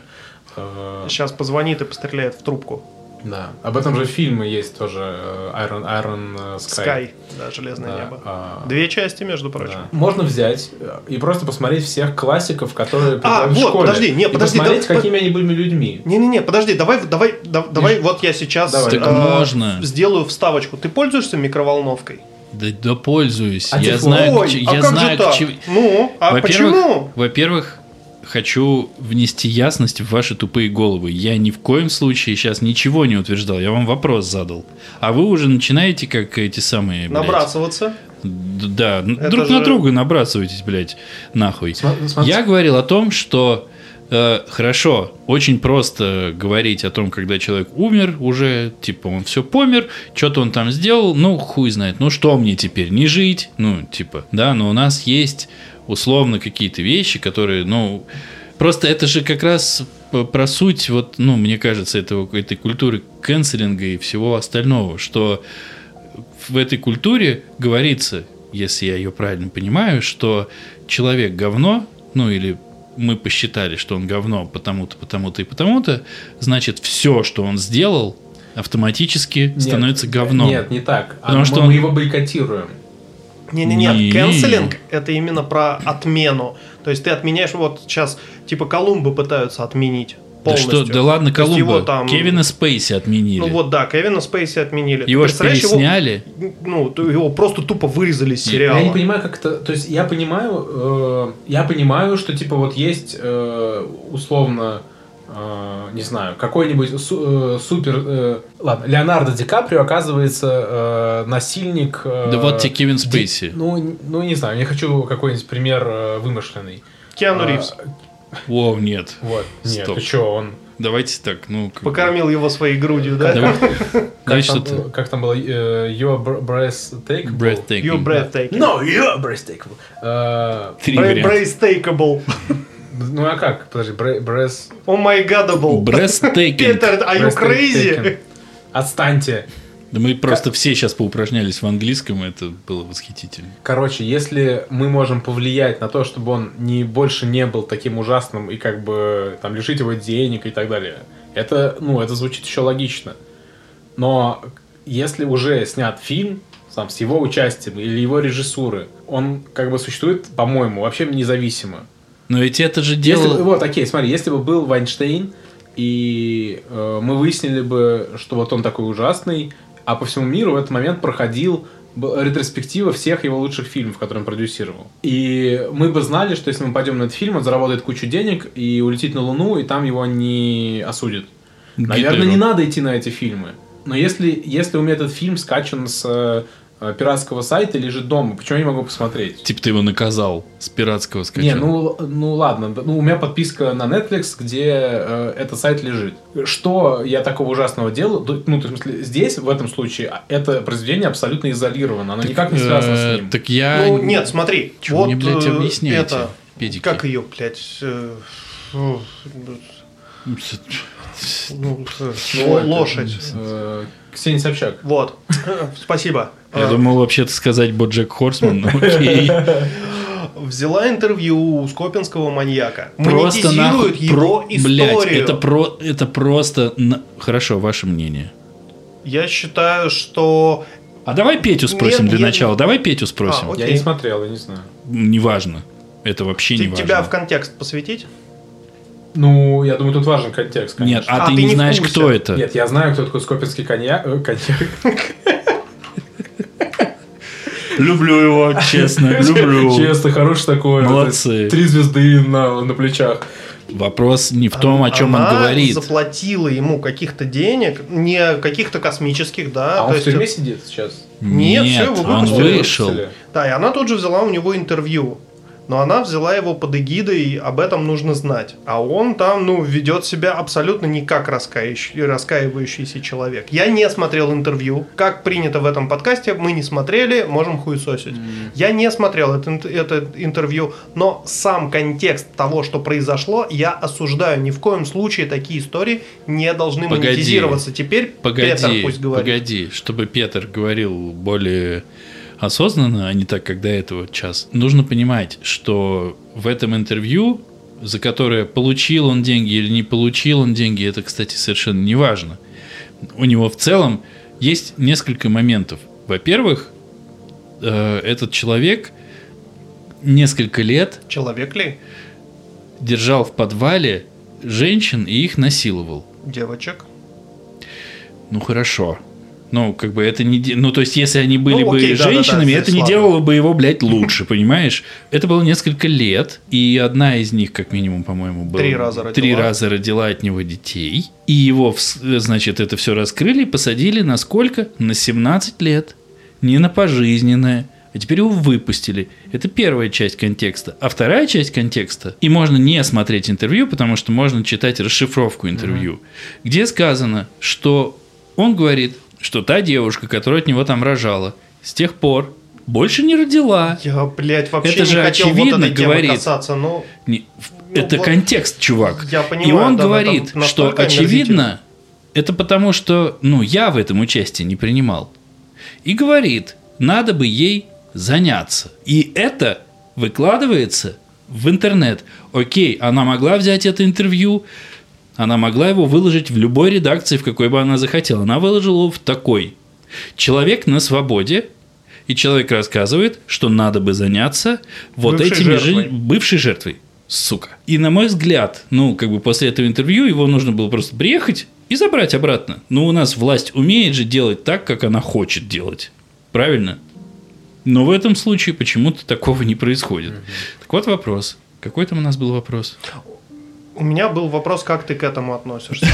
S1: Э,
S2: Сейчас позвонит и постреляет в трубку.
S1: Да. Об этом же фильмы есть тоже. э, Iron, Iron э, Sky.
S2: Sky, да, железное
S1: Да,
S2: небо.
S1: а,
S2: Две части, между прочим.
S1: Да. Можно взять э, и просто посмотреть всех классиков, которые преподают в
S2: А, вот,
S1: школе.
S2: подожди, не,
S1: И
S2: подожди,
S1: посмотреть,
S2: да-
S1: какими они были людьми.
S2: Не-не-не, подожди, давай, давай, да- давай, вот я сейчас
S1: Давай.
S3: Так
S2: э,
S3: можно.
S2: сделаю вставочку. Ты пользуешься микроволновкой?
S3: Да, да пользуюсь.
S1: А
S3: я
S1: типа,
S3: знаю,
S2: Ой,
S3: к че-
S2: а
S3: я
S2: как
S3: знаю,
S2: же
S3: к
S2: так?
S3: че-
S2: Ну, а почему?
S3: Во-первых, хочу внести ясность в ваши тупые головы. Я ни в коем случае сейчас ничего не утверждал. Я вам вопрос задал. А вы уже начинаете, как эти самые... блядь,
S2: Набрасываться.
S3: д- Да, н-
S2: Это
S3: друг на
S2: же-
S3: друга набрасываетесь, блядь, нахуй.
S1: Сма- ну, сма-
S3: Я говорил о том, что э, хорошо, очень просто говорить о том, когда человек умер, уже типа он все помер, что-то он там сделал, ну хуй знает, ну что мне теперь, не жить, ну типа, да, но у нас есть условно какие-то вещи, которые, ну, просто это же как раз п- про суть, вот, ну, мне кажется, этого, этой культуры канцелинга и всего остального, что в этой культуре говорится, если я ее правильно понимаю, что человек говно, ну или мы посчитали, что он говно потому-то, потому-то и потому-то, значит, все, что он сделал, автоматически
S1: Нет.
S3: становится говном.
S1: Нет, не так.
S3: Потому
S1: А
S3: что
S1: мы,
S3: он-
S1: мы его бойкотируем.
S2: Не-не-не,
S3: Не.
S2: канцелинг это именно про отмену. То есть ты отменяешь, вот сейчас, типа Колумба пытаются отменить
S3: Да,
S2: полностью.
S3: что, да ладно,
S2: То есть
S3: Колумба,
S2: его там-
S3: Кевина Спейси отменили.
S2: Ну вот, да, Кевина Спейси отменили.
S3: его же
S2: Представляешь, его-
S3: пересняли.
S2: ну, то его просто тупо вырезали из сериала.
S1: Я не понимаю, как это. То есть я понимаю, э, я понимаю, что типа вот есть э, условно, э, не знаю, какой-нибудь су- э, супер. э, ладно, Леонардо Ди Каприо оказывается э, насильник. э,
S3: Да вот тебе Кевин
S1: Ди-
S3: Спейси.
S1: Ну, н- ну не знаю, я хочу какой-нибудь пример э, вымышленный.
S2: Киану
S1: А,
S2: Ривз
S3: О, нет.
S1: Вот. Нет,
S3: Стоп.
S1: ты чё, он.
S3: Давайте так, ну... как бы-
S2: покормил его своей грудью, да?
S3: Давай-
S1: Как,
S3: Давай
S1: там,
S3: что-то...
S1: было- как там было? э, your br- breath take? был?
S3: Breathtaking.
S2: Your breath taken.
S1: No, your breath take. был. Э,
S3: Три
S2: Бра-
S3: варианта.
S2: Брейстейкабл.
S1: ну а как? Подожди, бре- breath
S2: О май гадабл.
S3: Breathtaking.
S2: Питер, are you
S1: Breath
S2: crazy?
S1: taken. Отстаньте.
S3: Да мы просто все сейчас поупражнялись в английском, это было восхитительно.
S1: Короче, если мы можем повлиять на то, чтобы он не, больше не был таким ужасным и как бы там лишить его денег и так далее, это, ну, это звучит еще логично. Но если уже снят фильм, сам с его участием или его режиссуры, он как бы существует, по-моему, вообще независимо.
S3: Но ведь это же
S1: Если бы-
S3: дело...
S1: вот, окей, смотри, если бы был Вайнштейн, и э, мы выяснили бы, что вот он такой ужасный, а по всему миру в этот момент проходил б- ретроспектива всех его лучших фильмов, которые он продюсировал. И мы бы знали, что если мы пойдем на этот фильм, он заработает кучу денег и улетит на Луну, и там его не осудят. Наверное,
S3: Гитлеру.
S1: не надо идти на эти фильмы. Но если, если у меня этот фильм скачан с э, э, пиратского сайта лежит дома. Почему я не могу посмотреть?
S3: Типа ты его наказал с пиратского скачал.
S1: Не, ну, ну ладно, да, ну у меня подписка на Netflix, где э, этот сайт лежит. Что я такого ужасного делаю? Ду- Ну, то есть, в смысле, здесь, в этом случае, а, это произведение абсолютно изолировано, оно никак не связано с
S3: Э,
S1: ним.
S3: Так я...
S2: Ну, нет, смотри.
S3: Чё
S2: вот,
S3: мне, блядь,
S2: э,
S3: объясняете,
S2: это,
S3: педики?
S2: Как ее, блядь, э, ну, ну, э,
S1: Ну, это,
S2: лошадь.
S1: Э, Ксения Собчак.
S2: Вот. Спасибо.
S3: Я
S2: Э,
S3: думал вообще-то сказать Боджек Хорсман, но окей.
S2: Взяла интервью у скопинского маньяка.
S3: Просто
S2: Монетизирует
S3: нахуй,
S2: его
S3: про-
S2: историю.
S3: блядь, это, про, это просто... на- Хорошо, ваше мнение.
S2: Я считаю, что...
S3: А давай Петю спросим
S2: Нет,
S3: для
S2: нет.
S3: начала. Давай Петю спросим.
S2: А, вот
S1: Я
S2: Окей.
S1: не смотрел, я не знаю.
S3: Неважно. Это вообще не
S2: Ты-
S3: важно.
S2: тебя в контекст посвятить?
S1: Ну, я думаю, тут важен контекст, конечно.
S3: Нет, а,
S2: А,
S3: ты,
S2: ты
S3: не
S2: не в
S3: знаешь,
S2: курсе.
S3: кто это.
S1: Нет, я знаю, кто такой скопинский коньяк. э, коньяк.
S3: Люблю его, честно,
S1: Честно, хороший такой. ну,
S3: Молодцы.
S1: Три звезды на, на плечах.
S3: Вопрос не в том, о чем
S2: Она
S3: он говорит.
S2: заплатила ему каких-то денег, не каких-то космических,
S1: а
S2: да. то
S1: он в
S2: есть-
S1: тюрьме сидит сейчас?
S2: Нет, всё, его
S3: он
S2: выпустили.
S3: вышел.
S1: Выпустили?
S2: Да, и она тут же взяла у него интервью. Но она взяла его под эгидой, об этом нужно знать. А он там, ну, ведет себя абсолютно не как раскаивающий- раскаивающийся человек. Я не смотрел интервью. Как принято в этом подкасте, мы не смотрели, можем хуесосить. Я не смотрел это, ин- это интервью, но сам контекст того, что произошло, я осуждаю. Ни в коем случае такие истории не должны
S3: Погоди.
S2: монетизироваться. Теперь Петр
S3: Погоди,
S2: пусть говорит.
S3: погоди, чтобы Петр говорил более осознанно, а не так, как до этого час. Нужно понимать, что в этом интервью, за которое получил он деньги или не получил он деньги, это, кстати, совершенно не важно. У него в целом есть несколько моментов. Во-первых, э, этот человек несколько лет
S2: Человек ли?
S3: держал в подвале женщин и их насиловал.
S2: Девочек?
S3: Ну хорошо. Ну, как бы это не... де- Ну, то есть, если они были
S2: Ну,
S3: бы
S2: окей, да-да-да,
S3: женщинами,
S2: здесь
S3: это не
S2: ладно.
S3: делало бы его, блядь, лучше, понимаешь? Это было несколько лет, и одна из них, как минимум, по-моему, была...
S2: Три раза родила.
S3: Три раза родила от него детей. И его, вс- значит, это все раскрыли и посадили на сколько? На 17 лет. Не на пожизненное. А теперь его выпустили. Это первая часть контекста. А вторая часть контекста, и можно не смотреть интервью, потому что можно читать расшифровку интервью, где сказано, что он говорит, что та девушка, которая от него там рожала, с тех пор больше не родила.
S2: Я, блядь, вообще
S3: Это
S2: не
S3: же
S2: хотел
S3: очевидно
S2: вот этой темы
S3: говорит.
S2: касаться, но
S3: Не- в-
S2: Ну,
S3: это
S2: вот
S3: контекст, чувак.
S2: я понимаю.
S3: И он
S2: да, но
S3: говорит,
S2: там
S3: что
S2: настолько
S3: очевидно, это потому что, ну, я в этом участие не принимал. И говорит, надо бы ей заняться. И это выкладывается в интернет. Окей, она могла взять это интервью, она могла его выложить в любой редакции, в какой бы она захотела. Она выложила его в такой. Человек на свободе, и человек рассказывает, что надо бы заняться вот
S2: Бывшей
S3: этими жи-
S2: жертвой.
S3: бывшей жертвой. Сука. И на мой взгляд, ну, как бы после этого интервью его нужно было просто приехать и забрать обратно. Ну, у нас власть умеет же делать так, как она хочет делать. Правильно? Но в этом случае почему-то такого не происходит. Так вот вопрос. Какой там у нас был вопрос?
S2: Ну, У меня был вопрос, как ты к этому относишься.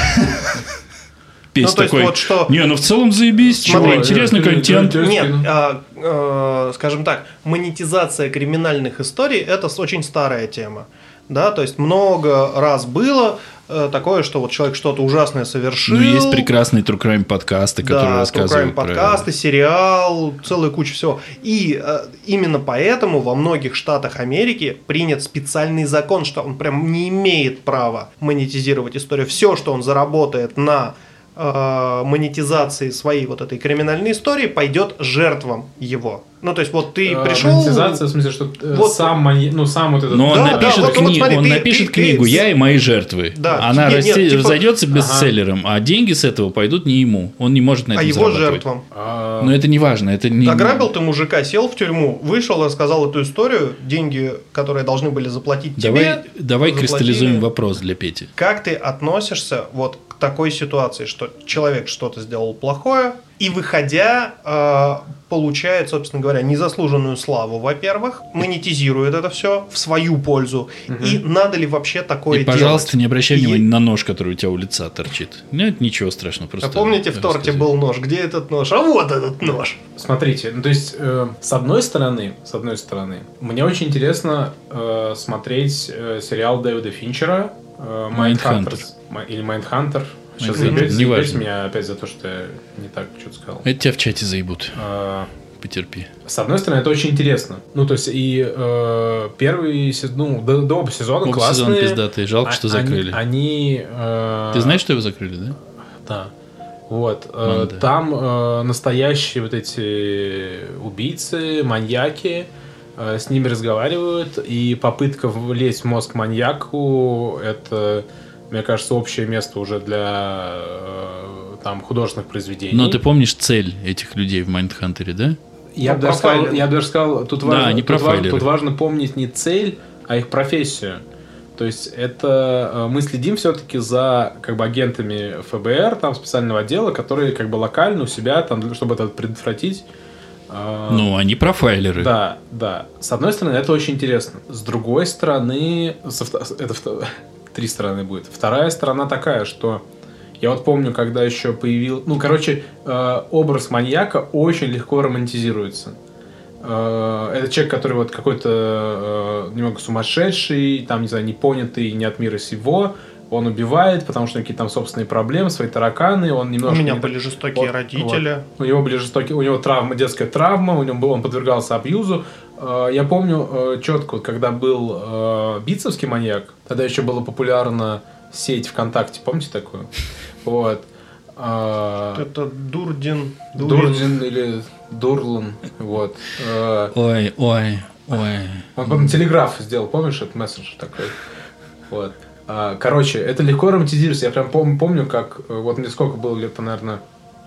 S3: Петь
S2: Ну, то есть
S3: такой,
S2: вот что-
S3: Не, ну в целом заебись, чего?
S2: Смотри,
S3: Интересный
S1: э, э,
S3: контент.
S1: э, э,
S2: Нет,
S1: Интересно.
S2: а, э, скажем так, монетизация криминальных историй – это с- очень старая тема. Да, то есть много раз было э, такое, что вот человек что-то ужасное совершил.
S3: Ну, есть прекрасные True Crime подкасты,
S2: Да,
S3: которые
S2: True Crime
S3: рассказывают про-
S2: подкасты, сериал, целая куча всего. И э, именно поэтому во многих штатах Америки принят специальный закон, что он прям не имеет права монетизировать историю. Все, что он заработает на э, монетизации своей вот этой криминальной истории, пойдет жертвам его. Ну, то есть, вот ты
S1: Э,
S2: пришел...
S1: Монетизация, в смысле, что э,
S2: Вот.
S1: сам, манья- ну, сам вот этот...
S3: Но он
S2: Да, да,
S3: напишет,
S2: вот-
S3: кни-
S2: вот смотри,
S3: он
S2: ты-
S3: напишет
S2: ты-
S3: книгу
S2: ты-
S3: «Я и мои жертвы».
S2: Да,
S3: Она
S2: нет, нет,
S3: расте-
S2: типа-
S3: разойдется
S1: Ага.
S3: бестселлером, а деньги с этого пойдут не ему. Он не может на
S2: А
S3: этом
S2: его
S3: зарабатывать.
S2: жертвам.
S1: А,
S3: Но это не важно. Это не...
S2: Ограбил ты мужика, сел в тюрьму, вышел, рассказал эту историю, деньги, которые должны были заплатить
S3: Давай,
S2: тебе,
S3: давай
S2: заплатили.
S3: кристаллизуем вопрос для Пети.
S2: Как ты относишься вот к такой ситуации, что человек что-то сделал плохое, И выходя, э, получает, собственно говоря, незаслуженную славу, во-первых, монетизирует это все в свою пользу. И надо ли вообще такое
S3: И,
S2: делать?
S3: пожалуйста, не обращай
S2: И-
S3: внимания на нож, который у тебя у лица торчит. Нет, ничего страшного.
S2: А
S3: Просто
S2: помните, в торте
S3: рассказывай.
S2: был нож? Где этот нож? А вот этот нож.
S1: Смотрите, ну, то есть, э, с одной стороны, с одной стороны, мне очень интересно э, смотреть э, сериал Дэвида Финчера э,
S3: Mindhunter.
S1: «Mindhunters». Ма- Или Майндхантер. Сейчас
S3: Mindhunter,
S1: заебете,
S3: неважно.
S1: заебете меня опять за то, что я не так что-то сказал.
S3: Это тебя в чате заебут.
S1: Э,
S3: Потерпи.
S1: С одной стороны, это очень интересно. Ну, то есть, и э, первый, се- ну, до, до оба сезона
S3: Оба сезона
S1: классные.
S3: пиздатые. Жалко,
S1: А-
S3: что
S1: они-
S3: закрыли.
S1: Они... э,
S3: Ты знаешь, что его закрыли, да?
S1: Да. Вот. э,
S3: Манда.
S1: Там э, настоящие вот эти убийцы, маньяки, э, с ними разговаривают, и попытка влезть в мозг маньяку, это, мне кажется, общее место уже для э, там художественных произведений.
S3: Но Ну, ты помнишь цель этих людей в Майндхантере, да?
S1: Я
S2: Ну,
S1: бы даже сказал,
S2: профайлеры.
S1: я бы даже сказал, тут
S3: Да,
S1: важно,
S3: они
S1: тут, ва-
S3: профайлеры.
S1: тут важно помнить не цель, а их профессию. То есть это э, мы следим все-таки за как бы агентами ФБР, там специального отдела, которые как бы локально у себя там, для- чтобы это предотвратить. э,
S3: Ну, они профайлеры.
S1: да, да. С одной стороны, это очень интересно. С другой стороны, со вто- с- это вто- три стороны будет. Вторая сторона такая, что я вот помню, когда еще появил, ну, короче, э, образ маньяка очень легко романтизируется. Э, это человек, который вот какой-то э, немного сумасшедший, там, не знаю, непонятый, не от мира сего. Он убивает, потому что у него какие-то там собственные проблемы, свои тараканы, он
S2: У
S1: немножко...
S2: меня
S1: не-
S2: были жестокие
S1: вот,
S2: родители.
S1: у него были жестокие, у него травма, детская травма, у него был, он подвергался абьюзу. Э, Я помню э, четко, вот когда был э, бицевский маньяк, тогда еще была популярна сеть ВКонтакте, помните такую? Вот. Э,
S2: Это Дурдин. Дурин.
S1: Дурдин или Дурлан, вот. Э,
S3: Ой, ой, ой.
S1: он, по-моему, телеграф сделал, помнишь, этот мессенджер такой? Вот. А, Короче, это легко романтизируется. Я прям пом- помню, как э, вот мне сколько было лет, наверное,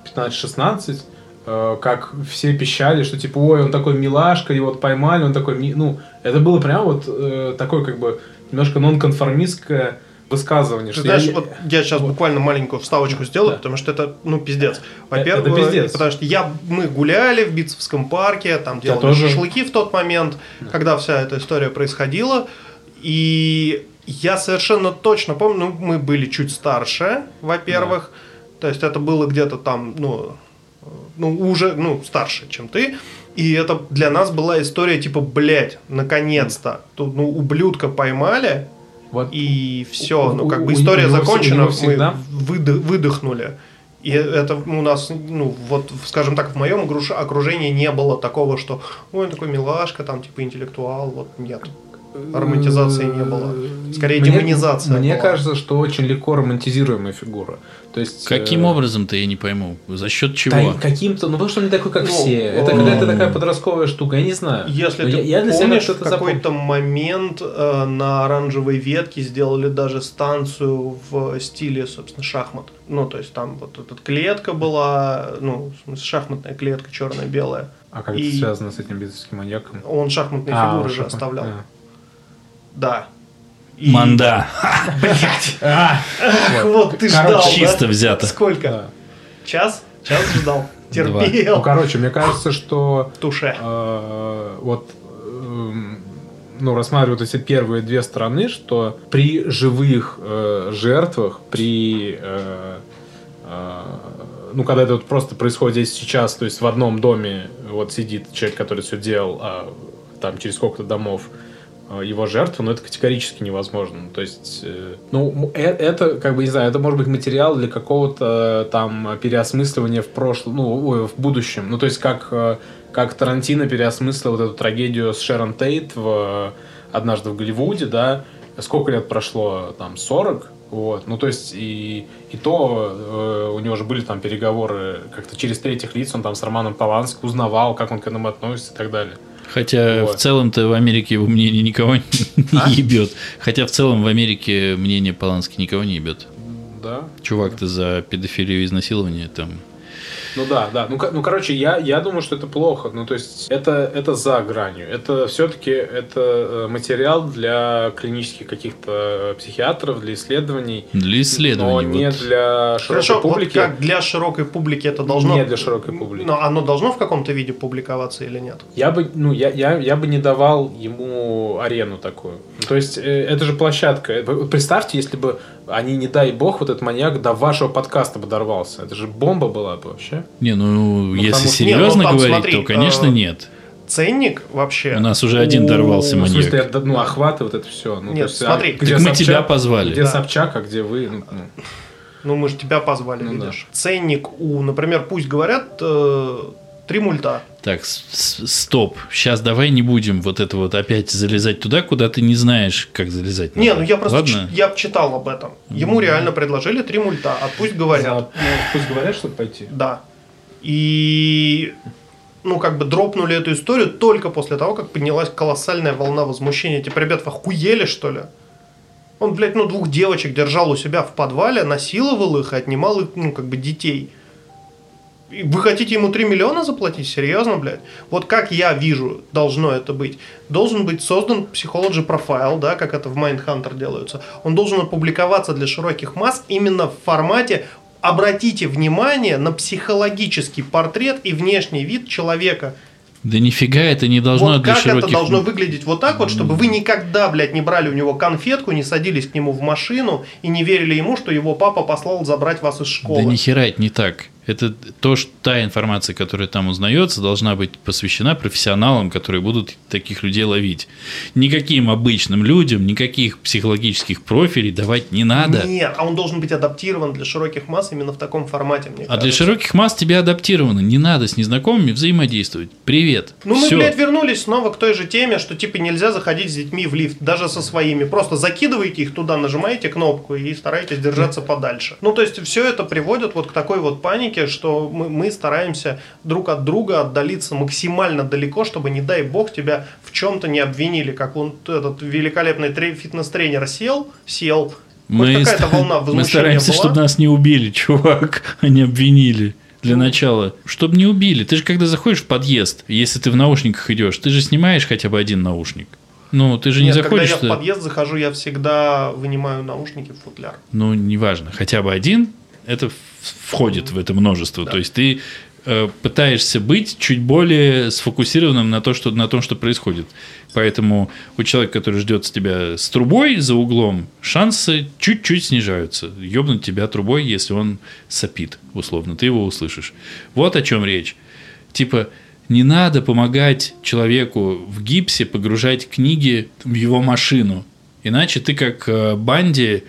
S1: 15-16, э, как все пищали, что типа, ой, он такой милашка, его вот поймали, он такой, ми-». ну, это было прям вот э, такое как бы немножко нонконформистское высказывание.
S2: Ты
S1: что
S2: знаешь,
S1: я-
S2: вот я сейчас буквально маленькую вставочку сделаю,
S1: Да. Э,
S2: потому что это, ну, пиздец. Во-первых,
S1: это пиздец.
S2: потому что я, мы гуляли в Битцевском парке, там делали
S1: тоже.
S2: шашлыки в тот момент, когда вся эта история происходила, и я совершенно точно помню, ну, мы были чуть старше, во-первых, то есть это было где-то там, ну, ну, уже, ну, старше, чем ты. И это для нас была история типа, блядь, наконец-то. Тут, ну, ублюдка поймали,
S1: вот
S2: и все,
S1: У-
S2: ну
S1: у-
S2: как
S1: у-
S2: бы история
S1: у него вс- у
S2: закончена,
S1: него всегда-
S2: мы выдо- выдохнули. И это у нас, ну вот, скажем так, в моем огруш- окружении не было такого, что, ой, он такой милашка, там типа интеллектуал, вот нет. Романтизации не было. Скорее,
S1: Мне-
S2: демонизация
S1: Мне
S2: была.
S1: кажется, что очень легко романтизируемая фигура. То есть,
S3: Каким
S1: э,
S3: образом-то я не пойму? За счет чего?
S1: Да, и каким-то, ну потому что он не такой, как
S2: Ну,
S1: все. Это
S2: э,
S1: какая-то такая подростковая штука, я не знаю.
S2: Если
S1: Но
S2: ты
S1: Ну, я, я для себя
S2: помнишь, в
S1: что-то запомнил.
S2: какой-то момент э, на оранжевой ветке сделали даже станцию в стиле, собственно, шахмат. Ну, то есть там вот эта клетка была, ну, в смысле, шахматная клетка черно-белая.
S1: А как
S2: и-
S1: это связано с этим бизнесским маньяком?
S2: Он шахматные
S1: А,
S2: фигуры
S1: он
S2: же
S1: шахмат-
S2: оставлял.
S1: а.
S2: Да. И-
S3: Манда.
S2: Блядь,
S1: Вот.
S2: вот
S1: Короче,
S2: ты ждал, да?
S3: Чисто взято.
S2: Сколько?
S1: Да.
S2: Час? Час ждал.
S1: Ну,
S2: Терпел.
S1: короче, мне кажется, что
S2: Туше.
S1: э, вот эм, ну, рассматривают эти первые две стороны, что при живых э, жертвах, при э, э, ну, когда это вот просто происходит здесь сейчас, то есть в одном доме вот сидит человек, который все делал, а там через сколько-то домов э, его жертва, но это категорически невозможно. То есть, э, ну, м- э- это, как бы, не знаю, это может быть материал для какого-то э, там переосмысливания в прошлом, ну, ой, в будущем. Ну, то есть, как, э, как Тарантино переосмыслил вот эту трагедию с Шерон Тейт в э, «Однажды в Голливуде», да, сколько лет прошло, там, 40, вот, ну, то есть, и, и то э, у него же были там переговоры как-то через третьих лиц, он там с Романом Полански узнавал, как он к этому относится и так далее.
S3: Хотя
S1: Вот.
S3: в целом-то в Америке его мнение никого
S1: А?
S3: не ебет. Хотя в целом в Америке мнение Полански никого не ебет.
S1: Да.
S3: Чувак-то за педофилию и изнасилование там
S1: Ну да, да. Ну, ко- ну короче, я, я думаю, что это плохо. Ну, то есть, это, это за гранью. Это все-таки это э, материал для клинических каких-то э, психиатров, для исследований.
S3: Для
S1: Но
S3: исследований.
S1: не
S3: вот.
S1: Ну, для широкой
S2: Хорошо, вот
S1: публики.
S2: как для широкой публики это должно...
S1: Не для широкой публики.
S2: Но оно должно в каком-то виде публиковаться или нет?
S1: Я бы, ну, я, я, я бы не давал ему арену такую. Ну, То есть, э, это же площадка. Э, Вы Представьте, если бы они, не дай бог, вот этот маньяк до вашего подкаста бы дорвался. Это же бомба была бы вообще.
S3: Не, ну, если
S1: потому что-
S3: серьезно
S2: Не, ну, там,
S3: говорить,
S2: смотри,
S3: то, конечно,
S2: э,
S3: нет.
S2: Ценник вообще...
S3: У
S1: Ну
S3: нас уже один
S2: у-
S3: дорвался
S1: В смысле,
S3: маньяк.
S1: это, ну, охваты вот это все. Ну,
S2: Нет,
S1: то есть, а
S2: смотри,
S3: Так мы тебя позвали.
S1: Где
S2: Да.
S1: Собчак, а где вы? Ну, ну.
S2: Ну, мы же тебя позвали,
S1: Ну да.
S2: видишь. Ценник у, например, пусть говорят, э, три мульта.
S3: Так, с- с- стоп. Сейчас давай не будем вот это вот опять залезать туда, куда ты не знаешь, как залезать.
S2: Не,
S3: надо.
S2: ну я просто
S3: Ладно?
S2: ч- я читал об этом.
S1: Ну
S2: Ему реально предложили три мульта, а пусть говорят.
S1: За- ну, пусть говорят, чтобы пойти.
S2: Да. И ну, как бы дропнули эту историю только после того, как поднялась колоссальная волна возмущения. Типа, ребят, вы охуели, что ли? Он, блядь, ну, двух девочек держал у себя в подвале, насиловал их и отнимал их, ну, как бы, детей. И Вы хотите ему 3 миллиона заплатить? Серьезно, блядь? Вот как я вижу, должно это быть. Должен быть создан психологи профайл, да, как это в Mindhunter делаются. Он должен опубликоваться для широких масс именно в формате обратите внимание на психологический портрет и внешний вид человека.
S3: Да нифига это не должно
S2: вот
S3: для
S2: как
S3: широких...
S2: это должно выглядеть вот так вот, чтобы вы никогда, блядь, не брали у него конфетку, не садились к нему в машину и не верили ему, что его папа послал забрать вас из школы.
S3: Да нихера это не так. Это то, что та информация, которая там узнается, должна быть посвящена профессионалам, которые будут таких людей ловить. Никаким обычным людям, никаких психологических профилей давать не надо.
S2: Нет, а он должен быть адаптирован для широких масс именно в таком формате, мне
S3: А
S2: кажется.
S3: для широких масс тебе адаптировано. Не надо с незнакомыми взаимодействовать. Привет.
S2: Ну, мы,
S3: Всё.
S2: блядь, вернулись снова к той же теме, что, типа, нельзя заходить с детьми в лифт, даже со своими. Просто закидываете их туда, нажимаете кнопку и стараетесь держаться подальше. Ну, то есть, все это приводит вот к такой вот панике, что мы, мы стараемся друг от друга отдалиться максимально далеко, чтобы, не дай бог, тебя в чем-то не обвинили. Как он, этот великолепный тре- фитнес-тренер сел, сел,
S3: Мы,
S2: Хоть какая-то
S3: ста-
S2: волна
S3: мы
S2: возмущения
S3: стараемся,
S2: была?
S3: чтобы нас не убили, чувак, а не обвинили. Для
S2: Ну.
S3: начала. Чтобы не убили. Ты же когда заходишь в подъезд, если ты в наушниках идешь, ты же снимаешь хотя бы один наушник. Ну, ты же не
S2: Нет,
S3: заходишь
S2: когда я
S3: туда.
S2: в подъезд захожу, я всегда вынимаю наушники в футляр.
S3: Ну, неважно. Хотя бы один, это в- входит в это множество. То есть ты э, пытаешься быть чуть более сфокусированным на, то, что, на том, что происходит. Поэтому у человека, который ждет с тебя с трубой за углом, шансы чуть-чуть снижаются. Ёбнуть тебя трубой, если он сопит, условно. Ты его услышишь. Вот о чем речь. Типа, не надо помогать человеку в гипсе погружать книги в его машину. Иначе ты как э, банди,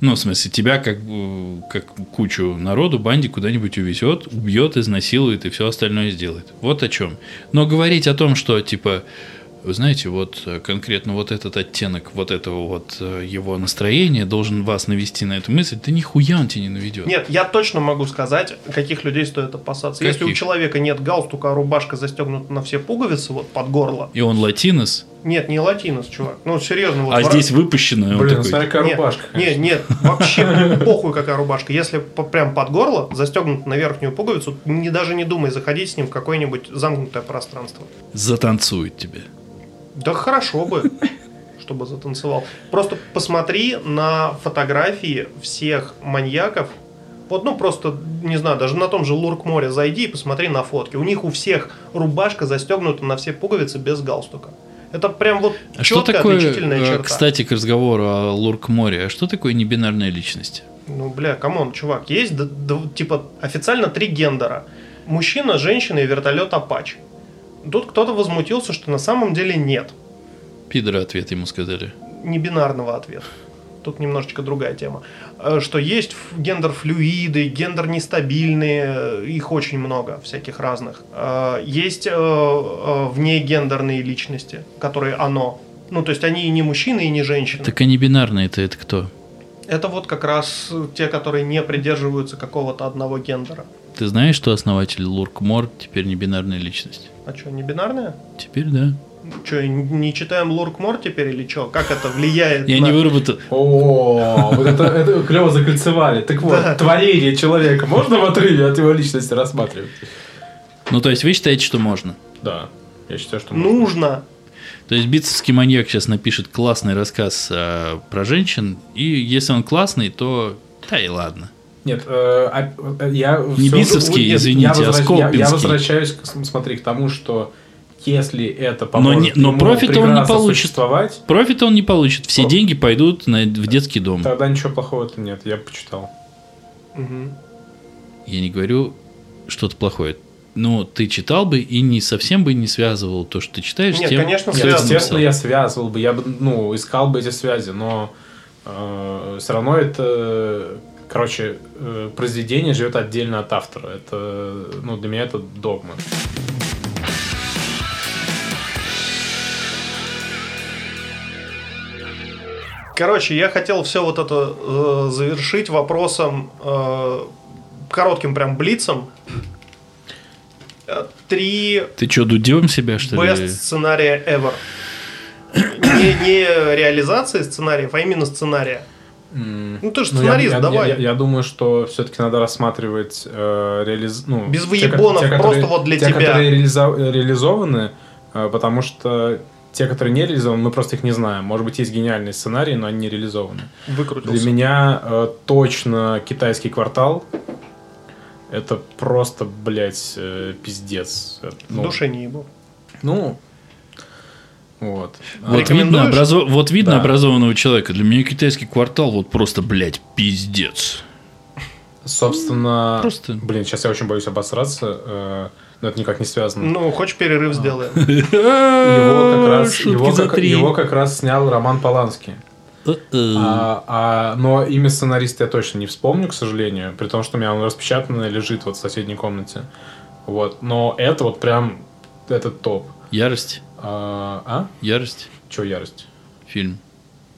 S3: ну, в смысле, тебя как, э, как кучу народу банди куда-нибудь увезет, убьет, изнасилует и все остальное сделает. Вот о чем. Но говорить о том, что типа, вы знаете, вот э, конкретно вот этот оттенок вот этого вот э, его настроения должен вас навести на эту мысль, да нихуя он тебя не наведет.
S2: Нет, я точно могу сказать, каких людей стоит опасаться. Если у
S3: Каких?
S2: человека нет галстука, а рубашка застегнута на все пуговицы, вот под горло.
S3: И он латинос,
S2: Нет, не латинос, чувак. Ну, серьезно, вот
S3: а
S2: вра-
S3: здесь выпущено. и он
S1: Блин,
S3: такой,
S1: смотри, какая
S2: Нет,
S1: рубашка.
S2: Нет, нет, вообще похуй какая рубашка. Если по- прям под горло, застегнут на верхнюю пуговицу, не, даже не думай заходить с ним в какое-нибудь замкнутое пространство.
S3: затанцует тебе.
S2: Да хорошо бы, чтобы затанцевал. Просто посмотри на фотографии всех маньяков. Вот, ну, просто, не знаю, даже на том же Лурк море зайди и посмотри на фотки. У них у всех рубашка застегнута на все пуговицы без галстука. Это прям вот
S3: А что
S2: четкая
S3: такое,
S2: отличительная
S3: э,
S2: черта.
S3: кстати, к разговору о Лурк-море, а что такое небинарная личность?
S2: Ну, бля, камон, чувак, есть, д- д- типа, официально три гендера. Мужчина, женщина и вертолет Апач. Тут кто-то возмутился, что на самом деле нет.
S3: Пидоры ответ ему сказали.
S2: небинарного ответа. Тут немножечко другая тема. Э, Что есть ф- гендерфлюиды, гендер нестабильные, э, их очень много, всяких разных. Э, Есть э, э, внегендерные личности, которые оно. Ну, то есть они и не мужчины, и не женщины.
S3: Так а небинарные-то это кто?
S2: Это вот как раз э, те, которые не придерживаются какого-то одного гендера.
S3: Ты знаешь, что основатель Лурк-мор теперь небинарная личность?
S2: А что, не бинарные?
S3: Теперь да.
S2: Че, не читаем Лорк Мор теперь или что? Как это влияет
S3: Я
S2: на...
S3: не выработал...
S1: О, вот это, это клево закольцевали. Так вот,
S2: Да.
S1: творение человека можно в отрыве от его личности рассматривать?
S3: Ну, то есть вы считаете, что можно?
S1: Да, я считаю, что можно.
S2: Нужно.
S3: То есть битцевский маньяк сейчас напишет классный рассказ а, про женщин, и если он классный, то да и ладно.
S1: Нет, э, а- э, я...
S3: Не
S1: всё-
S3: битцевский,
S1: Нет, я
S3: извините, а
S1: возвращ- я- Я
S3: сколпинский.
S1: возвращаюсь, к- смотри, к тому, что если это
S3: не-
S1: поможет
S3: но
S1: ему
S3: профита он не
S1: прекрасно
S3: получит.
S1: существовать,
S3: Профит он не получит, все
S1: О.
S3: деньги пойдут на, в детский дом.
S1: тогда ничего плохого это нет, я почитал.
S2: Мгм.
S3: Я не говорю что-то плохое. Но ты читал бы и не совсем бы не связывал то, что ты читаешь,
S2: Нет,
S3: с тем,
S2: конечно,
S3: что
S1: Нет,
S3: ты
S2: связывал.
S1: естественно, я
S3: написал.
S1: связывал бы, я бы, ну, искал бы эти связи, но все равно это, короче, э, произведение живет отдельно от автора. Это, ну, для меня это догма.
S2: Короче, я хотел все вот это э, завершить вопросом, э, коротким прям блицем. Э, Три
S3: Ты что, дудем себя, что ли?
S2: best сценария ever. Не, не реализации сценариев, а именно сценария. Ну ты же
S1: Ну, я-
S2: сценарист,
S1: я,
S2: давай.
S1: Я, я думаю, что все-таки надо рассматривать э, реализ- ну,
S2: Без
S1: ко-
S2: выебонов, просто
S1: которые-
S2: вот для
S1: те,
S2: тебя.
S1: которые реализа- реализованы, э, потому что те, которые не реализованы, мы просто их не знаем. Может быть, есть гениальные сценарии, но они не реализованы.
S2: Выкрутился.
S1: Для меня э, точно китайский квартал. Это просто, блядь, э, пиздец. Это,
S2: В
S1: Ну,
S2: душе не ебу.
S1: ну, вот. А,
S3: Вот видно,
S2: Рекомендуешь?
S3: образо- вот видно
S1: Да.
S3: образованного человека. Для меня китайский квартал вот просто, блядь, пиздец.
S1: собственно,
S3: Просто.
S1: блин, сейчас я очень боюсь обосраться, э, но это никак не связано.
S2: Ну, хочешь
S1: А.
S2: перерыв сделаем?
S1: Его как, раз,
S3: Ну, Шутки
S1: его,
S3: за
S1: как,
S3: три.
S1: его как раз снял Роман Поланский.
S3: Э-э.
S1: А, а, но имя сценариста я точно не вспомню, к сожалению, при том, что у меня он распечатанное лежит вот в соседней комнате. Вот. Но это вот прям, это топ.
S3: Ярость.
S1: А, а?
S3: Ярость.
S1: Че ярость?
S3: Фильм.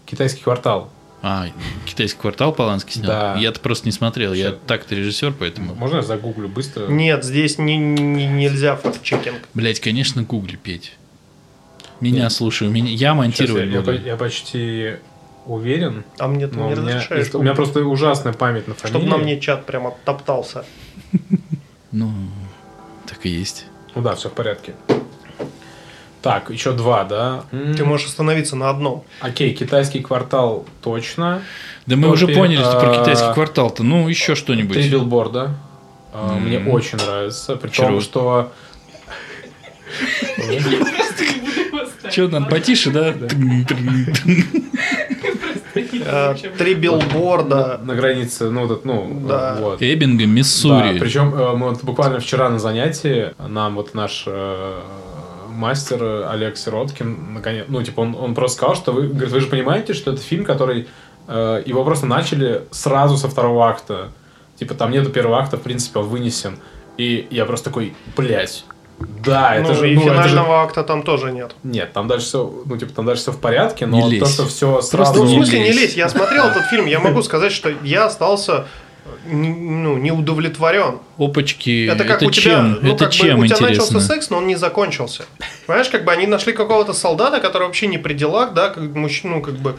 S1: Китайский квартал.
S3: А, китайский квартал Поланский снял.
S1: Да. М-м.
S3: Я-то просто не смотрел. Я
S1: Щас.
S3: так-то режиссер, поэтому.
S1: Можно я загуглю быстро?
S2: Нет, здесь не, не- нельзя факт-чекинг.
S3: Блять, конечно, гугли петь. Меня слушай, у меня... я
S1: Сейчас я,
S3: монтировать
S1: я
S3: буду.
S1: по- я почти уверен.
S2: А мне ты
S1: Но
S2: не
S1: Ну, у, меня,
S2: разрешаешь.
S1: у меня просто ужасная память на фамилии.
S2: Чтобы на мне чат прям оттоптался.
S3: Ну, так и есть.
S1: Ну да, все в порядке. Так, еще два, да? М,
S2: Ты можешь остановиться на одном.
S1: Окей, китайский квартал точно.
S3: Да мы
S1: Вот
S3: уже
S1: и,
S3: поняли, что про
S1: а,
S3: китайский квартал-то. Ну, еще что-нибудь.
S1: Три билборда. А, Мне
S3: М.
S1: очень нравится. При
S3: Чару.
S1: том, что...
S3: Че, нам потише, да?
S2: Э, Три билборда.
S1: На границе, ну, вот, это, ну,
S2: А, Да.
S1: вот.
S3: Эббинга, Миссури.
S1: причем э, мы вот буквально вчера на занятии нам вот наш э, мастер э, Олег Сироткин, наконец, ну, типа, он, он просто сказал, что вы, говорит, вы же понимаете, что это фильм, который э, его просто начали сразу со второго акта. Типа, там нету первого акта, в принципе, он вынесен. И я просто такой, блядь, да, это
S2: ну,
S1: же...
S2: и
S1: ну, это же-
S2: финального акта там тоже нет.
S1: Нет, там дальше все, ну, типа, там дальше все в порядке, но
S3: Не лезь.
S1: то, что все
S2: Ну,
S1: сразу...
S2: в
S3: не
S2: смысле, не
S3: лезь.
S2: лезь. Я смотрел этот фильм, я могу сказать, что я остался э, н- ну, не удовлетворен.
S3: Опачки.
S2: Это как у тебя,
S3: чем?
S2: ну,
S3: это
S2: как бы
S3: чем
S2: у тебя начался
S3: интересно?
S2: секс, но он не закончился. Понимаешь, как бы они нашли какого-то солдата, который вообще не при делах, да, как мужчину, как бы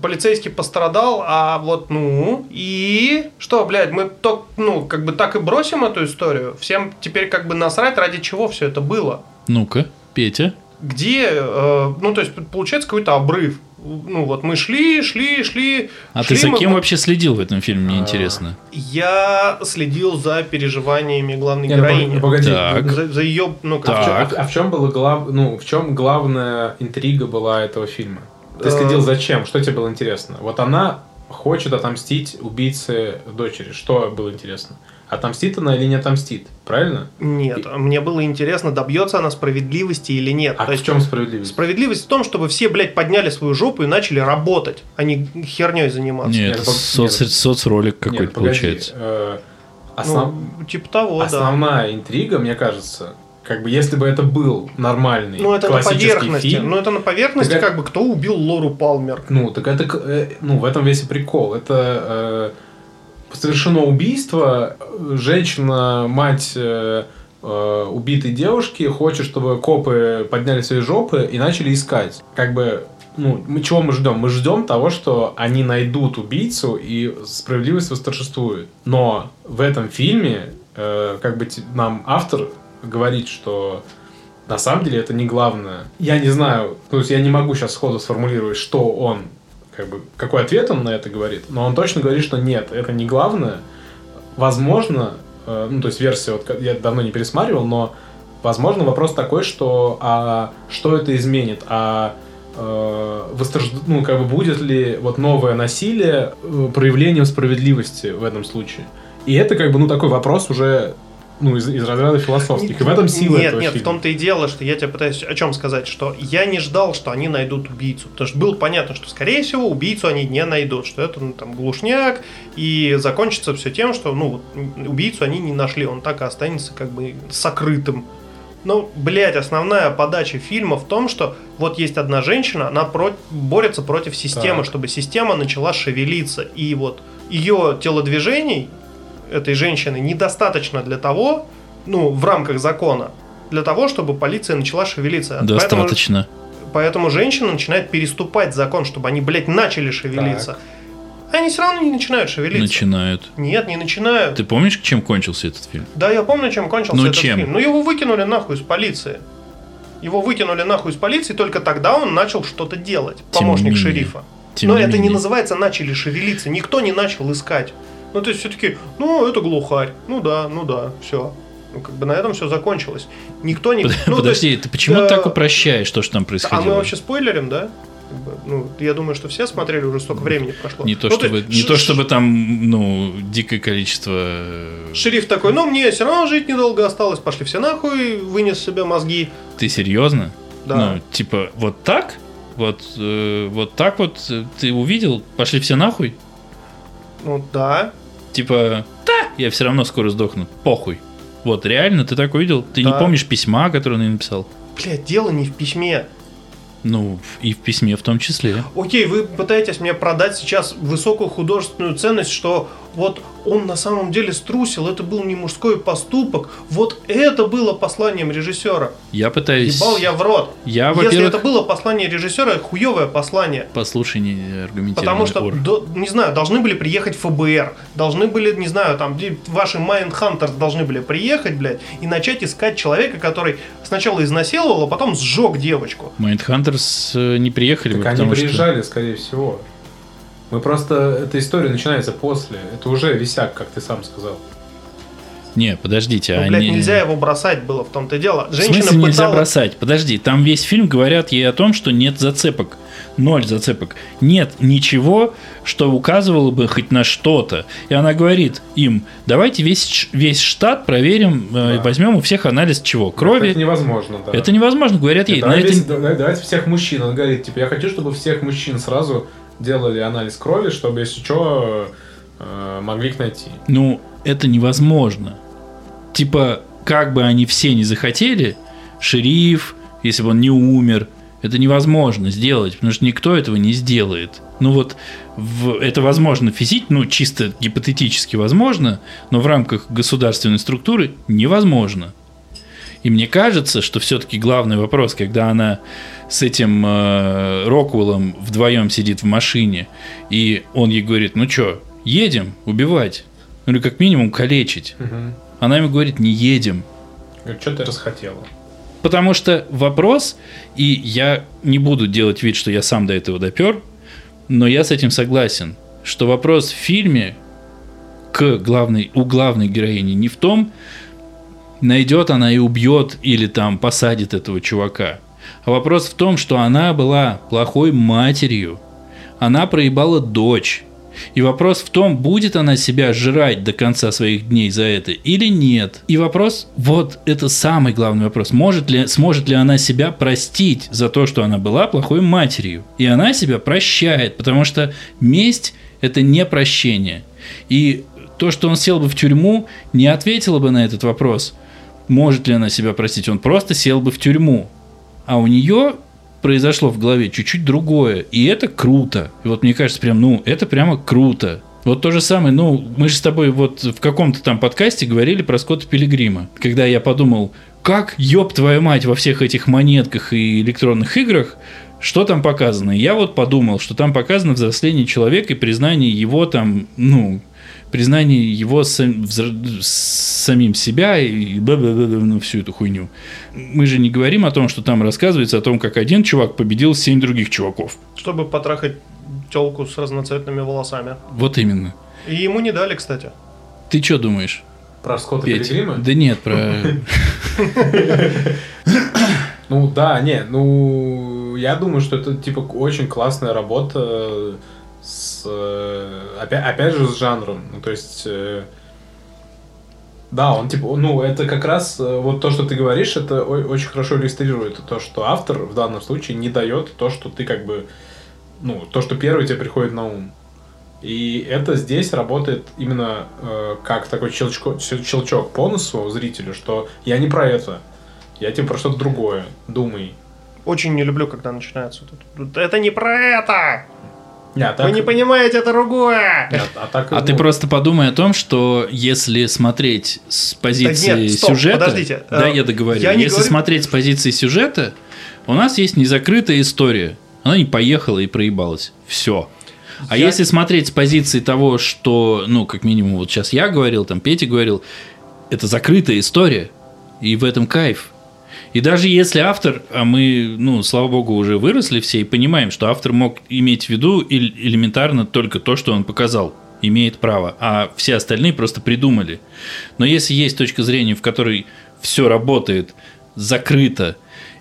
S2: полицейский пострадал, а вот ну и что, блядь, мы только, ну, как бы так и бросим эту историю. Всем теперь как бы насрать, ради чего все это было.
S3: Ну-ка, Петя.
S2: Где, э, ну, то есть получается какой-то обрыв. Ну, вот мы шли, шли, шли.
S3: А
S2: шли
S3: ты за
S2: мы-
S3: кем вообще следил в этом фильме, мне
S1: А.
S3: интересно.
S2: Я следил за переживаниями главной
S1: Не, ну,
S2: героини.
S1: погоди,
S3: Так.
S2: За, ее, ну, как
S3: Так.
S2: бы,
S1: А в, чем была глав... ну, в чем главная интрига была этого фильма? Ты следил
S2: Э,
S1: за чем? Что тебе было интересно? Вот она хочет отомстить убийце дочери. Что было интересно? Отомстит она или не отомстит? Правильно?
S2: Нет, мне было интересно, добьется она справедливости или нет.
S1: А
S2: То
S1: в
S2: есть
S1: чем справедливость?
S2: справедливость в том, чтобы все, блядь, подняли свою жопу и начали работать, а не херней заниматься.
S3: Нет,
S1: Нет,
S3: это
S1: пог-
S3: соц-
S1: нет.
S3: соцролик какой-то
S1: Нет, погоди.
S3: получается.
S1: Э,
S2: Ну,
S1: основ-
S2: типа
S1: А
S2: того,
S1: Основная интрига, мне кажется, как бы если бы это был нормальный
S2: да. Ну, это на
S1: классический
S2: поверхности.
S1: фильм,
S2: Ну, это на поверхности,
S1: Так, а-
S2: как бы, кто убил Лору Палмер.
S1: Ну, так это, к- э, ну, в этом весь и прикол. Это э, совершено убийство, э, женщина, мать э, э, убитой девушки, хочет, чтобы копы подняли свои жопы и начали искать. Как бы, ну, мы, чего мы ждем? Мы ждем того, что они найдут убийцу и справедливость восторжествует. Но в этом фильме, э, как бы те- нам автор говорит, что на самом деле это не главное. Я не знаю, то есть я не могу сейчас сходу сформулировать, что он, как бы, какой ответ он на это говорит, но он точно говорит, что нет, это не главное. Возможно, э, ну, то есть версия, вот, как- я давно не пересматривал, но, возможно, вопрос такой, что, а что это изменит, а э, восторж- ну, как бы, будет ли вот новое насилие э, проявлением справедливости в этом случае? И это, как бы, ну, такой вопрос уже, ну, из, из разряда философских. И в этом сила
S2: Нет,
S1: этого
S2: нет, в
S1: фильма.
S2: том-то и дело, что я тебе пытаюсь о чем сказать, что я не ждал, что они найдут убийцу, потому что было понятно, что, скорее всего, убийцу они не найдут, что это, ну, там, глушняк, и закончится все тем, что, ну, вот, м, убийцу они не нашли, он так и останется, как бы, сокрытым. Но, блядь, основная подача фильма в том, что вот есть одна женщина, она про- борется против системы,
S1: Так.
S2: чтобы система начала шевелиться, и вот ее телодвижений этой женщины недостаточно для того, ну, в рамках закона, для того, чтобы полиция начала шевелиться. Поэтому,
S3: Достаточно.
S2: поэтому женщина начинает переступать закон, чтобы они, блядь, начали шевелиться. А Они все равно не начинают шевелиться.
S3: Начинают.
S2: Нет, не начинают.
S3: Ты помнишь, чем кончился этот фильм?
S2: Да, я помню, чем кончился
S3: Ну,
S2: этот
S3: чем?
S2: фильм. Ну, его выкинули нахуй из полиции. Его выкинули нахуй из полиции, только тогда он начал что-то делать.
S3: Тем
S2: Помощник
S3: не менее.
S2: шерифа.
S3: Тем
S2: Но Ну, это не
S3: менее.
S2: называется начали шевелиться, никто не начал искать. Ну, то есть все-таки, ну, это глухарь, ну да, ну да, все. Ну, как бы на этом все закончилось. Никто не...
S3: Под-
S2: ну, то
S3: Подожди,
S2: есть,
S3: ты почему
S2: э,
S3: так упрощаешь то, что там происходило?
S2: А мы вообще спойлерим, да? Как бы, Ну, я думаю, что все смотрели, уже столько времени прошло.
S3: Не то,
S2: Ну,
S3: чтобы,
S2: есть
S3: не
S2: ш-
S3: то,
S2: ш-
S3: чтобы там, ну, дикое количество... э,
S2: Шериф такой, ну, мне все равно жить недолго осталось, пошли все нахуй, вынес себе мозги.
S3: Ты серьезно?
S2: Да.
S3: Ну, типа, вот так? Вот, э, вот так вот э, ты увидел, пошли все нахуй?
S2: Ну, да.
S3: Типа, да, я все равно скоро сдохну, похуй. Вот, реально, ты так увидел? Ты не
S2: Да.
S3: помнишь письма, которое он ей написал?
S2: Блядь, дело не в письме.
S3: Ну, в- и в письме в том числе.
S2: Окей, вы пытаетесь мне продать сейчас высокую художественную ценность, что вот он на самом деле струсил, это был не мужской поступок, вот это было посланием режиссера.
S3: Я пытаюсь...
S2: Ебал я в рот.
S3: Я,
S2: Если
S3: А, во-первых,
S2: это было послание режиссера, хуевое послание.
S3: послушай, не аргументированный
S2: Потому что,
S3: ор.
S2: до- не знаю, должны были приехать ФБР, должны были, не знаю, там, где ваши Майндхантерс должны были приехать, блядь, и начать искать человека, который сначала изнасиловал, а потом сжег девочку.
S3: Майндхантерс э, не приехали бы,
S1: Так они
S3: потому что-
S1: приезжали, скорее всего. Мы просто... Эта история начинается после. Это уже висяк, как ты сам сказал.
S3: Не, подождите,
S2: Ну,
S3: они...
S2: блядь, нельзя его бросать было в том-то и дело.
S3: в
S2: Женщина
S3: смысле нельзя
S2: пыталась...
S3: бросать? Подожди, там весь фильм говорят ей о том, что нет зацепок. Ноль зацепок. Нет ничего, что указывало бы хоть на что-то. И она говорит им, давайте весь, ш- весь штат проверим, э, и
S1: Да.
S3: возьмем у всех анализ чего? Крови?
S1: Это невозможно, да.
S3: Это невозможно, говорят ей.
S1: Давай
S3: на это-
S1: весь- давай- Давайте всех мужчин. Он говорит, типа, я хочу, чтобы всех мужчин сразу делали анализ крови, чтобы, если что, э, могли их найти.
S3: Ну, это невозможно. Типа, как бы они все не захотели, шериф, если бы он не умер, это невозможно сделать, потому что никто этого не сделает. Ну вот, в- это возможно физически, ну чисто гипотетически возможно, но в рамках государственной структуры невозможно. И мне кажется, что все-таки главный вопрос, когда она с этим э, Роквеллом вдвоем сидит в машине, и он ей говорит, ну что, едем убивать? Ну или как минимум калечить. Она ему говорит, не едем.
S1: Говорит, что ты расхотела?
S3: Потому что вопрос, и я не буду делать вид, что я сам до этого допер, но я с этим согласен, что вопрос в фильме к главной, у главной героини не в том, найдет она и убьет или там посадит этого чувака. А вопрос в том, что она была плохой матерью. Она проебала дочь. И вопрос в том, будет она себя жрать до конца своих дней за это или нет. И вопрос, вот это самый главный вопрос, может ли, сможет ли она себя простить за то, что она была плохой матерью. И она себя прощает, потому что месть – это не прощение. И то, что он сел бы в тюрьму, не ответило бы на этот вопрос, может ли она себя простить. Он просто сел бы в тюрьму. А у нее произошло в голове чуть-чуть другое. И это круто. И вот мне кажется, прям, ну, это прямо круто. Вот то же самое, ну, мы же с тобой вот в каком-то там подкасте говорили про Скотта Пилигрима. Когда я подумал, как, ёб твою мать, во всех этих монетках и электронных играх, что там показано? И Я вот подумал, что там показано взросление человека и признание его там, ну, признание его сам- взр- с самим себя и бла-бла-бла, ну, всю эту хуйню. Мы же не говорим о том, что там рассказывается о том, как один чувак победил семь других чуваков.
S2: Чтобы потрахать телку с разноцветными волосами.
S3: Вот именно.
S2: И ему не дали, кстати.
S3: Ты что думаешь?
S1: Про Скотта
S3: Петь?
S1: Пилигрима?
S3: Да нет, про...
S1: Ну да, не, ну я думаю, что это типа очень классная работа с э, опять, опять же с жанром. Ну, то есть э, да, он типа, ну это как раз э, вот то, что ты говоришь, это о- очень хорошо иллюстрирует то, что автор в данном случае не дает то, что ты как бы, ну то, что первое тебе приходит на ум. И это здесь работает именно э, как такой щелчко- щелчок по носу зрителю, что я не про это. Я тебе про что-то другое. Думай.
S2: Очень не люблю, когда начинается вот это. Вот Это не про это!
S1: Не, а так...
S2: Вы не понимаете, это другое!
S1: Не, а так,
S3: А
S1: ну,
S3: ты просто подумай о том что если смотреть с позиции
S2: Да нет, стоп,
S3: сюжета...
S2: подождите.
S3: Да,
S2: Э,
S3: я договорю.
S2: я не
S3: если
S2: говорю-
S3: смотреть с позиции сюжета, у нас есть незакрытая история. Она не поехала и проебалась. Все. А
S2: Я-
S3: если смотреть с позиции того, что, ну, как минимум, вот сейчас я говорил, там Петя говорил, это закрытая история, и в этом кайф. И даже если автор, а мы, ну, слава богу, уже выросли все и понимаем, что автор мог иметь в виду эль- элементарно только то, что он показал, имеет право, а все остальные просто придумали. Но если есть точка зрения, в которой все работает закрыто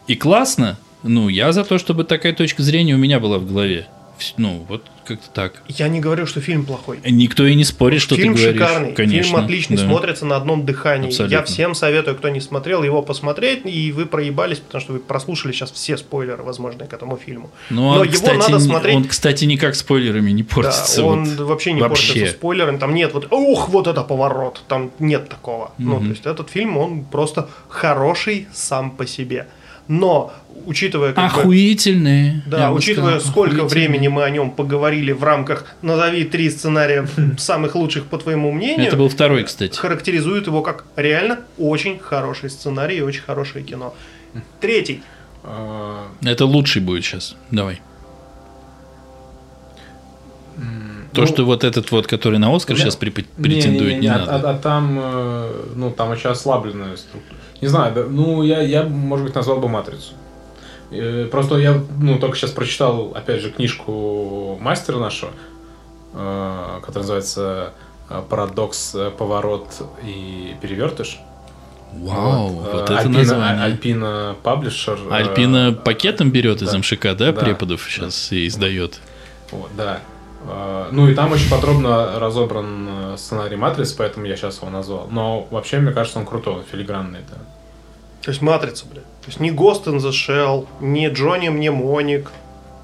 S3: и классно, ну, я за то, чтобы такая точка зрения у меня была в голове. Вс- Ну, вот как-то так.
S2: Я не говорю, что фильм плохой.
S3: Никто и не спорит, что
S2: фильм
S3: ты говоришь.
S2: шикарный,
S3: Конечно,
S2: фильм отличный,
S3: да.
S2: смотрится на одном дыхании. Я
S3: Абсолютно.
S2: всем советую, кто не смотрел, его посмотреть, и вы проебались, потому что вы прослушали сейчас все спойлеры, возможные к этому фильму.
S3: Но,
S2: Но
S3: он,
S2: его
S3: кстати,
S2: надо
S3: н-
S2: смотреть-
S3: он, кстати, никак спойлерами не
S2: Да,
S3: портится.
S2: он
S3: вот.
S2: вообще не
S3: Вообще.
S2: портится спойлерами, там нет вот, ух, вот это поворот, там нет такого. Ну, то есть этот фильм, он просто хороший сам по себе. Но, учитывая... как бы-
S3: Охуительные. я
S2: Да,
S3: бы
S2: учитывая,
S3: сказал,
S2: сколько
S3: охуительные.
S2: времени мы о нем поговорили в рамках «Назови три сценария самых лучших, по твоему мнению»,
S3: Это был второй, кстати.
S2: характеризует его как реально очень хороший сценарий и очень хорошее кино. Третий.
S1: э,
S3: Это лучший будет сейчас. Давай. То,
S1: ну,
S3: что вот этот вот, который на Оскар
S1: Не-
S3: сейчас припе-
S1: не-
S3: претендует, не,
S1: не-не-не, а-
S3: надо.
S1: А, а там, э, ну, там очень ослабленная структура. Не знаю, да, ну, я, я, может быть, назвал бы «Матрицу». Э, Просто я, ну, только сейчас прочитал, опять же, книжку мастера нашего, э, которая называется э, «Парадокс, э, поворот и перевертыш».
S3: Вау, вот,
S1: а, э,
S3: это
S1: Альпина-
S3: название.
S1: а- Альпина Паблишер. э,
S3: Альпина пакетом берет из
S1: да.
S3: МШК, да,
S1: Да.
S3: преподов сейчас и издает.
S1: Вот, да. Э, Ну и там очень подробно разобран э, сценарий «Матриц», поэтому я сейчас его назвал. Но вообще, мне кажется, он крутой, он филигранный. Да.
S2: То есть «Матрица», блядь. То есть не «Ghost in the Shell», не «Джонни Мнемоник».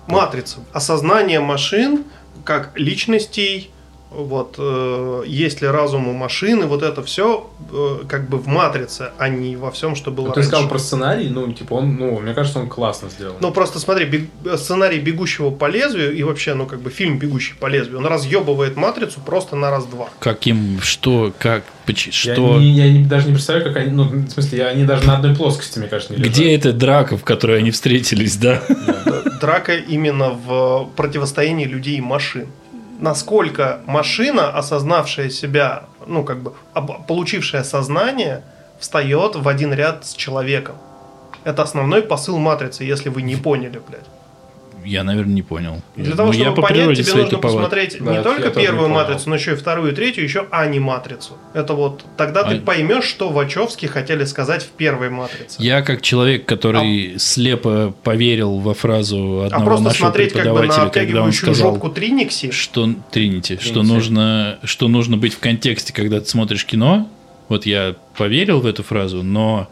S2: «Матрица». Осознание машин как личностей, вот, э, есть ли разум у машины, вот это все как бы в «Матрице», а не во всем, что было
S1: Вот ты
S2: раньше.
S1: сказал про сценарий, ну, типа, он, ну, мне кажется, он классно сделан.
S2: Ну просто смотри, бег- сценарий бегущего по лезвию и вообще, ну как бы фильм бегущий по лезвию, он разъебывает матрицу просто на раз-два.
S3: Каким, что, как, поч-
S1: я,
S3: что,
S1: не- я не- даже не представляю, как они, ну, в смысле, я, они даже на одной плоскости, мне кажется, не
S3: где
S1: лежат.
S3: эта драка, в которой они встретились, да?
S2: Драка именно в противостоянии людей и машин. Насколько машина, осознавшая себя, ну как бы об- получившая сознание, встает в один ряд с человеком. Это основной посыл матрицы, если вы не поняли, блядь.
S3: Я, наверное, не понял.
S2: Для
S3: Ну,
S2: того,
S3: я
S2: чтобы
S3: по
S2: понять,
S3: природе
S2: тебе
S3: своей
S2: нужно
S3: туповат.
S2: посмотреть
S1: Да,
S2: не
S1: это
S2: только
S1: я тоже не
S2: первую
S1: понял.
S2: матрицу, но еще и вторую, и третью, еще ани-матрицу. Это вот тогда ты
S3: А-
S2: поймешь, что Вачовски хотели сказать в первой матрице.
S3: Я как человек, который слепо поверил во фразу
S2: а
S3: одного
S2: просто
S3: нашего
S2: смотреть как бы на
S3: преподавателя, когда он
S2: обтягивающую
S3: сказал,
S2: жопку Триникси.
S3: что Тринити, что
S1: Тринити.
S3: нужно, что нужно быть в контексте, когда ты смотришь кино. Вот я поверил в эту фразу, но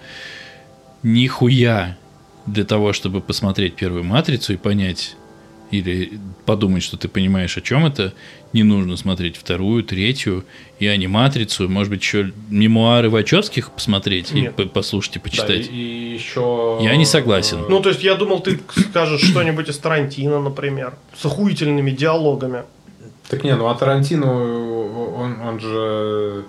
S3: нихуя для того, чтобы посмотреть первую матрицу и понять или подумать, что ты понимаешь, о чем это, не нужно смотреть вторую, третью и аниматрицу, может быть, еще мемуары Вачовских посмотреть и
S2: Нет.
S3: по- послушать и
S1: Да, и,
S3: почитать.
S1: и еще...
S3: Я не согласен.
S1: э,
S2: Ну, то есть я думал, ты скажешь что-нибудь из Тарантино, например, с охуительными диалогами.
S1: Так не, ну а Тарантино, он, он же...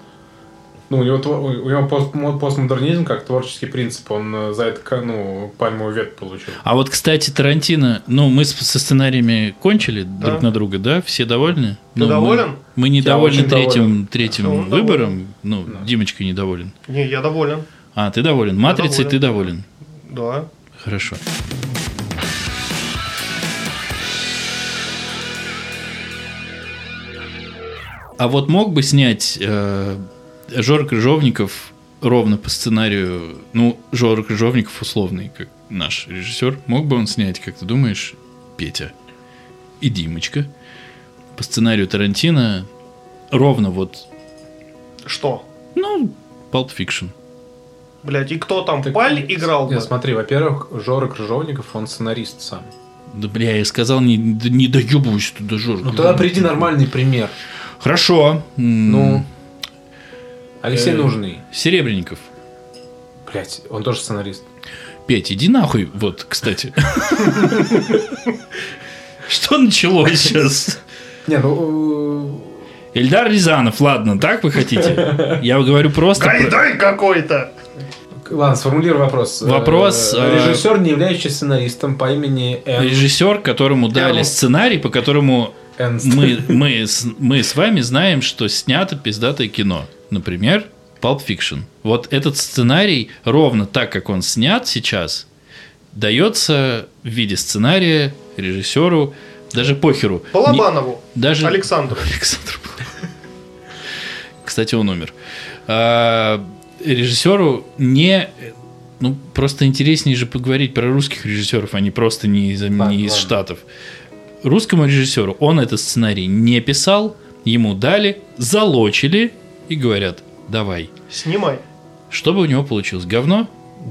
S1: Ну, у него, тво- у него пост- мо- постмодернизм как творческий принцип, он э, за это ка- ну, пальмовый век получил.
S3: А вот, кстати, Тарантино, ну, мы с- со сценариями кончили друг на друга, да? Все довольны?
S2: Ты
S3: Ну, мы-
S2: доволен?
S3: Мы, недовольны
S1: очень доволен.
S3: третьим, третьим
S2: Да, он
S3: выбором. Ну, Димочка недоволен.
S2: Не, я доволен.
S3: А, ты доволен. Матрицей ты доволен.
S2: Да.
S3: Хорошо. А вот мог бы снять э, Жора Крыжовников ровно по сценарию, ну, Жора Крыжовников условный, как наш режиссер, мог бы он снять, как ты думаешь, Петя и Димочка по сценарию Тарантино ровно вот,
S2: Что?
S3: ну, Pulp Fiction.
S2: Блять, и кто там?
S1: Так,
S2: Паль играл бы?
S1: Нет, смотри, во-первых, Жора Крыжовников, он сценарист сам.
S3: Да, бля, я сказал, не, не доебываюсь туда, Жора.
S1: Ну тогда приди нормальный пример.
S3: Хорошо. М,
S1: Ну, Алексей
S3: Э.
S1: Нужный.
S3: Серебренников.
S1: Блять, он тоже сценарист.
S3: Петь, иди нахуй. Вот, кстати. Что началось сейчас?
S1: Не, ну...
S3: Эльдар Рязанов, ладно, так вы хотите? Я говорю просто... про-
S2: Гайдай какой-то!
S1: э, Ладно, сформулируй вопрос. Э,
S3: Вопрос, э,
S1: Режиссер, не являющийся сценаристом по имени Эн-
S3: Режиссер, которому дали
S1: Эрл.
S3: сценарий, по которому
S1: Энст.
S3: мы, мы, с- мы с вами знаем, что снято пиздатое кино. Например, Pulp Fiction. Вот этот сценарий, ровно так, как он снят сейчас, дается в виде сценария режиссеру, даже похеру. Не-
S2: Балабанову.
S3: даже
S2: Александру.
S3: Александр Балабанов. Кстати, он умер. А, Режиссеру не... Ну, просто интереснее же поговорить про русских режиссеров, а не просто не из, не
S1: ладно.
S3: из Штатов. Русскому режиссеру он этот сценарий не писал, ему дали, залочили и говорят, давай.
S2: Снимай.
S3: Что бы у него получилось? Говно?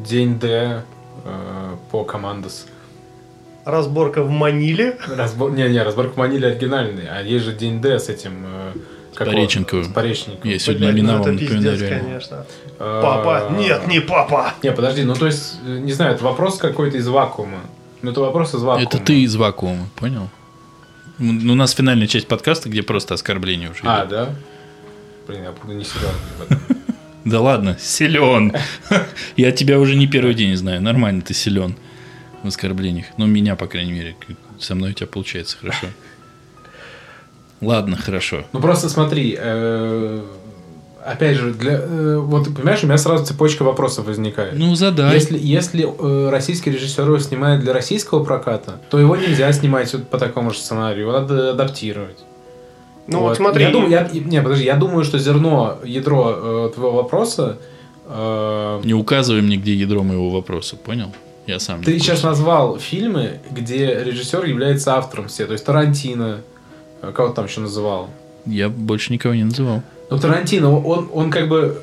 S1: День Д э, по Командос.
S2: Разборка в Маниле.
S1: Разбор... Не, не, разборка Манили оригинальный, а есть же День Д с этим... э, как его?
S3: Пореченковым.
S1: С Пореченковым.
S3: Я сегодня
S2: Блядь, ну
S3: номиновал,
S2: это
S3: напоминаю,
S2: пиздец,
S3: реально.
S2: конечно.
S1: Э,
S2: Папа. Нет, не папа.
S1: Не, подожди, ну то есть, э, не знаю, это вопрос какой-то из вакуума. Ну это вопрос из вакуума.
S3: Это ты из вакуума, понял? М, У нас финальная часть подкаста, где просто оскорбление уже.
S1: А,
S3: идет.
S1: да? Блин, я буду не силен.
S3: Да ладно, силен. Я тебя уже не первый день знаю. Нормально ты силен в оскорблениях. Ну, меня, по крайней мере. Со мной у тебя получается хорошо. Ладно, хорошо.
S1: Ну просто смотри, э, опять же, для, э, вот понимаешь, у меня сразу цепочка вопросов возникает.
S3: Ну, задай.
S1: Если, если э, российский режиссер его снимает для российского проката, то его нельзя снимать вот по такому же сценарию, его надо адаптировать.
S2: Ну вот
S1: Вот.
S2: смотри.
S1: Я думаю, я- не, подожди, я думаю, что зерно, ядро э, твоего вопроса, э,
S3: Не указывай мне, где ядро моего вопроса, понял? Я сам. не
S1: ты
S3: в курсе.
S1: сейчас назвал фильмы, где режиссер является автором все, то есть Тарантино, э, кого ты там еще называл.
S3: Я больше никого не называл.
S1: Ну, Тарантино, он, он как бы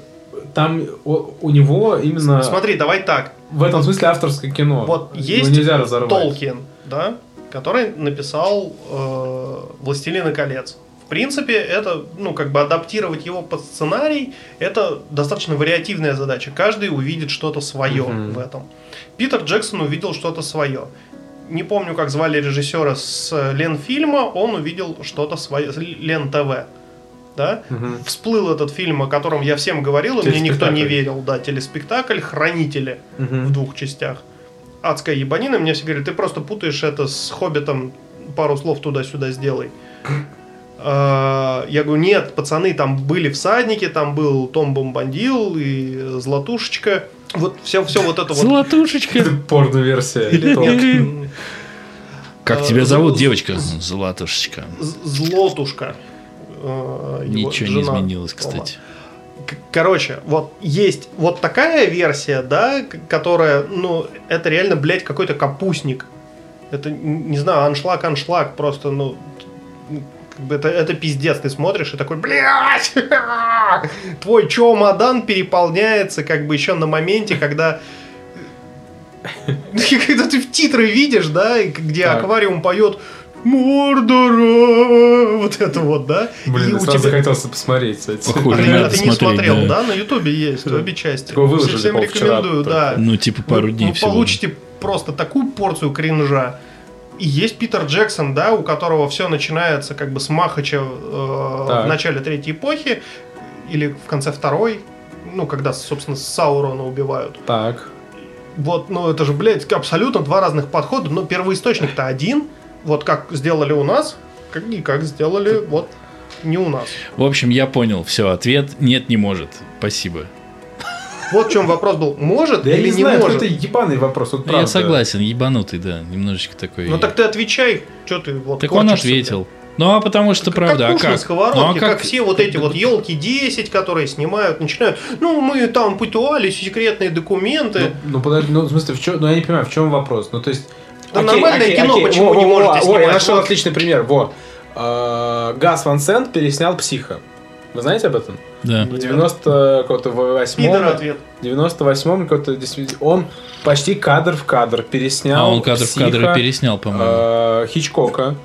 S1: там о- у него именно
S2: Смотри, давай так.
S1: в этом смысле авторское кино.
S2: Вот
S1: Его
S2: есть
S1: Ну, нельзя разорвать.
S2: Толкин, да, который написал э, «Властелина колец». В принципе, это, ну, как бы адаптировать его под сценарий, это достаточно вариативная задача. Каждый увидит что-то свое
S1: Мгм.
S2: в этом. Питер Джексон увидел что-то свое. Не помню, как звали режиссера с э, Ленфильма, он увидел что-то свое, с Лен ТВ, да?
S1: Мгм.
S2: Всплыл этот фильм, о котором я всем говорил, и мне никто не
S1: Телеспектакль.
S2: верил, да, телеспектакль «Хранители»
S1: Мгм.
S2: в двух частях. Адская ебанина. Мне все говорят, ты просто путаешь это с Хоббитом. Пару слов туда-сюда сделай. А, Я говорю, нет, пацаны, там были всадники, там был Том Бомбандил и Златушечка. Вот все, все вот это вот.
S3: Золотушечка.
S1: Порно-версия. Толкина.
S3: Как
S2: А,
S3: тебя зовут,
S2: з-
S3: девочка? Золотушечка.
S2: З- Злотушка. а, его
S3: Ничего не
S2: жена.
S3: изменилось, кстати.
S2: К- Короче, вот есть вот такая версия, да, к- которая, ну, это реально, блядь, какой-то капустник. Это, н- не знаю, аншлаг, аншлаг, просто, ну, т- как бы это, это пиздец, ты смотришь и такой, блядь, твой чемодан переполняется, как бы еще на моменте, когда когда ты в титры видишь, да, и к- где
S1: Так.
S2: аквариум поет Мордора, вот это вот, да? и
S1: Блин,
S2: у
S1: сразу
S2: тебя-
S1: захотелся посмотреть, кстати.
S3: Похуй. Уже
S2: а ты,
S3: надо
S2: а ты не
S3: смотреть,
S2: смотрел,
S3: да.
S2: да? На Ютубе есть обе части.
S1: Такое выложили,
S2: Всем
S1: по-моему, вчера
S2: рекомендую,
S1: только.
S2: да.
S3: Ну, типа
S2: Вы-
S3: пару дней
S2: вы
S3: всего.
S2: получите просто такую порцию кринжа. И есть Питер Джексон, да, у которого все начинается как бы с Махача э,
S1: Так.
S2: в начале третьей эпохи или в конце второй, ну, когда, собственно, Саурона убивают.
S1: Так.
S2: Вот, ну, это же, блядь, абсолютно два разных подхода, но первоисточник-то один, вот как сделали у нас, как, и как сделали вот не у нас.
S3: В общем, я понял. Все, ответ нет, не может. Спасибо.
S2: Вот в чем вопрос был, может
S1: Да я
S2: или
S1: не
S2: не,
S1: знаю,
S2: может.
S1: это ебаный вопрос, вот Ну, правда.
S3: Ну, Я согласен, ебанутый, да. Немножечко такой.
S2: Ну так ты отвечай, что ты вот
S3: Так он
S2: корчишься,
S3: ответил. Ну а потому что
S2: как
S3: правда, а
S2: куш на
S3: как?
S2: сковородке,
S3: Ну, а
S2: как? все вот эти вот елки 10, которые снимают, начинают. Ну, мы там пытались, секретные документы.
S1: Ну, ну, подожди, ну, в смысле, в чем, ну, я не понимаю, в чем вопрос? Ну, то есть...
S2: Да нормальное кино, почему не можете
S1: о,
S2: снимать?
S1: я нашел
S2: Вот.
S1: отличный пример, во. Э, Газ Ван Сент переснял «Психа». Вы знаете об этом?
S3: Да.
S1: В 90 какого-то
S2: Пидор
S1: 98
S2: ответ.
S1: 98-м какой-то действительно... Он почти кадр в кадр переснял
S3: А он кадр в кадр
S1: «Психа»,
S3: и переснял, по-моему.
S1: э, Хичкока.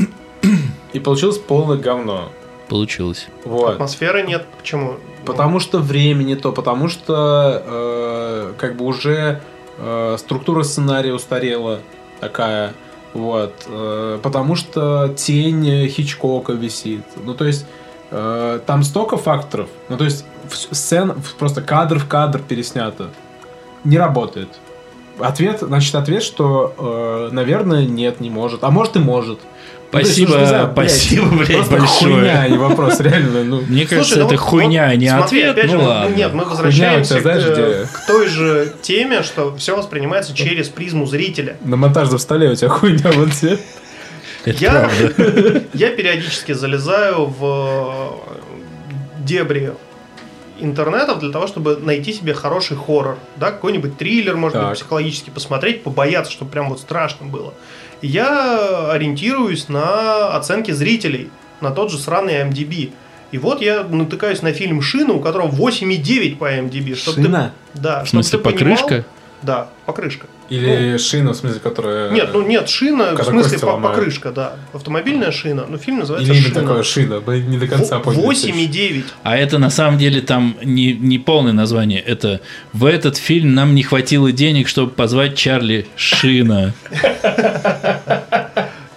S1: И получилось полное говно.
S3: Получилось.
S1: Вот.
S2: Атмосферы нет. Почему?
S1: Потому что времени то, потому что э, как бы уже э, структура сценария устарела такая, вот, э, потому что тень Хичкока висит, ну то есть э, там столько факторов, ну то есть в- сцен в- просто кадр в кадр переснято, не работает. Ответ, значит, ответ, что, э, наверное, нет, не может, а может и может. Ну, то есть,
S3: Спасибо,
S1: ну, не знаю, блядь,
S3: спасибо, блядь,
S1: просто
S3: большое.
S1: Хуйня, а не вопрос, реально, ну.
S3: Мне
S2: Слушай,
S3: кажется,
S2: ну
S3: это
S2: вот-
S3: хуйня,
S2: вот
S3: не
S2: смотри,
S3: ответ.
S2: опять же,
S3: ну
S2: мы-
S3: ладно.
S2: Нет, мы
S1: Хуйня у
S2: возвращаемся
S1: тебя, знаешь,
S2: к, э,
S1: где?
S2: к той же теме, что все воспринимается через призму зрителя.
S1: На монтажном столе у тебя хуйня вот те.
S3: Это
S2: Я,
S3: правда.
S2: я периодически залезаю в э, дебри интернетов для того, чтобы найти себе хороший хоррор, да, какой-нибудь триллер, может
S1: Так.
S2: быть, психологически посмотреть, побояться, чтобы прям вот страшно было. И Я ориентируюсь на оценки зрителей, на тот же сраный MDB. И вот я натыкаюсь на фильм «Шина», у которого 8,9 по MDB. Чтоб ты- да,
S3: В
S2: чтоб
S3: смысле,
S2: ты понимал-
S3: покрышка?
S2: да, покрышка.
S1: Или шина, в смысле, которая...
S2: Ну. Нет, ну нет, шина, в
S1: Когда
S2: смысле
S1: кости
S2: по-
S1: ломают.
S2: покрышка, да. Автомобильная шина, но фильм называется
S1: Или имя
S2: «Шина».
S1: такое шина, мы не до конца поняли.
S2: 8,9.
S3: А это на самом деле там не, не полное название. Это в этот фильм нам не хватило денег, чтобы позвать Чарли Шина.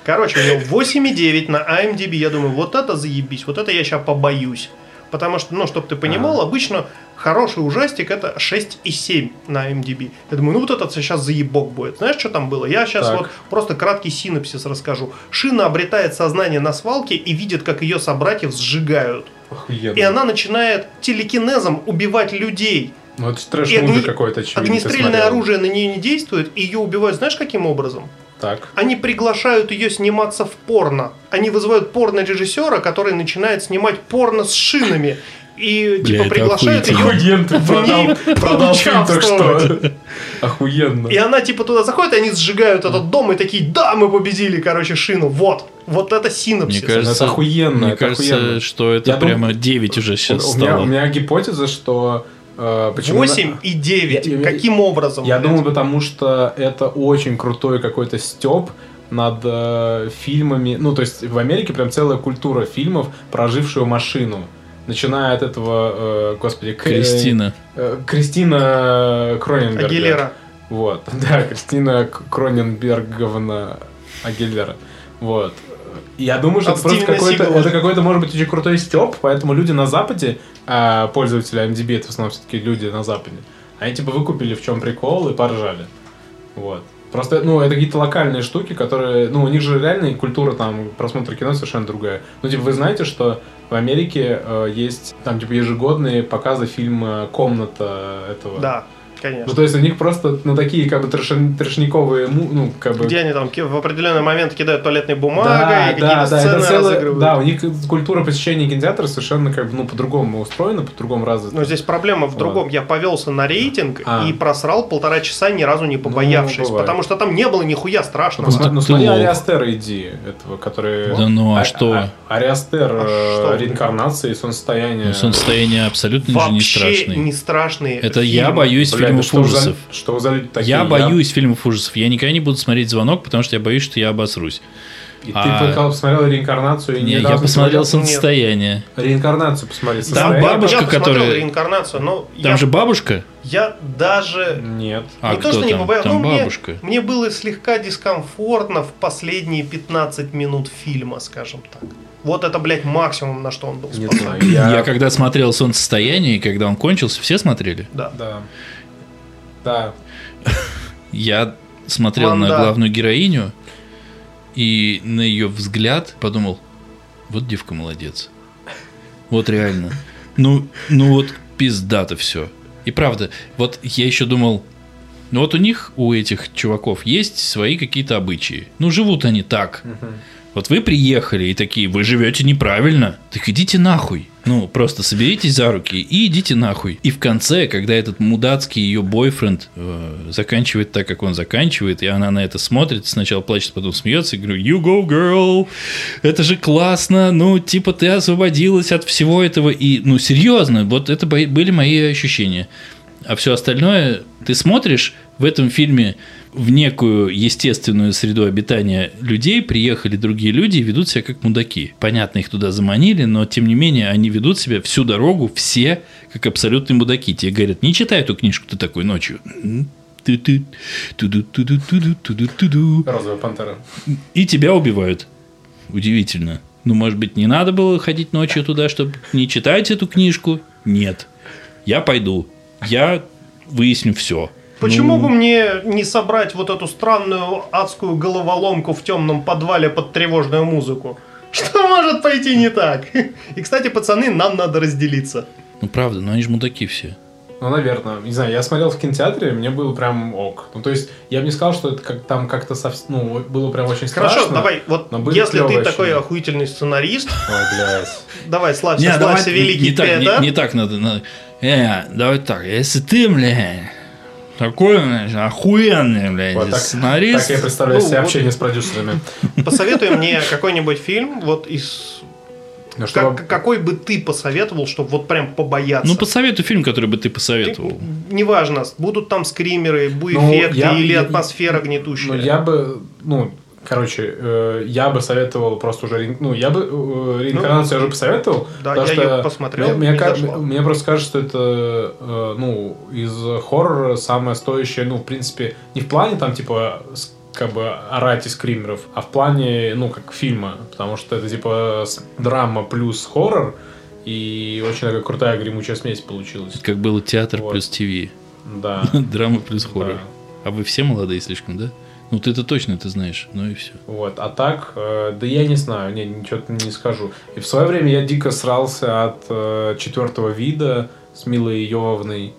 S2: Короче, у него 8,9 на А IMDb. Я думаю, вот это заебись, вот это я сейчас побоюсь. Потому что, ну, чтобы ты
S1: А.
S2: понимал, обычно хороший ужастик это 6,7 на А MDB. Я думаю, ну вот этот сейчас заебок будет. Знаешь, что там было? Я сейчас
S1: Так.
S2: вот просто краткий синапсис расскажу. Шина обретает сознание на свалке и видит, как ее собратьев сжигают. И
S1: Охуенно.
S2: она начинает телекинезом убивать людей.
S1: Ну, это трэш
S2: и огни-
S1: мужик какой-то, очевидно, ты
S2: Огнестрельное
S1: смотрел.
S2: оружие на нее не действует, и ее убивают, знаешь, каким образом?
S1: Так.
S2: Они приглашают ее сниматься в порно. Они вызывают порно-режиссера, который начинает снимать порно с шинами. И
S3: Бля, это
S2: типа приглашают
S3: охуительно.
S2: ее.
S1: Охуенно, ты
S2: в
S1: продал,
S2: ней
S1: продал фильм только что.
S2: поучаствовать.
S1: Охуенно.
S2: И она типа туда заходит, и они сжигают этот дом и такие, да, мы победили, короче, шину. Вот. Вот это синапсис.
S3: Мне кажется,
S1: Ну, это охуенно,
S3: Мне
S1: это
S3: кажется,
S1: охуенно.
S3: что это
S1: Я дум-
S3: прямо 9 уже сейчас
S1: У меня,
S3: стало.
S1: у меня гипотеза, что... э, почему
S2: 8 и 9.
S1: Я- я-
S2: Каким образом?
S1: Я
S2: блядь?
S1: думаю, потому что это очень крутой какой-то степ над э, фильмами. Ну, то есть в Америке прям целая культура фильмов, прожившую машину. Начиная от этого, э, господи, К-
S3: Кристина.
S1: э, Кристина э, Кроненберг.
S2: Агилера.
S1: Вот, да, Кристина К- Кроненберговна Агилера. Вот. Я думаю, что
S2: От
S1: это просто
S2: Стивена
S1: какой-то,
S2: Сигала.
S1: это какой-то, может быть, очень крутой степ, поэтому люди на Западе, а пользователи MDB, это в основном все-таки люди на Западе, они типа выкупили в чем прикол и поржали. Вот. Просто, ну, это какие-то локальные штуки, которые, ну, у них же реально и культура там просмотра кино совершенно другая. Ну, типа, вы знаете, что в Америке э, есть там, типа, ежегодные показы фильма «Комната» этого.
S2: Да,
S1: Ну,
S2: конечно.
S1: то есть у них просто, ну, такие, как бы, трешен- трешниковые, му- ну, как бы...
S2: Где они там ки- в определенный момент кидают туалетной
S1: да,
S2: бумагой, и
S1: да,
S2: какие-то
S1: да, это
S2: сцены
S1: целое,
S2: разыгрывают.
S1: да, у них культура посещения кинотеатра совершенно как бы, ну, по-другому устроена, по-другому развита.
S2: Но Ну, здесь проблема в
S1: Вот.
S2: другом. Я повелся на рейтинг
S1: А.
S2: и просрал полтора часа, ни разу не
S3: Ну,
S2: побоявшись.
S1: бывает.
S2: потому что там не было нихуя
S1: Ну,
S2: страшного.
S1: посмотри,
S3: так
S1: ну,
S3: ты
S1: смотри
S3: лох.
S1: Ариастера иди, этого, который...
S3: Да ну, а
S1: А-
S3: что?
S1: а- Ариастер,
S2: А что?
S1: э, реинкарнация и солнцестояние.
S3: Ну, Солнцестояние абсолютно же не
S2: Вообще
S3: страшный.
S2: не страшные.
S3: Это я
S2: фильмы.
S3: боюсь
S1: Бля, да
S3: фильмов
S1: что вы за-
S3: ужасов.
S1: Что вы за люди такие?
S3: я боюсь фильмов ужасов. Я никогда не буду смотреть звонок, потому что я боюсь, что я обосрусь.
S1: И
S3: А-
S1: ты пока посмотрел реинкарнацию и не
S3: Не, я
S1: должен
S3: посмотрел
S1: смотреть.
S3: состояние.
S1: Реинкарнацию посмотри.
S3: Там
S1: состояние.
S3: бабушка,
S2: я посмотрел
S3: которая-
S2: реинкарнацию, но
S3: Там
S2: я,
S3: же бабушка?
S2: я даже
S1: Нет.
S3: А
S2: не то,
S3: кто
S2: что не
S3: там?
S2: побоялся,
S3: Там
S2: но мне-
S3: бабушка.
S2: Мне, было слегка дискомфортно в последние 15 минут фильма, скажем так. Вот это, блядь, максимум, на что он был
S1: Не
S2: способен.
S1: знаю.
S3: Я...
S1: Я,
S3: когда смотрел «Солнцестояние», и когда он кончился, все смотрели?
S2: Да.
S1: Да. Да.
S3: Я смотрел на
S2: Ванда.
S3: главную героиню и на ее взгляд подумал, вот девка молодец. Вот реально. Ну, ну вот пизда-то все. И правда, вот я еще думал, ну вот у них, у этих чуваков, есть свои какие-то обычаи. Ну, живут они так.
S1: Мгм.
S3: Вот вы приехали и такие, вы живете неправильно. Так идите нахуй. Ну, просто соберитесь за руки и идите нахуй. И в конце, когда этот мудацкий ее бойфренд э, заканчивает так, как он заканчивает, и она на это смотрит, сначала плачет, потом смеется, и говорю, you go, girl, это же классно, ну, типа, ты освободилась от всего этого, и, ну, серьезно, вот это бои- были мои ощущения. А все остальное, ты смотришь в этом фильме в некую естественную среду обитания людей приехали другие люди и ведут себя как мудаки. Понятно, их туда заманили, но тем не менее они ведут себя всю дорогу все как абсолютные мудаки. Тебе говорят, не читай эту книжку, ты такой ночью. «М, ту-ту, ту-ду, ту-ду, ту-ду, ту-ду, ту-ду».
S1: Розовая пантера.
S3: И тебя убивают. Удивительно. Ну, может быть, не надо было ходить ночью туда, чтобы не читать эту книжку? Нет. Я пойду. Я выясню все.
S2: Почему бы мне не собрать вот эту странную адскую головоломку в темном подвале под тревожную музыку? Что может пойти не так? И, кстати, пацаны, нам надо разделиться.
S3: Ну, правда, но они же мудаки все.
S1: Ну, наверное. Не знаю, я смотрел в кинотеатре, мне было прям ок. Ну, то есть, я бы не сказал, что это как там как-то совсем... Ну, было прям очень страшно.
S2: Хорошо, давай, вот
S1: но были
S2: если ты
S1: клевые
S2: такой
S1: ощущения.
S2: охуительный сценарист,
S1: Ой, блядь.
S2: давай, славься,
S3: Не,
S2: славься,
S3: давай,
S2: великий
S3: не, так,
S2: педа.
S3: не, не так надо. надо. Э, давай так, если ты, блядь, такой, блядь, охуенный, блядь,
S1: Вот так-
S3: сценарист.
S1: Так я представляю
S2: Ну,
S1: себе
S2: вот-
S1: общение с продюсерами.
S2: Посоветуй мне какой-нибудь фильм, вот из...
S1: Ну, чтобы-
S2: как- какой бы ты посоветовал, чтобы вот прям побояться?
S3: Ну, посоветуй фильм, который бы ты посоветовал.
S2: Неважно, будут там скримеры,
S1: Ну,
S2: буэффекты
S1: я-
S2: или
S1: я-
S2: атмосфера гнетущая.
S1: Ну, я бы, ну, короче, э, я бы советовал просто уже, реин- ну, я бы э, реинкарнацию я уже посоветовал.
S2: Ну, да,
S1: потому
S2: я
S1: что
S2: её посмотрел,
S1: мне- Мне,
S2: не
S1: ка-
S2: зашла.
S1: мне просто кажется, что это, э, ну, из хоррора самое стоящее, ну, в принципе, не в плане там, типа, с- как бы орать и скримеров, а в плане, ну, как фильма, потому что это, типа, с- драма плюс хоррор, и очень такая крутая гремучая смесь получилась.
S3: Как было театр
S1: Вот.
S3: плюс ТВ.
S1: Да.
S3: Драма плюс хоррор.
S1: Да.
S3: А вы все молодые слишком, да? Ну, ты это точно это знаешь. Ну и все.
S1: Вот, а так, э, да я не знаю, не, ничего не скажу. И в свое время я дико срался от э, четвертого вида с Милой Йовной,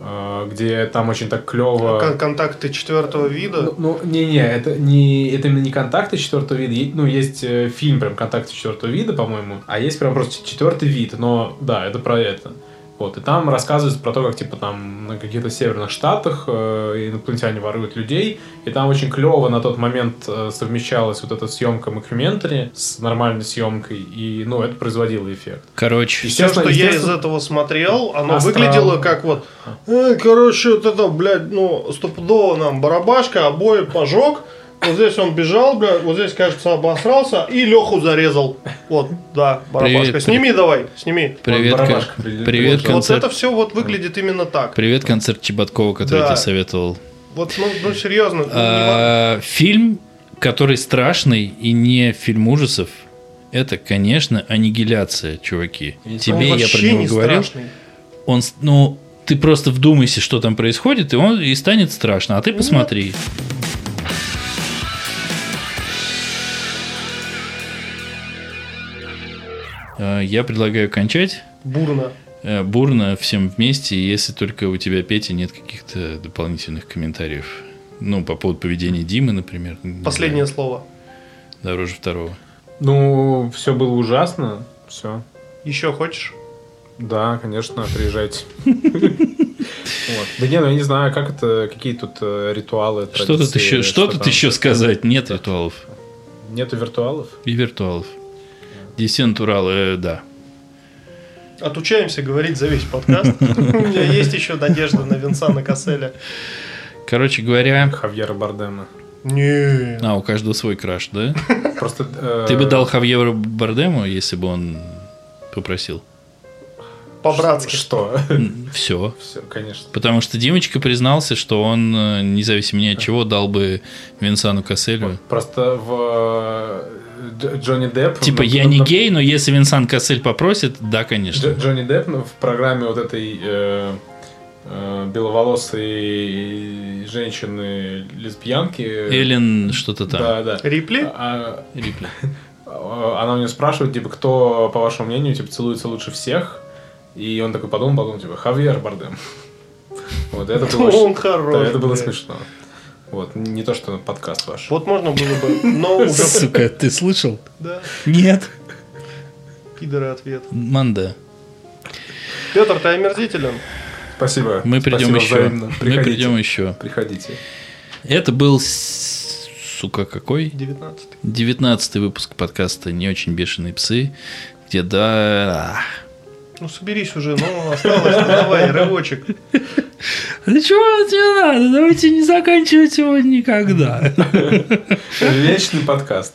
S1: э, где там очень так клево.
S2: Кон- контакты четвертого вида.
S1: Ну, не-не, это не это именно не контакты четвертого вида. Е- Ну, есть э, фильм прям контакты четвертого вида, по-моему, а есть прям просто четвертый вид, но да, это про это. Вот, и там рассказывается про то, как, типа, там на каких-то северных штатах э, инопланетяне воруют людей, и там очень клево на тот момент э, совмещалась вот эта съемка мокюментари с нормальной съемкой, и, ну, это производило эффект.
S3: Короче,
S2: Все, что я из
S1: естественно-
S2: этого смотрел, оно
S1: Астрал.
S2: выглядело как вот, «Э, короче, вот это, блядь, ну, стопудово нам барабашка, обои пожег, вот здесь он бежал, бля, вот здесь, кажется, обосрался и Леху зарезал. Вот, да, барабашка.
S3: Привет,
S2: сними давай, сними.
S3: привет, кон-
S1: барабашка при-
S3: привет,
S1: Вот
S2: Вот
S3: концерт.
S2: это все вот выглядит именно так.
S3: Привет, концерт Чеботкова, который
S2: Да.
S3: я тебе советовал.
S2: Вот, ну, ну, серьезно. ну, не ва-
S3: А, Фильм, который страшный и не фильм ужасов, это, конечно, аннигиляция, чуваки.
S1: Я не
S2: он
S3: Тебе я про
S2: вообще
S3: него
S2: не
S3: говорил.
S2: страшный.
S3: Он, с- ну, ты просто вдумайся, что там происходит, и он и станет страшно. А ты посмотри. А, Я предлагаю кончать
S2: Бурно.
S3: э, бурно всем вместе, если только у тебя, Петя, нет каких-то дополнительных комментариев. Ну, по поводу поведения Димы, например. Не
S2: Последнее
S3: знаю,
S2: слово.
S3: Дороже второго.
S1: Ну, все было ужасно, все.
S2: Еще хочешь?
S1: Да, конечно, приезжайте. Вот. Да не, ну я не знаю, как это, какие тут э, ритуалы,
S3: Что тут
S1: традиции,
S3: еще, что тут
S1: там?
S3: еще сказать? Нет ритуалов.
S1: Нету виртуалов?
S3: И виртуалов. Десентурал, э, да.
S2: Отучаемся говорить за весь подкаст. У меня есть еще надежда на Винсана Касселя.
S3: Короче говоря,
S1: Хавьера Бардема.
S2: Не.
S3: А, у каждого свой краш, да?
S1: Просто... э,
S3: Ты бы дал Хавьеру Бардему, если бы он попросил.
S2: По-братски.
S1: Что?
S3: Все.
S1: Все, конечно.
S3: Потому что Димочка признался, что он, э, независимо ни от чего, дал бы Винсану Касселю.
S1: Просто в э, Дж- Джонни Депп...
S3: Типа,
S1: ну,
S3: я
S1: ну,
S3: не
S1: на-
S3: гей, но если Винсан Кассель попросит, да,
S1: Дж-
S3: конечно.
S1: Джонни Депп ну, в программе вот этой э, э, беловолосой женщины-лесбиянки...
S3: Эллен что-то там.
S1: Да, да.
S2: Рипли?
S1: А,
S3: Рипли.
S1: а, она у него спрашивает, типа, кто, по вашему мнению, типа, целуется лучше всех? И он такой подумал, подумал, типа, Хавьер Бардем. Вот это было очень-
S2: Он хорош.
S1: да, это было
S2: блядь.
S1: смешно. Вот, не то, что подкаст ваш.
S2: Вот можно было бы, но уже...
S3: Сука, ты слышал?
S2: Да,
S3: Нет.
S2: пидоры ответ.
S3: Манда.
S2: Петр, ты омерзителен.
S1: Спасибо.
S3: Мы придем
S1: Спасибо
S3: еще.
S1: взаимно.
S3: Мы
S1: Приходите.
S3: придем еще.
S1: Приходите.
S3: Это был, с- сука, какой?
S2: 19
S3: 19 выпуск подкаста «Не очень бешеные псы», где да...
S2: Ну, соберись уже, ну, осталось, ну, давай, рывочек.
S3: Да чего тебе надо? Давайте не заканчивать его никогда.
S1: Вечный подкаст.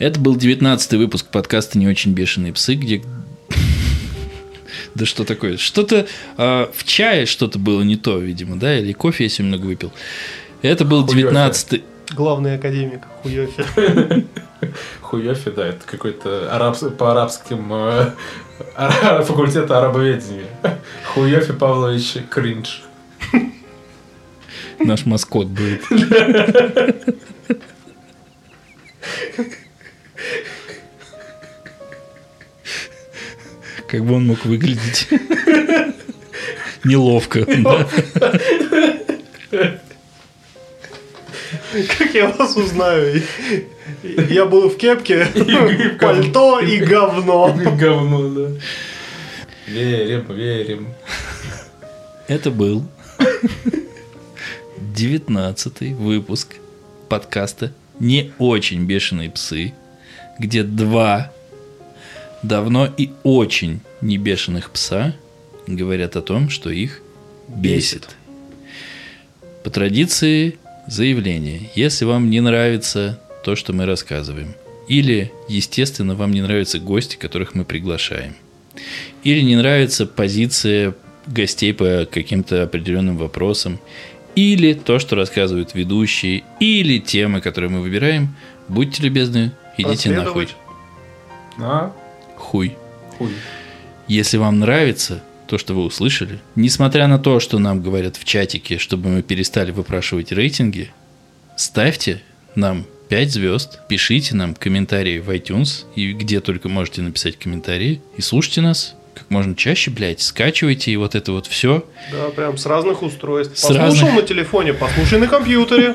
S3: Это был 19 выпуск подкаста «Не очень бешеные псы», где... Да что такое? Что-то э, в чае что-то было не то, видимо, да? Или кофе я сегодня много выпил. Это был
S1: Хуёфе.
S3: 19
S2: Главный академик, хуёфи.
S1: Хуёфи, да, это какой-то арабс- по арабским э, ара- факультета арабоведения. Хуёфи Павлович Кринж.
S3: наш маскот будет. Как бы он мог выглядеть? Неловко. да.
S2: Как я вас узнаю? Я буду в кепке,
S1: И- и
S2: пальто и говно.
S1: Говно, да. Верим, верим.
S3: Это был 19 выпуск подкаста «Не очень бешеные псы», где два давно и очень не бешеных пса говорят о том, что их бесит. По традиции заявление. Если вам не нравится то, что мы рассказываем, или, естественно, вам не нравятся гости, которых мы приглашаем, или не нравится позиция гостей по каким-то определенным вопросам, или то, что рассказывают ведущие, или темы, которые мы выбираем, будьте любезны, идите нахуй.
S2: Проследовать.
S1: А?
S3: Хуй.
S1: Хуй.
S3: Если вам нравится то, что вы услышали, несмотря на то, что нам говорят в чатике, чтобы мы перестали выпрашивать рейтинги, ставьте нам 5 звезд, пишите нам комментарии в iTunes и где только можете написать комментарии, и слушайте нас как можно чаще, блядь, скачивайте и вот это вот все.
S2: Да, прям с разных устройств.
S3: С
S2: Послушал
S3: разных.
S2: на телефоне, послушай на компьютере.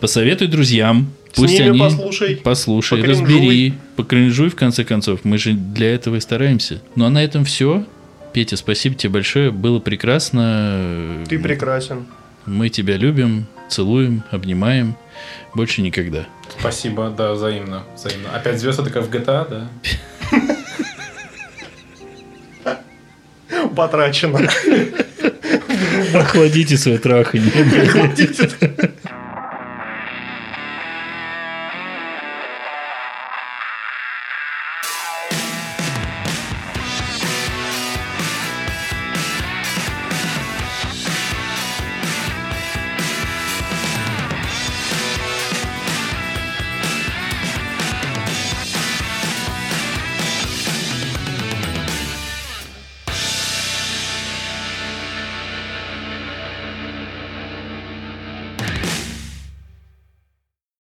S3: Посоветуй друзьям, пусть
S2: ними
S3: они
S2: послушай.
S3: послушай,
S2: Покринжуй.
S3: разбери, покринжуй в конце концов. Мы же для этого и стараемся. Ну а на этом все. Петя, спасибо тебе большое, было прекрасно.
S2: Ты прекрасен.
S3: Мы тебя любим, целуем, обнимаем. Больше никогда.
S1: Спасибо, да, взаимно. Взаимно. Опять звезд это как в GTA, да?
S2: Потрачено.
S3: Охладите свое трахание.
S2: Прекратите.